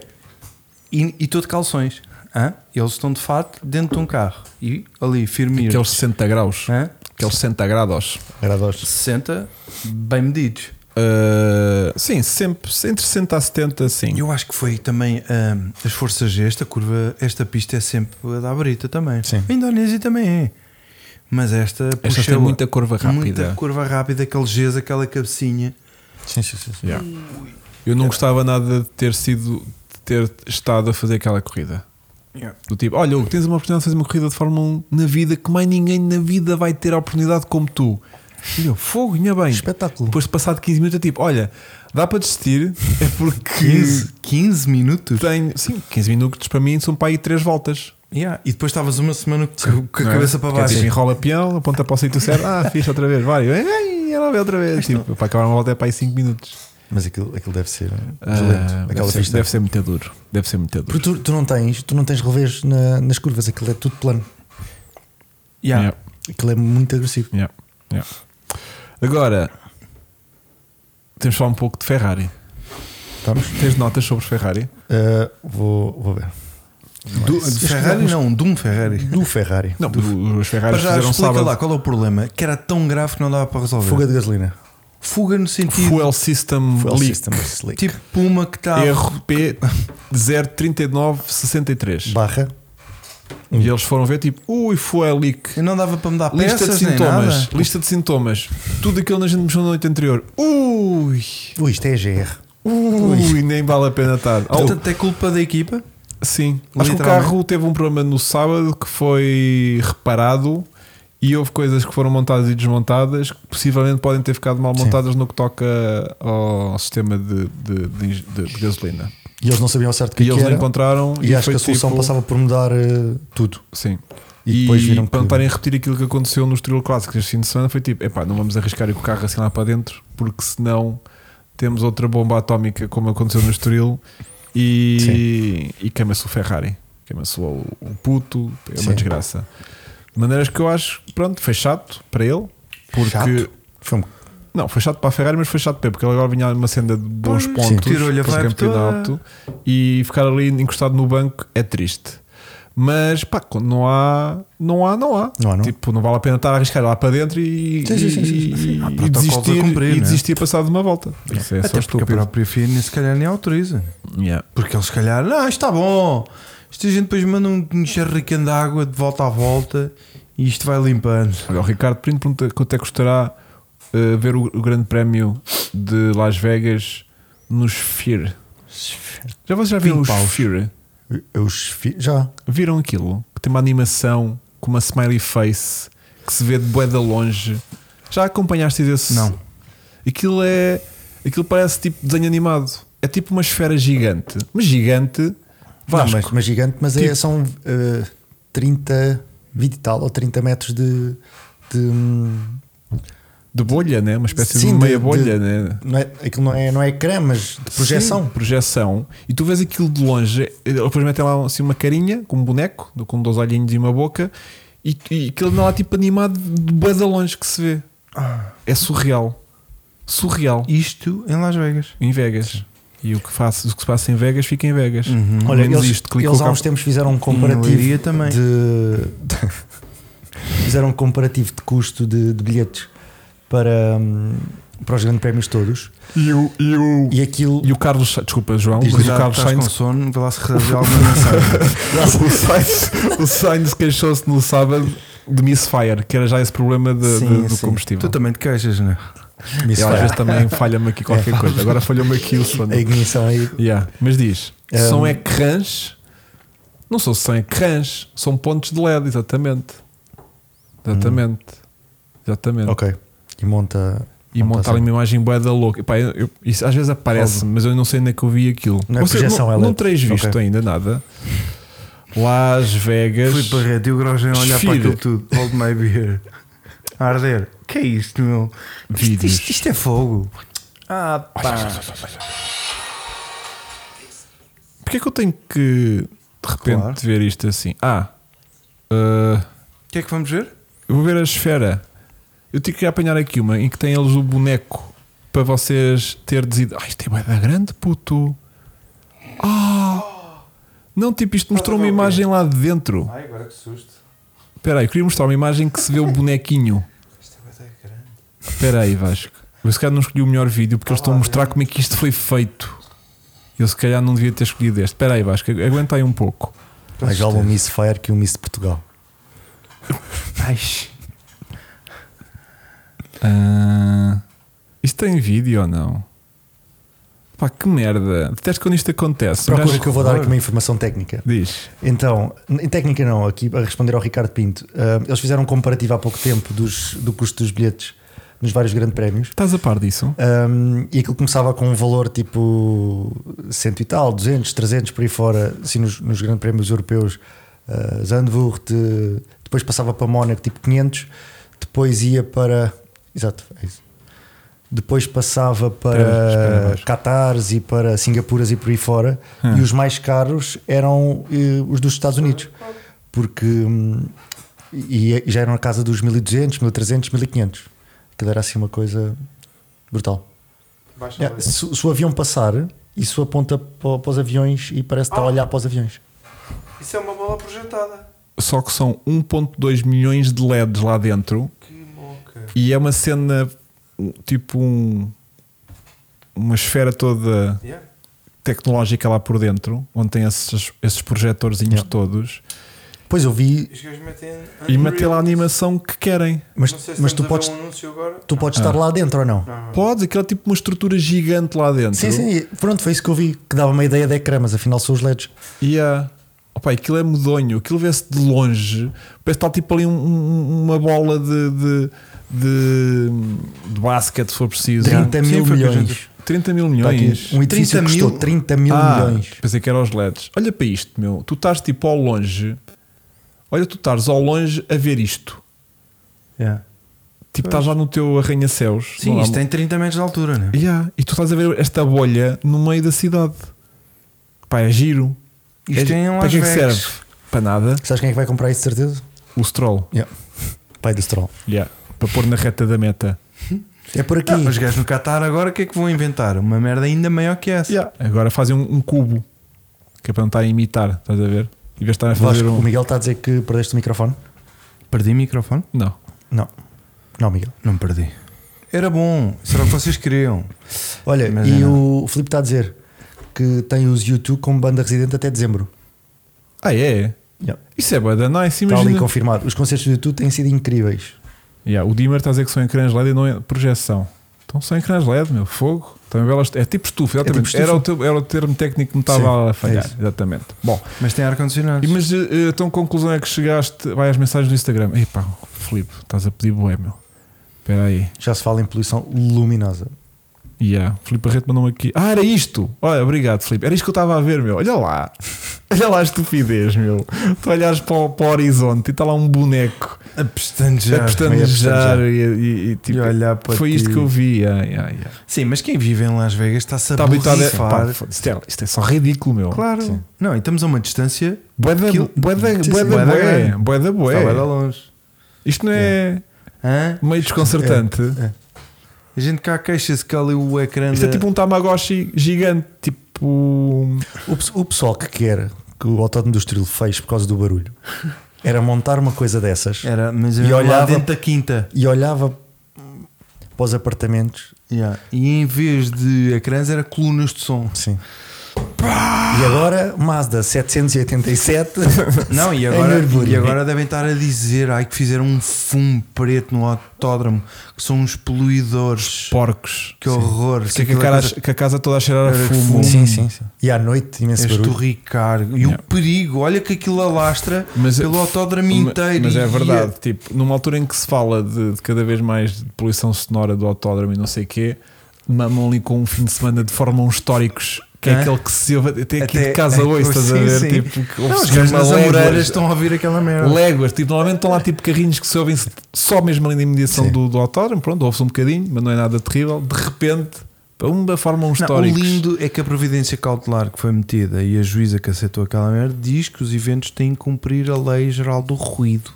e, e estou de calções. Hã? Eles estão de fato dentro de um carro e ali, firmes.
Aqueles 60 graus.
Hã?
Aqueles 60 graus.
Agradoso.
60, bem medidos.
Uh, sim, sempre entre 60 a 70, sim.
Eu acho que foi também hum, as forças G, esta curva, esta pista é sempre a da Brita também.
Sim.
A Indonésia também é. Mas esta
Esta tem
puxou-
muita curva
Muita
rápida.
curva rápida, aquele Gs, aquela cabecinha.
Sim, sim, sim. sim.
Yeah. Eu
É.
não gostava nada de ter sido de ter estado a fazer aquela corrida. Do tipo, olha, Hugo, tens uma oportunidade de fazer uma corrida de Fórmula 1 na vida que mais ninguém na vida vai ter a oportunidade como tu. E eu, fogo, ainda bem.
Espetáculo.
Depois de passar de 15 minutos, é tipo, olha, dá para desistir, é porque
15, 15 minutos?
tenho. Sim, 15 minutos para mim são para aí 3 voltas.
Yeah. E depois estavas uma semana com, com a
não é?
cabeça para
Que é
baixo.
tipo, enrola peão, aponta para o sítio certo, ah, fixe outra vez, vai, Ei, ela vê outra vez. Tipo, para acabar uma volta é para aí 5 minutos.
Mas aquilo, aquilo deve ser
Ah,
violento. Aquela
deve, ser,
pista.
deve ser muito duro. Deve ser muito
Porque
duro.
tu, tu não tens, tu não tens revés na- nas curvas, aquilo é tudo plano.
Yeah.
Yeah,
Aquilo é muito agressivo.
yeah, yeah. Agora temos de falar um pouco de Ferrari.
Estamos?
Tens notas sobre Ferrari?
Ah, vou, vou ver.
Do, de Ferrari? Não, de um Ferrari.
Do Ferrari.
Não, os
Para
Ferraris
já
fizeram
explica
sábado
lá qual é o problema, que era tão grave que não dava para resolver.
Fuga de gasolina.
Fuga no sentido
Fuel System
Fuel
Leak. Ah,
System Leak.
tipo Puma que está.
RP 03963.
Barra.
E eles foram ver tipo, ui, Fuel Leak.
Não dava para mudar peças
Lista de
nem nada.
sintomas. Lista de sintomas. Tudo aquilo que a gente mexeu na noite anterior. Ui!
Ui, isto é GR.
Ui, nem vale a pena estar. Oh,
Portanto, é culpa da equipa.
sim. Acho que o
literalmente.
carro teve um problema no sábado que foi reparado e houve coisas que foram montadas e desmontadas que possivelmente podem ter ficado mal montadas no que toca ao sistema de, de- de- de- de gasolina.
E eles não sabiam ao certo o que,
E
é que
eles não
era.
encontraram
e acho
foi
que a solução
tipo-
passava por mudar eh, tudo.
Sim.
E
E,
depois viram que-
para não estarem a repetir aquilo que aconteceu nos Trio Clássicos este fim de semana, foi tipo: epá, não vamos arriscar ir com o carro assim lá para dentro, porque senão temos outra bomba atómica como aconteceu no Estoril e, e queima-se o Ferrari, queima-se o, o puto, é uma
Sim.
desgraça. De maneiras que eu acho, pronto, foi chato para ele, porque.
Chato? Foi um-
Não, foi chato para a Ferrari, mas foi chato para ele, porque ele agora vinha numa senda de bons
Sim,
pontos
tirou-lhe a
para o
vibe
campeonato e ficar ali encostado no banco é triste. Mas pá, quando não há, não há, não há.
Não há, não.
Tipo, não vale a pena estar a arriscar lá para dentro e,
Sim, sim, sim, sim,
e-
sim.
Há
e
protocolos a
desistir,
cumprir,
e
né?
desistir passado de uma volta. Isso é
Até
só
porque a
estúpido.
própria FIA se calhar nem autoriza.
Yeah.
Porque eles se calhar, não, isto está bom. Isto a gente depois manda um encharricando de água de volta à volta e isto vai limpando.
Olha, o Ricardo Primo pergunta quanto é que custará uh, ver o, o Grande Prémio de Las Vegas no Sphere. Já vocês já viram o
Vinte paus.
Sphere?
Eu os fi- já.
Viram aquilo? Que tem uma animação com uma smiley face que se vê de bué de longe. Já acompanhaste esse?
Não.
Aquilo é. Aquilo parece tipo desenho animado. É tipo uma esfera gigante. Mas gigante.
Não,
Vasco.
mas, mas gigante, mas é,
Tipo-
são eh, 30, 20 e tal ou 30 metros de. de, hum,
De bolha, né? Uma espécie
Sim,
de
de-
meia bolha,
de-
né?
não é, aquilo não é, não é ecrã, mas de projeção.
Sim, projeção. E tu vês aquilo de longe, eles depois metem lá assim, uma carinha com um boneco, com dois olhinhos e uma boca, E, e aquilo não há tipo animado de bué de longe que se vê.
Ah.
É surreal. Surreal.
Isto em Las Vegas.
Em Vegas. E o que, faço, o que se passa em Vegas fica em Vegas.
Olha,
Menos
eles,
isto, clica
eles
o
há uns
cabo.
tempos fizeram um
E em Leiria
comparativo
também.
de. fizeram um comparativo de custo de, de bilhetes para, hum, para os grandes prémios todos.
E o, e o,
E aquilo.
e o Carlos. Sa- Desculpa, João. Mas o
tá,
Cuidado,
Carlos
estás com
Sainz.
sono, vê lá se resolve alguma mensagem.
O Sainz, o Sainz queixou-se no sábado de Misfire, que era já esse problema de,
Sim,
de- do
sim.
Tu
combustível.
também te queixas, não é?
E às vezes também falha-me aqui qualquer
É,
coisa. Agora falhou-me aqui o sono.
a ignição aí.
Yeah. Mas diz:
É Um,
são ecrãs. Não são são ecrãs, são pontos de LED, exatamente. Exatamente.
Hum.
Exatamente.
Ok. E monta. assim,
E
tá
montar ali uma imagem bué da louca. Pá, eu- eu- isso às vezes aparece, mas eu não sei onde é que eu vi aquilo.
Não é
Vocês
projeção, é
não, não
LED.
tereis visto
Ok.
ainda nada. Las Vegas.
Fui para a rede e o Grosjean a olhar para
Filho.
aquilo tudo. Hold my beer. A arder. Que é isto, meu? Isto,
Vídeos.
isto- isto é fogo. Ah, pá.
Porquê é que eu tenho que de repente
Claro.
ver isto assim? Ah, ah,
O que é que vamos ver?
eu vou ver a esfera. Eu tive que apanhar aqui uma em que tem eles o boneco para vocês ter desido. Ah, isto é bué da grande, puto. Ah! Não, tipo, isto mostrou uma imagem lá de dentro.
Ai, agora que susto.
Espera aí, eu queria mostrar uma imagem que se vê o bonequinho.
Isto é bem grande.
Espera aí, Vasco. Eu se calhar não escolhi o melhor vídeo porque eles estão a mostrar como é que isto foi feito. Eu se calhar não devia ter escolhido este. Espera aí, Vasco, aguenta aí um pouco.
Mais vale um Miss Fire que um Miss de Portugal.
Ai,
Ah, isto tem vídeo ou não? Pá, que merda. Detesto quando isto acontece. Um
Procura
gajo-
que eu vou dar aqui uma informação técnica.
Diz.
Então, em técnica não, aqui a responder ao Ricardo Pinto, ah, eles fizeram um comparativo há pouco tempo dos, do custo dos bilhetes nos vários grandes prémios.
Estás a par disso?
Um, e aquilo começava com um valor tipo cento e tal, 200, 300 por aí fora, assim nos, nos grandes prémios europeus, uh, Zandvoort, eh, depois passava para Mónaco tipo 500, depois ia para. Exato, é isso. Depois passava
Espera, espera
para
mais.
Qatares e para Singapuras e por aí fora,
Hum.
e os mais caros eram eh, os dos Estados Unidos, porque hum, e, e já era na casa dos 1200, 1300, 1500. Aquilo era assim uma coisa brutal.
baixa
Yeah, se, se o avião passar, isso aponta para, para os aviões e parece que está a olhar para os aviões.
Isso é uma bola projetada.
Só que são 1.2 milhões de LEDs lá dentro
Que moca.
e é uma cena um- tipo um, uma esfera toda
Yeah.
tecnológica lá por dentro, onde tem esses, esses projetorzinhos
Yeah.
todos,
Pois eu vi,
Os gajos metem.
e meter lá a animação que querem.
mas, mas
é um
tu, podes,
anúncio agora.
tu podes estar lá dentro ou não?
Podes, aquilo é tipo uma estrutura gigante lá dentro.
Sim, sim, pronto, foi isso que eu vi, que dava uma ideia de ecrã, mas afinal são os LEDs.
E ah, opa, aquilo é medonho, aquilo vê-se de longe, parece que está tipo ali um- um- uma bola de, de, de, de basquete, se for preciso.
30
Sim,
mil
foi o que a
milhões.
gente-
30 mil
Está aqui,
milhões.
um edifício
30
que custou
mil?
30 mil
Ah,
milhões.
Pensei que era aos LEDs. Olha para isto, meu. Tu estás tipo ao longe. Olha, tu estás ao longe a ver isto.
Yeah.
Tipo, estás lá no teu arranha-céus.
Sim,
Não há-
isto tem 30 metros de altura, né?
Yeah, E tu estás a ver esta bolha no meio da cidade. Pá, é giro.
Isto
É gi-
é em
Para
Las
que é que
Vegas.
serve? Para nada.
Sabes quem é que vai comprar isso de certeza?
O stroll.
Yeah. Pai do Stroll.
Yeah. Para pôr na reta da meta.
É por aqui.
Ah, os gajos no Qatar agora o que é que vão inventar? Uma merda ainda maior que essa.
Yeah. Agora fazem um, um cubo. Que é para não estar a imitar, estás a ver? Em vez de estar a fazer
Vasco,
um.
O Miguel está a dizer que perdeste o microfone?
Perdi o microfone?
Não.
Não. Não, Miguel.
Não perdi. Era bom, será que vocês queriam?
Olha,
Mas
e
é
o Filipe está a dizer que tem os YouTube como banda residente até dezembro.
Ah, é?
Yeah.
Isso é bada nice,
Está ali
imagina.
confirmado. Os concertos do YouTube têm sido incríveis.
Yeah, o dimmer está a dizer que são ecrãs LED e não é projeção. Então são ecrãs LED, meu, fogo. Também belas, é tipo estufa, exatamente.
tipo estufa.
Era, o teu- era o termo técnico que me estava
Sim,
a falhar.
é isso.
exatamente. Bom,
Mas tem ar-condicionado.
e mas eh, então conclusão é que chegaste. Vai às mensagens do Instagram. Epá, Filipe, estás a pedir boé, meu. Espera aí.
Já se fala em poluição luminosa.
Yeah. Filipe Barreto mandou-me aqui. Ah, era isto! Olha, obrigado, Filipe. Era isto que eu estava a ver, meu. Olha lá. Olha lá a estupidez, meu. Tu olhares para o, para o horizonte e está lá um boneco
A pestanejar.
a pestanejar
meio
e, e- e, tipo,
E olhar para
Foi
ti.
isto que eu vi. Yeah, yeah, yeah.
Sim, mas quem vive em Las Vegas está-se a
Está habitado. Tá a-
borrifar.
Pá, foda-se, Isto é, isto é só ridículo, meu.
Claro.
Sim.
Não, e estamos a uma distância.
Bué da
Aquilo-
bué da-
Sim,
bué
sim.
da
Bué da
bué.
grande.
Bué da bué.
É.
Está bué de longe.
Isto não é
Hã?
meio desconcertante.
A gente cá queixa-se que ali o ecrã.
Isto é
da-
tipo um Tamagotchi gigante, tipo.
O, pes- o pessoal que quer que o autódromo industrial fez por causa do barulho era montar uma coisa dessas
um
Era, mas
E
era lá
olhava-
dentro da quinta.
e olhava hum, para os apartamentos.
Yeah. E em vez de ecrãs, era colunas de som.
Sim. E agora Mazda 787.
Não, e
É
em
agora,
Nürburgring.
e
né?
agora devem estar a dizer ai, que fizeram um fumo preto no autódromo, que são uns poluidores.
Porcos.
Que horror.
Que, que a cara-
é
que a casa toda a cheirar a
Era
fumo.
fumo.
Sim, sim, sim. E à noite imenso barulho.
Esturricar. E
Yeah.
o perigo, olha que aquilo alastra
Mas- é-
pelo autódromo inteiro.
Mas
e-
é
e-
verdade, tipo, numa altura em que se fala de, de cada vez mais de poluição sonora do autódromo e não sei o quê, mamam ali com um fim de semana de Fórmula 1 históricos, que é,
Hã?
aquele que se ouve até aqui de
Até- é
casa hoje, estás a
Sim,
ver?
sim.
Tipo, que
Não, os
ouve-se
gajos
uma
nas
léguas.
Amoreiras estão a ouvir aquela merda.
Léguas, tipo, normalmente estão lá tipo carrinhos que se ouvem se- só mesmo ali na imediação do, do autódromo, pronto, ouve-se um bocadinho, mas não é nada terrível. De repente, uma Fórmula 1
Não, o
históricos.
lindo é que a providência cautelar que foi metida e a juíza que aceitou aquela merda diz que os eventos têm que cumprir a lei geral do ruído,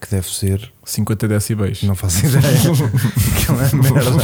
que deve ser,
50 decibéis.
não faço ideia, aquela merda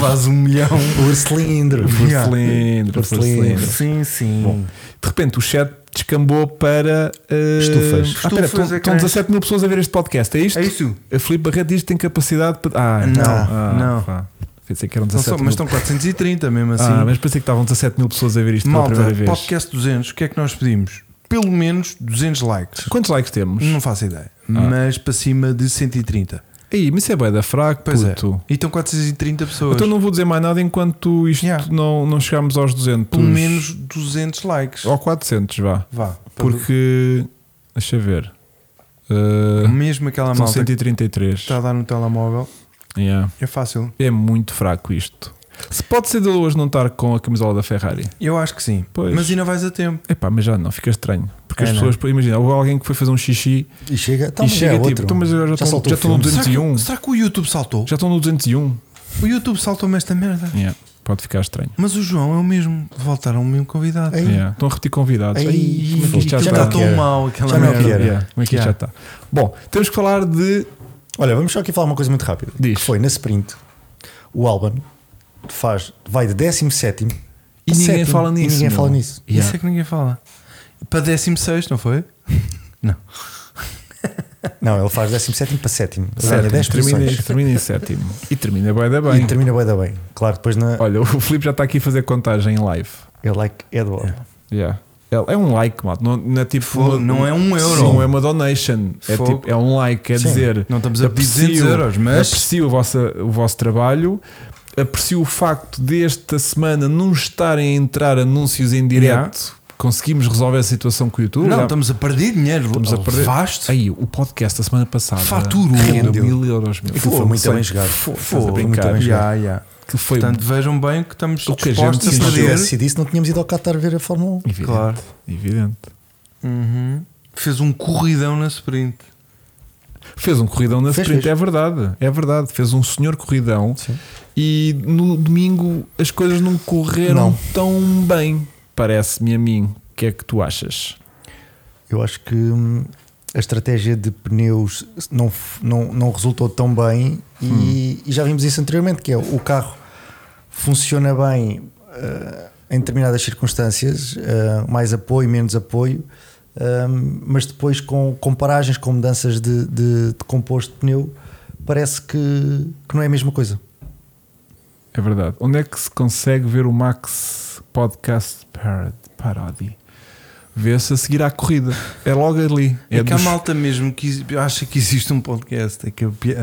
faz um milhão.
Por cilindro.
Por
Yeah.
cilindro, por
Por cilindro.
cilindro.
Sim, sim.
De repente o chat descambou para. eh,
Estufas.
Ah,
Estufas,
espera, estão,
ecrãs.
estão 17 mil pessoas a ver este podcast, é isto?
É isso.
A Filipe Barreto diz que tem capacidade para. Ah,
Não,
ah,
não.
pá. Pensei que eram
Não
17
só,
mil.
mas estão 430 mesmo assim.
Ah, mas pensei que estavam 17 mil pessoas a ver isto pela
Malta,
primeira vez.
podcast 200, o que é que nós pedimos? Pelo menos 200 likes.
Quantos likes temos?
Não faço ideia,
Ah.
mas para cima de 130.
Aí, mas isso é boeda fraco,
Pois
puto.
é. E estão 430 pessoas.
Então não vou dizer mais nada enquanto isto
Yeah.
não, não chegarmos aos 200.
Pelo menos 200 likes.
Ou 400, vá.
Vá.
Oh, Porque. Deixa eu ver.
Para-
Uh,
Mesmo aquela
são
malta que
133.
está a dar no telemóvel,
Yeah.
é fácil.
É muito fraco isto. Se pode ser de hoje não estar com a camisola da Ferrari.
Eu acho que sim.
Pois.
Mas ainda vais a tempo.
Epá, mas já não, fica estranho. Porque
É,
as
não.
pessoas, imagina, houve alguém que foi fazer um xixi
E chega, tá,
e
mas
chega
é
tipo,
outro.
então, mas já, já, estão,
saltou
já
o
estão no
filme.
201.
Será que, será que o YouTube saltou?
Já estão no 201.
O YouTube saltou-me esta merda.
Yeah, pode ficar estranho.
Mas o João é o mesmo. Voltaram o mesmo convidado.
Ei,
Yeah, Estão a repetir convidados.
Ei,
Ai, como é que isto já
já
já
está?
está tão
quero.
mal aquela
Já não
merda.
quero.
Yeah, como é que isto já
Yeah.
está? Bom, temos que falar de.
Olha, vamos só aqui falar uma coisa muito rápida.
Diz.
Que foi na sprint, o Alban faz, vai de 17
E ninguém fala nisso,
E ninguém
meu.
fala nisso.
Yeah.
Isso é que ninguém fala. Para 16, não foi? não.
Não, ele faz 17 para 7. Ganha
sétimo.
10
termina,
posições.
termina em sétimo. E termina bem,
E
bem.
termina bué da bem. Claro, depois na.
Olha, o Filipe já está aqui a fazer contagem em live.
É like Edward.
Yeah. É é um like, mato. Não, não é tipo.
Fogo, não é um euro.
Não é uma donation. É,
Fogo.
tipo, é um like, quer
Sim.
dizer.
Não estamos a pedir 200 euros, mas-
Aprecio a vossa- o vosso trabalho. Aprecio o facto desta semana não estarem a entrar anúncios em direto.
Yeah.
Conseguimos resolver a situação com o YouTube.
Não,
Uh, Já-
estamos a perder dinheiro.
Estamos a perder.
Vasto.
Aí, o podcast da semana passada
Faturou.
rendeu mil euros. Meu.
Aquilo foi
Fogo,
muito
sei.
bem jogado.
Fogo, estás
Foi
a
muito
brincar.
bem jogado.
Yeah, yeah.
Aquilo foi
Portanto, vejam bem que estamos
O que a gente
dispostos
se
a
Se não
perder.
tivesse sido isso, não tínhamos ido ao Qatar ver a Fórmula 1.
evidente.
Claro.
Evidente.
Uhum. Fez um corridão na sprint.
Fez um corridão na
Fez,
sprint,
fez.
é verdade, é verdade. Fez um senhor corridão e no domingo as coisas não correram
Não.
tão bem, parece-me a mim. O que é que tu achas?
Eu acho que hum, a estratégia de pneus não, f- não, não resultou tão bem e, e já vimos isso anteriormente, que é o carro funciona bem ah, em determinadas circunstâncias, ah, mais apoio, menos apoio, ah, mas depois com, com paragens, com mudanças de, de, de composto de pneu, parece que, que não é a mesma coisa.
É verdade. Onde é que se consegue ver o Max Podcast Parod- Parody? Vê-se a seguir à corrida. É logo ali.
É, que a
dos-
malta mesmo que exi- acha que existe um podcast, é que a, pi-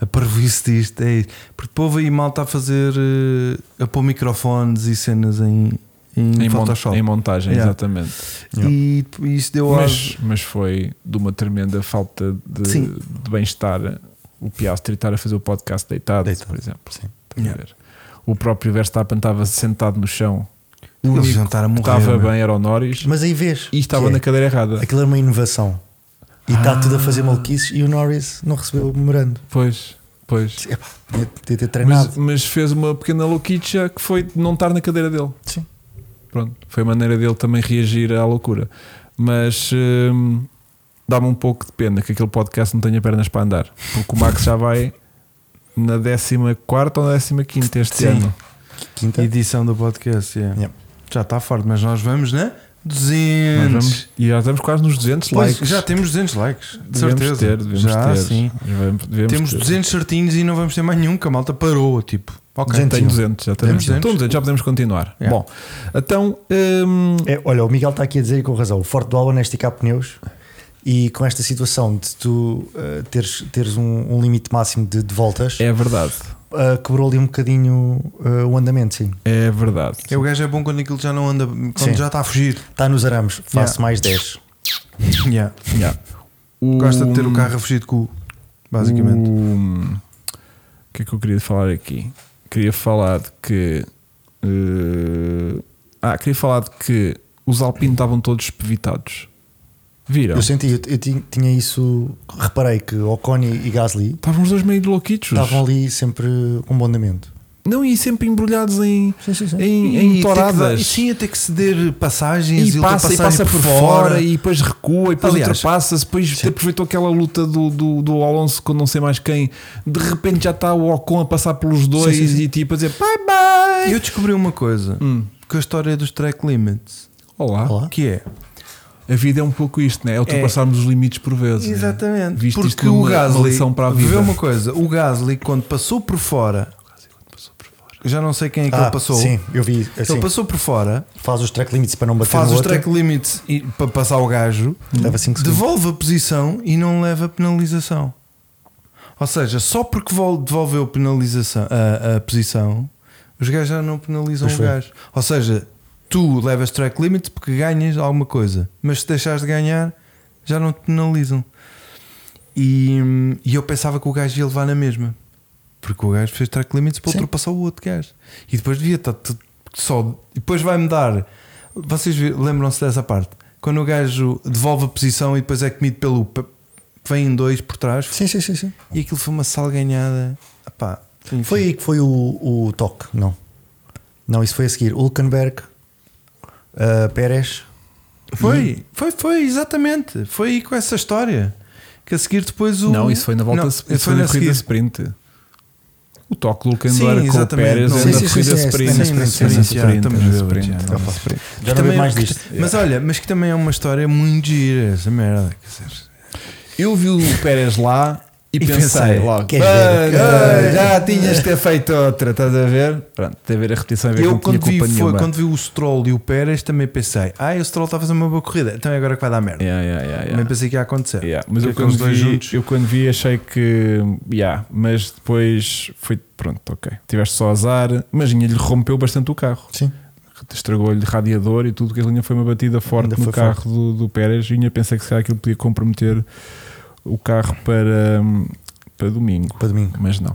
a parvoíce disto é isso. Porque o povo aí malta a fazer eh, a pôr microfones e cenas em, em,
em, mon-
Photoshop.
em montagem,
Yeah.
exatamente.
e, e isso deu
Mas,
aos.
mas foi de uma tremenda falta de,
Sim.
de bem-estar o Piastri estar a fazer o podcast deitado,
Deitado,
por exemplo.
sim.
Estás a
Yeah.
ver? O O próprio Verstappen estava sentado no chão. O
Eles
único
iam estar a
que
morrer,
estava
meu.
bem era o Norris
Mas aí vês.
e estava
que é,
na cadeira errada.
Aquilo era uma inovação. E está
Ah.
tudo a fazer maluquices e o Norris não recebeu o memorando.
Pois, pois.
Epá, podia- Podia ter
Mas,
treinado.
mas fez uma pequena louquicha que foi de não estar na cadeira dele.
Sim.
Pronto, foi a maneira dele também reagir à loucura. Mas hum, dá-me um pouco de pena que aquele podcast não tenha pernas para andar, porque o Max já vai na 14 ou na 15 este
Sim.
ano. Tá.
Quinta.
Edição do podcast, yeah.
Yeah.
já está forte, mas nós vamos, né? 200.
Nós vamos- e já estamos quase nos 200
Pois,
likes.
já temos 200 likes, de
devemos
certeza.
ter, devemos
já,
ter.
sim.
Devemos- devemos
Temos
ter.
200 certinhos e não vamos ter mais nenhum, que a malta parou, tipo. Ok.
200.
Tenho 200, já
Temos
temos.
200.
Então, 200, já podemos continuar.
Yeah.
Bom, então hum,
É, olha, o Miguel está aqui a dizer e com razão. O forte do Albon é esticar pneus e com esta situação de tu eh, teres, teres um, um limite máximo de, de voltas,
é verdade.
eh, quebrou ali um bocadinho eh, o andamento, sim.
É verdade.
É, o gajo é bom quando aquilo já não anda, quando
Sim.
já está a fugir.
Está nos arames, faço
É.
Yeah.
mais 10.
Yeah.
Yeah. O-
Gosta de ter
Um
o carro a fugir de cu, basicamente.
O, o que é que eu queria falar aqui? Queria falar de que. eh, ah, queria falar de que os alpinos estavam todos espevitados. Viram?
Eu senti, eu, eu ti- tinha isso, reparei que Ocon e e Gasly
Estavam os dois meio de louquitos.
estavam ali sempre com bom andamento.
Não, e sempre embrulhados em,
Sim, sim, sim.
em,
E
em
ter que dar-
toradas.
e sim, a ter que ceder passagens
E
e,
passa, e
ultrapassagem
passa por, fora, e depois recua e depois
Aliás,
ultrapassa-se. Depois aproveitou aquela luta do, do, do Alonso com não sei mais quem. De repente já está o Ocon a passar pelos dois
sim, sim.
e tipo a dizer bye bye.
Eu descobri uma coisa com a história dos track limits,
Olá.
Olá.
que é
A vida é um pouco isto, né? É ultrapassarmos os limites por vezes. né?
Exatamente.
Viste isto
Porque
como
o
uma
Gasly
lição para a
vê
vida.
uma coisa, o Gasly quando passou por fora, já não sei quem
Ah,
é que ele passou.
Ah, Sim, eu vi. Assim,
Ele passou por fora,
Faz os track limits para não bater
faz
no
os
outro.
track limits e- para passar o gajo,
Leva cinco segundos.
devolve a posição e não leva penalização. Ou seja, só porque vol- devolveu penalização, a, a posição, os gajos já não penalizam
Pois
o
foi.
gajo. Ou seja, tu levas track limit porque ganhas alguma coisa, mas se deixares de ganhar, já não te penalizam. E, hum, e eu pensava que o gajo ia levar na mesma, porque o gajo fez track limits para
Sim.
ultrapassar o outro gajo. E depois devia estar tudo só. e Depois vai-me dar. Vocês vi- lembram-se dessa parte? Quando o gajo devolve a posição e depois é comido pelo. pe- Vem em dois por trás
Sim, sim, sim. sim.
e aquilo foi uma salganhada. Epá, enfim.
Foi aí que foi o, o toque, não. Não, isso foi a seguir. Hulkenberg, ah, Pérez.
Foi, foi, foi, exatamente. Foi aí com essa história. Que a seguir depois o.
Não, isso foi na volta
Não,
isso foi,
foi
na
na
corrida
seguir.
sprint. O toque do
Sim,
Lucandora com o
exatamente.
Pérez
Não,
é
sim,
na
sim,
corrida
sim, sim,
sprint.
é na
É
sprint,
na
sim, já,
sprint,
estamos
é na
bêbados,
sprint,
já,
é na
estamos
sprint.
Já não vejo mais
que-
disto.
Mas olha, mas que também é uma história muito gira, essa merda. Quer dizer,
Eu vi o Pérez lá e,
E
pensei,
pensei,
logo,
queres
"Mano,
ver a
já tinhas de ter feito outra, estás a ver? Pronto, tem a ver a repetição e ver
Eu
que não
quando
tinha
vi,
culpa
foi-
nenhuma.
quando vi o Stroll e o Pérez também pensei, ah, o Stroll está a fazer uma boa corrida, então é agora que vai dar merda.
Yeah, yeah, yeah, yeah.
Também pensei que ia acontecer.
Yeah, é mas eu
Porque aqueles
quando,
dois
vi,
juntos-
eu quando vi achei que. Yeah, mas depois foi. Pronto, ok. Tiveste só azar, mas ainda lhe rompeu bastante o carro.
Sim.
Estragou-lhe radiador e tudo, que a linha foi uma batida forte
Ainda
no
foi
carro do, do Pérez. E ainda pensei que se calhar aquilo podia comprometer o carro para, hum, para domingo,
Para domingo.
mas não.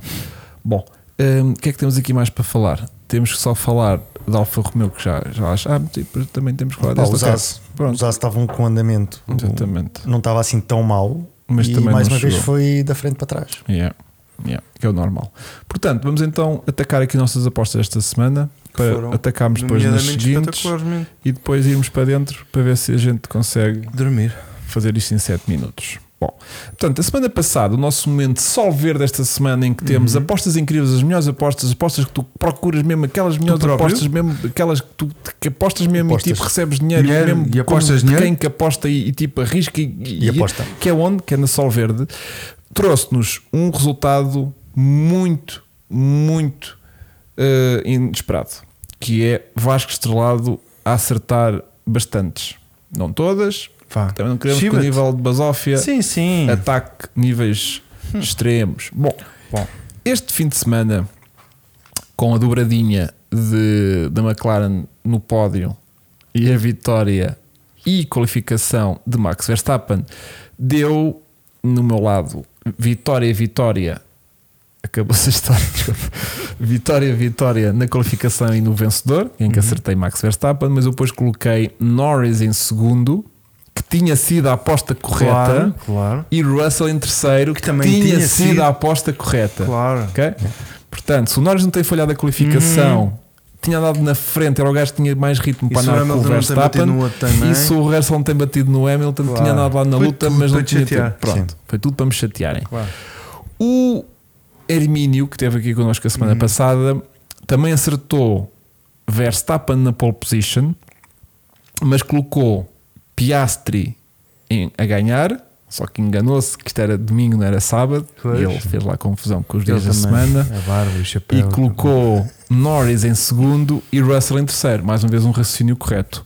Bom, hum, o que é que temos aqui mais para falar? Temos que só falar da Alfa Romeo, que já, já acho. Ah, tipo, também temos que falar
Pá,
desta.
os
ok.
As, os
Pronto,
As estavam com andamento.
exatamente.
um Não estava assim tão mal.
Mas
e
também
mais
não
uma vez
chegou.
foi da frente para trás.
Yeah. Yeah. Que é o normal. Portanto, vamos então atacar aqui nossas apostas esta semana. Para
foram
atacarmos depois nas
nomeadamente
seguintes
espetacularmente.
e depois irmos para dentro para ver se a gente consegue
Dormir.
fazer isto em 7 minutos. Bom, portanto, a semana passada, o nosso momento sol verde desta semana em que temos
Uhum.
apostas incríveis, as melhores apostas, apostas que tu procuras mesmo, aquelas melhores
próprio?
apostas mesmo, aquelas que tu que apostas mesmo
Apostas.
e tipo recebes dinheiro,
Dinheiro
mesmo
e
como
apostas
de quem
dinheiro?
que aposta e, e, tipo arrisca e,
E aposta.
Que é onde? Que é na Sol Verde. Trouxe-nos um resultado muito, muito eh, inesperado, que é Vasco Estrelado a acertar bastantes. Não todas,
Vá.
também não queremos que o
Chiba-te.
nível de basófia
Sim, sim.
É ataque níveis extremos. Bom,
Bom.
este fim de semana, com a dobradinha de, da McLaren no pódio e a vitória e qualificação de Max Verstappen, deu no meu lado vitória, vitória. Acabou-se a história, desculpa. Vitória, vitória na qualificação e no vencedor, em
Uhum.
que acertei Max Verstappen, mas eu depois coloquei Norris em segundo, que tinha sido a aposta correta,
Claro, claro.
e Russell em terceiro, que,
também
tinha,
tinha
sido,
sido.
a aposta correta.
Claro.
Ok? Portanto, se o Norris não tem falhado a qualificação, tinha dado na frente, era o gajo que tinha mais ritmo
E
para
se Uhum. o
andar com o
Hamilton não tem batido
Verstappen.
no outro também?
E se o Russell não tem batido no Hamilton,
Claro.
tinha andado lá na
Foi
luta,
tudo
mas não
para te
tinha
chatear.
tempo. Pronto,
Sim.
foi tudo para me chatearem.
Claro.
O Hermínio, que esteve aqui connosco a semana
Uhum.
passada, também acertou Verstappen na pole position, mas colocou Piastri em- a ganhar. Só que enganou-se que isto era domingo, não era sábado.
Pois.
E ele fez lá confusão com os
Ele
dias da
também.
semana.
A barba e o chapéu.
E colocou Norris em segundo e Russell em terceiro. Mais uma vez, um raciocínio correto.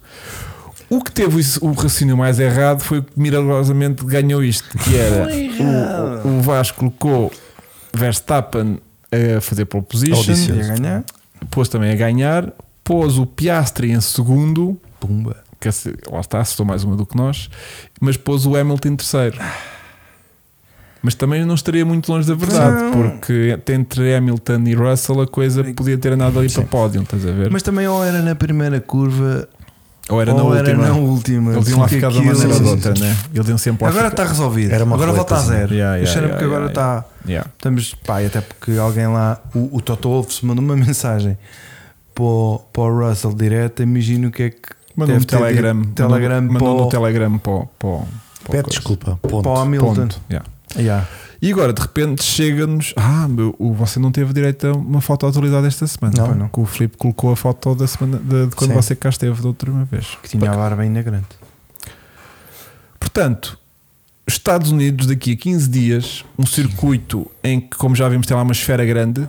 O que teve o o raciocínio mais errado foi o que milagrosamente ganhou isto: que era o, o Vasco colocou Verstappen a fazer pole
Ia
position,
ganhar.
pôs também a ganhar, pôs o Piastri em segundo,
Pumba.
que ace- lá está, acertou mais uma do que nós, mas pôs o Hamilton em terceiro. Mas também não estaria muito longe da verdade,
Não.
porque entre Hamilton e Russell a coisa podia ter andado ali para
Sim.
pódio, estás a ver?
Mas também ou era na primeira curva
ou era na
ou
última.
era na última.
Eles iam lá
porque
ficar da
aquilo-
maneira ou
Sim,
da
sim,
outra, né? Eles iam sempre lá
Agora
ficar.
está resolvido.
Era uma
agora volta a
roleta,
zero.
Yeah, yeah,
Eu cheiro-me
yeah,
que agora está.
yeah, Yeah.
Estamos, pá, e até porque alguém lá, o, o Toto Wolff, se mandou uma mensagem para o, para o Russell direto. Imagino o que é que
Mandou um
deve ter dito.
telegram,
Telegram
mandou,
para
mandou no
o-
telegram para, o- para, o- para o
Pede
coisa.
desculpa. Ponto.
para o Hamilton.
Ponto. Yeah.
Yeah.
E agora, de repente, chega-nos. Ah, meu, o- você não teve direito a uma foto atualizada esta semana.
Não.
Pois Que o Filipe colocou a foto da semana, de, de quando
Sim.
você cá esteve da última vez.
Que tinha a barba ainda grande.
Portanto, Estados Unidos, daqui a 15 dias, um circuito em que, como já vimos, tem lá uma esfera grande,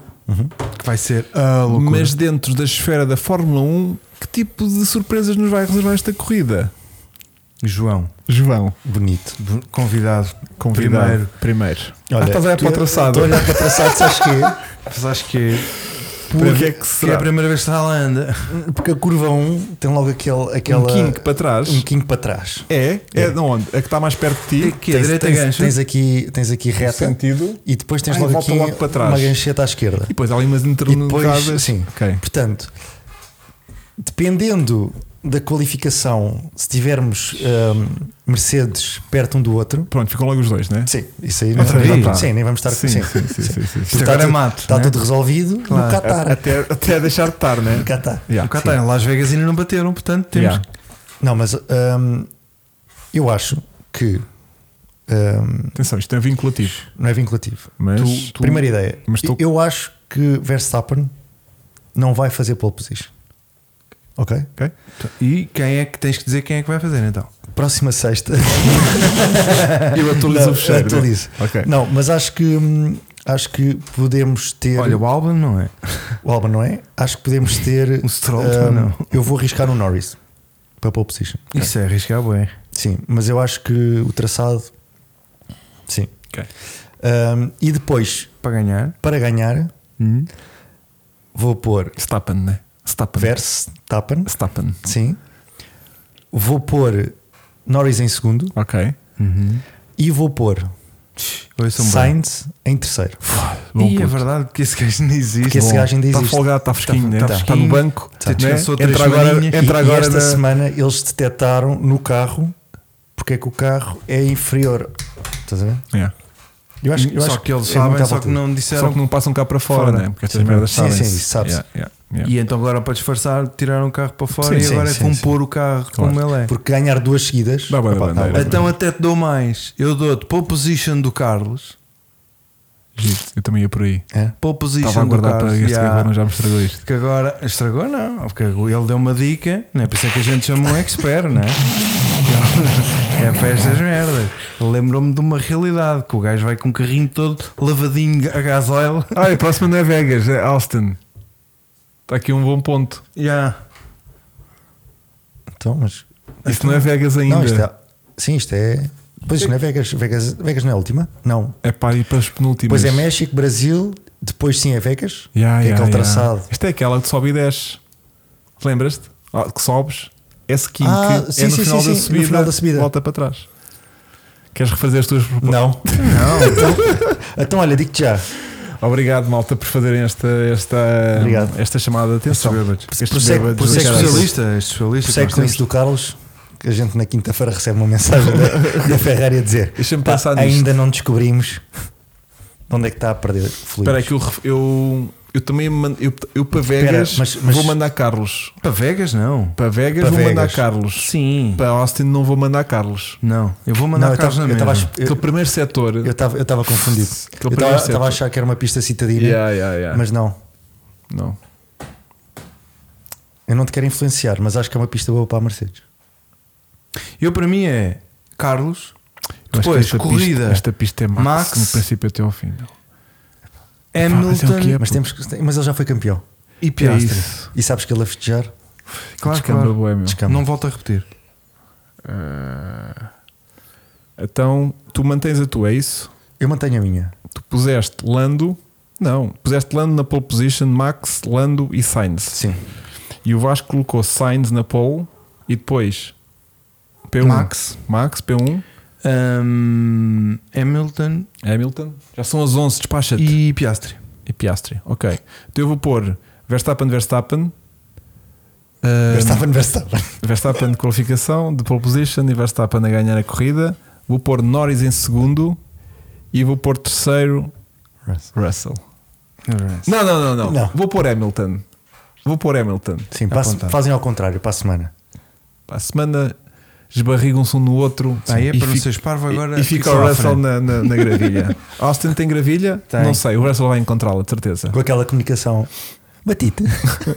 Que vai ser a loucura.
mas dentro da esfera da Fórmula 1, que tipo de surpresas nos vai reservar esta corrida?
João,
João,
Bonito.
v- convidado,
convidado.
primeiro.
Primeiro. ah, estás a olhar para o
eu-
traçado.
Estou é- a olhar para o traçado, sabes quê?
Mas acho que é,
Para ver que
que é
será?
a primeira vez que está lá anda.
Porque a curva 1 tem logo aquele, aquela,
Um kink para trás.
um quinco para trás.
É? É de onde? A que está mais perto de ti?
Que é
tens,
direita
tens-
gancho.
tens aqui, tens aqui reta
sentido.
e depois tens
Ah, e
logo
volta
aqui
logo para trás.
uma gancheta à esquerda.
E depois há ali umas
E depois,
interligadas.
sim.
Ok.
Portanto, dependendo da qualificação, se tivermos hum, Mercedes perto um do outro,
Pronto, ficam logo os dois, né?
sim, isso aí não,
Outra
não
vez?
tá. Sim, nem vamos estar
Sim, sim, sim. sim, sim, sim.
Isto agora é mato.
Está
né?
tudo resolvido
Claro.
no Qatar.
Até, até deixar de estar, né?
No Qatar.
Yeah.
O cá está, em Las Vegas ainda não bateram, portanto temos.
Yeah.
Não, mas hum, eu acho que hum,
Atenção, isto é vinculativo.
não é vinculativo.
Mas tu-
Primeira ideia.
mas tu-
Eu acho que Verstappen não vai fazer pole position. Ok?
Ok?
E quem é que tens que dizer quem é que vai fazer então?
Próxima sexta.
Eu atualizo
Não,
o fecheiro. né?
atualizo.
Ok.
Não, mas acho que hum, acho que podemos ter.
Olha, o Albon não é.
o Alba, não é? Acho que podemos ter. hum,
O Stroll também não.
Eu vou arriscar o Norris para pole position.
Isso é arriscar, bué.
Sim, mas eu acho que o traçado. Sim.
Ok.
Hum, e depois,
Para ganhar.
para ganhar,
Hum.
vou pôr
Stappen, né? Stappen.
Verstappen.
Stappen.
Sim. Vou pôr Norris em segundo
Ok.
e vou pôr
Oi, são bem.
Sainz em terceiro.
Bom
E é
puto.
verdade que esse gajo não existe.
Porque esse
Bom,
gajo ainda
Está
existe.
folgado, está fresquinho, né?
tá
Está
fresquinho.
no banco.
Tá, descansou
né?
três
Entra agora,
semaninhas.
entra
e
agora
esta
na-
semana eles detectaram no carro porque é que o carro é inferior. Estás a ver?
Yeah.
Eu acho, eu
só
acho
que eles
é muito
sabem,
à
só
volta
que não
Só
disseram.
que não passam cá para fora,
Fora.
né? Porque estas
Sim,
merdas
sim,
sabem.
sim, sabe-se.
Yeah, yeah, yeah.
E então agora para disfarçar, tiraram o carro para fora
Sim,
e
sim,
agora
sim,
é compor o carro
Claro.
como ele é.
Porque ganhar duas seguidas.
Dá bué da
Epá,
bandeira.
bué da
Então até te dou mais. Eu dou-te pole position do Carlos.
Giro, Eu também ia por aí.
bandeira.
Pole
Estava a
position do
guardar
Carlos.
para este
yeah.
yeah. agora já me estragou isto.
Que agora estragou, não, porque ele deu uma dica, não é por isso é que a gente chama um expert, não é? É para estas merdas. Lembrou-me de uma realidade: que o gajo vai com o carrinho todo lavadinho a gasóleo.
Ah, a próxima não é Vegas, é Austin. Está aqui um bom ponto.
Yeah.
É. Então, mas.
Isto não é Vegas ainda.
Não, isto
é...
é. Sim, isto é. Pois não é Vegas. Vegas, Vegas não é a última? Não.
para ir para as penúltimas.
Depois é México, Brasil, depois sim é Vegas.
Yeah,
que é
yeah, yeah.
aquele traçado.
Isto é aquela que sobe e desce. Lembras-te? Ah, Que sobes. Esse quinto
Ah,
é
sim,
no, final
sim, sim,
da
sim, no
subida,
final da subida.
Volta para trás. Queres refazer as tuas propostas?
Não. Não. então, então, olha, digo-te já.
Obrigado, malta, por fazerem esta, esta,
Obrigado.
esta chamada de atenção.
Estes bêbados.
Estes
Prossegue-
bêbados do
prossegue-
caralho.
Especialista, é especialista.
Segue com isso do Carlos, que a gente na quinta-feira recebe uma mensagem da, da Ferrari a dizer:
Deixa-me
"Pá,
pensar nisto.
ainda não descobrimos onde é que está a perder fluidos.
Espera aí que eu, ref- eu, eu também mando- eu, eu para Vegas
mas- mas-
vou mandar Carlos.
Para Vegas, não.
Para Vegas
Para
vou mandar
Vegas.
Carlos.
Sim.
Para Austin não vou mandar Carlos.
Não, eu vou
Não,
mandar
eu
Carlos na
estava- eu estava a
mesma.
ach- eu-
Aquele primeiro setor.
eu estava eu estava confundido.
Aquele
Eu estava-
primeiro setor.
estava a achar que era uma pista citadina,
é Yeah, yeah, yeah.
mas não.
Não.
Eu não te quero influenciar, mas acho que é uma pista boa para a Mercedes.
Eu para mim é Carlos,
Eu acho que
Depois,
esta
corrida.
Pista, esta pista é Max,
Max.
no princípio até ao fim. não. mas é o
Hamilton
que é,
Mas,
pô.
temos, que- mas ele já foi campeão.
e
É
Piastri.
isso.
E sabes que ele a festejar?
Claro,
Descamba
claro.
bué, meu.
Descamba.
Não volto a repetir.
Ah, então, tu mantens a tua, é isso?
Eu mantenho a minha.
Tu puseste Lando. Não, puseste Lando na pole position, Max, Lando e Sainz.
Sim.
E o Vasco colocou Sainz na pole e depois P1.
Max.
Max, P1,
Hum, Hamilton
Hamilton. Já são as 11, despacha-te. E...
e Piastri.
Piastri. Ok. Então eu vou pôr Verstappen, Verstappen. Ah,
Verstappen, Verstappen.
Verstappen de qualificação, de pole position e Verstappen a ganhar a corrida. Vou pôr Norris em segundo e vou pôr terceiro Russell. Não, não, não, não.
Não.
Vou pôr Hamilton. Vou pôr Hamilton.
Sim, para a se-
Apontado.
fazem ao contrário, para a semana.
Para a semana esbarrigam-se um no outro
Ah, é para não
fica-
seres parvo agora.
e, e fica
só
o
à
Russell
frente.
na, na, na gravilha. Austin tem gravilha?
Tem.
Não sei, o Russell vai encontrá-la, de certeza.
Com aquela comunicação batida.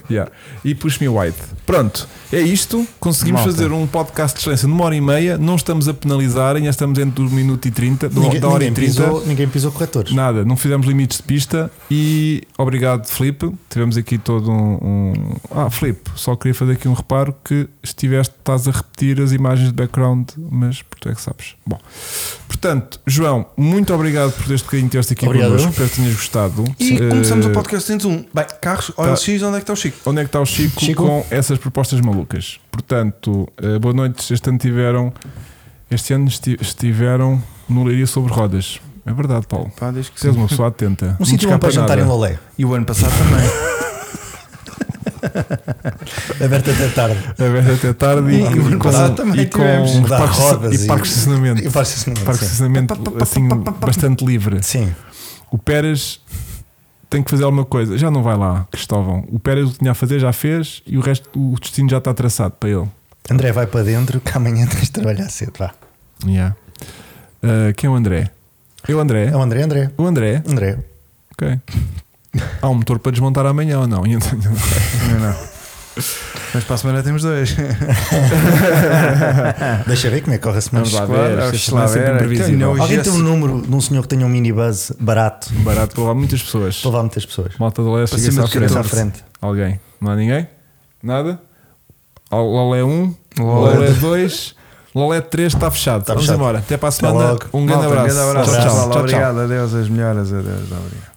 Yeah. E push-me white. Pronto, é isto. Conseguimos
Malta.
fazer um podcast de excelência numa hora e meia. Não estamos a penalizar, ainda estamos dentro do minuto e 30, do-
ninguém,
da hora
ninguém
e 30.
pisou, ninguém pisou corretores.
Nada, não fizemos limites de pista e obrigado, Filipe. Tivemos aqui todo um. um- Ah, Filipe, só queria fazer aqui um reparo que estiveste, estás a repetir as imagens de background, mas por tu é que sabes. Bom, portanto, João, muito obrigado por este bocadinho ter aqui
Obrigado.
connosco, espero que tenhas gostado.
E começamos
Eh,
o podcast dentro de um. Bem, carros, OLX, onde é que está o Chico?
Onde é que está o Chico,
Chico?
com essas propostas malucas? Portanto, eh, boa noite. Este ano tiveram. Este ano esti- estiveram no Leiria sobre rodas. É verdade, Paulo.
Pá, diz que
Tu és uma pessoa atenta.
Um sítio bom para jantar em Lolé.
E o ano passado também.
Aberto até tarde.
Aberto É, até tarde e,
E o ano
com,
passado também
e com
tivemos.
parques-
Mudar rodas
e
e-
parques de estacionamento.
E faz isso
Parques de
assim.
estacionamento assim bastante livre.
Sim.
O Pérez tem que fazer alguma coisa. Já não vai lá, Cristóvão. O Pérez o que tinha a fazer já fez e o resto, o destino já está traçado para ele.
André, vai para dentro que amanhã tens de trabalhar cedo. Vá.
Yeah. Uh, quem é o André? Eu, André.
É o André, André.
O André?
André.
Ok. Há um motor para desmontar amanhã ou não? Então,
não, não. Mas para a semana temos dois.
Deixa ver como é que corre a semana.
Ah. Vamos lá
Claro,
ver,
acho
isto
lá
é sempre
ver.
imprevisível.
Então,
Alguém
hoje
tem
é
um número de um senhor que tenha um minibus barato
Barato para lá muitas pessoas.
para levar muitas pessoas.
Malta do Leste,
Para
chega-se
cima
à
de
frente.
Chega-se à frente.
Alguém? Não há ninguém? Nada? Lolé 1,
Lolé
Lolé 2, Lolé 3 está fechado.
Está
Vamos
fechado.
embora. Até para a
Até
semana.
logo.
Um grande
Malta,
abraço.
grande abraço.
Tchau, tchau.
pessoal.
tchau, tchau.
Obrigado, adeus, as melhoras, adeus, obrigado.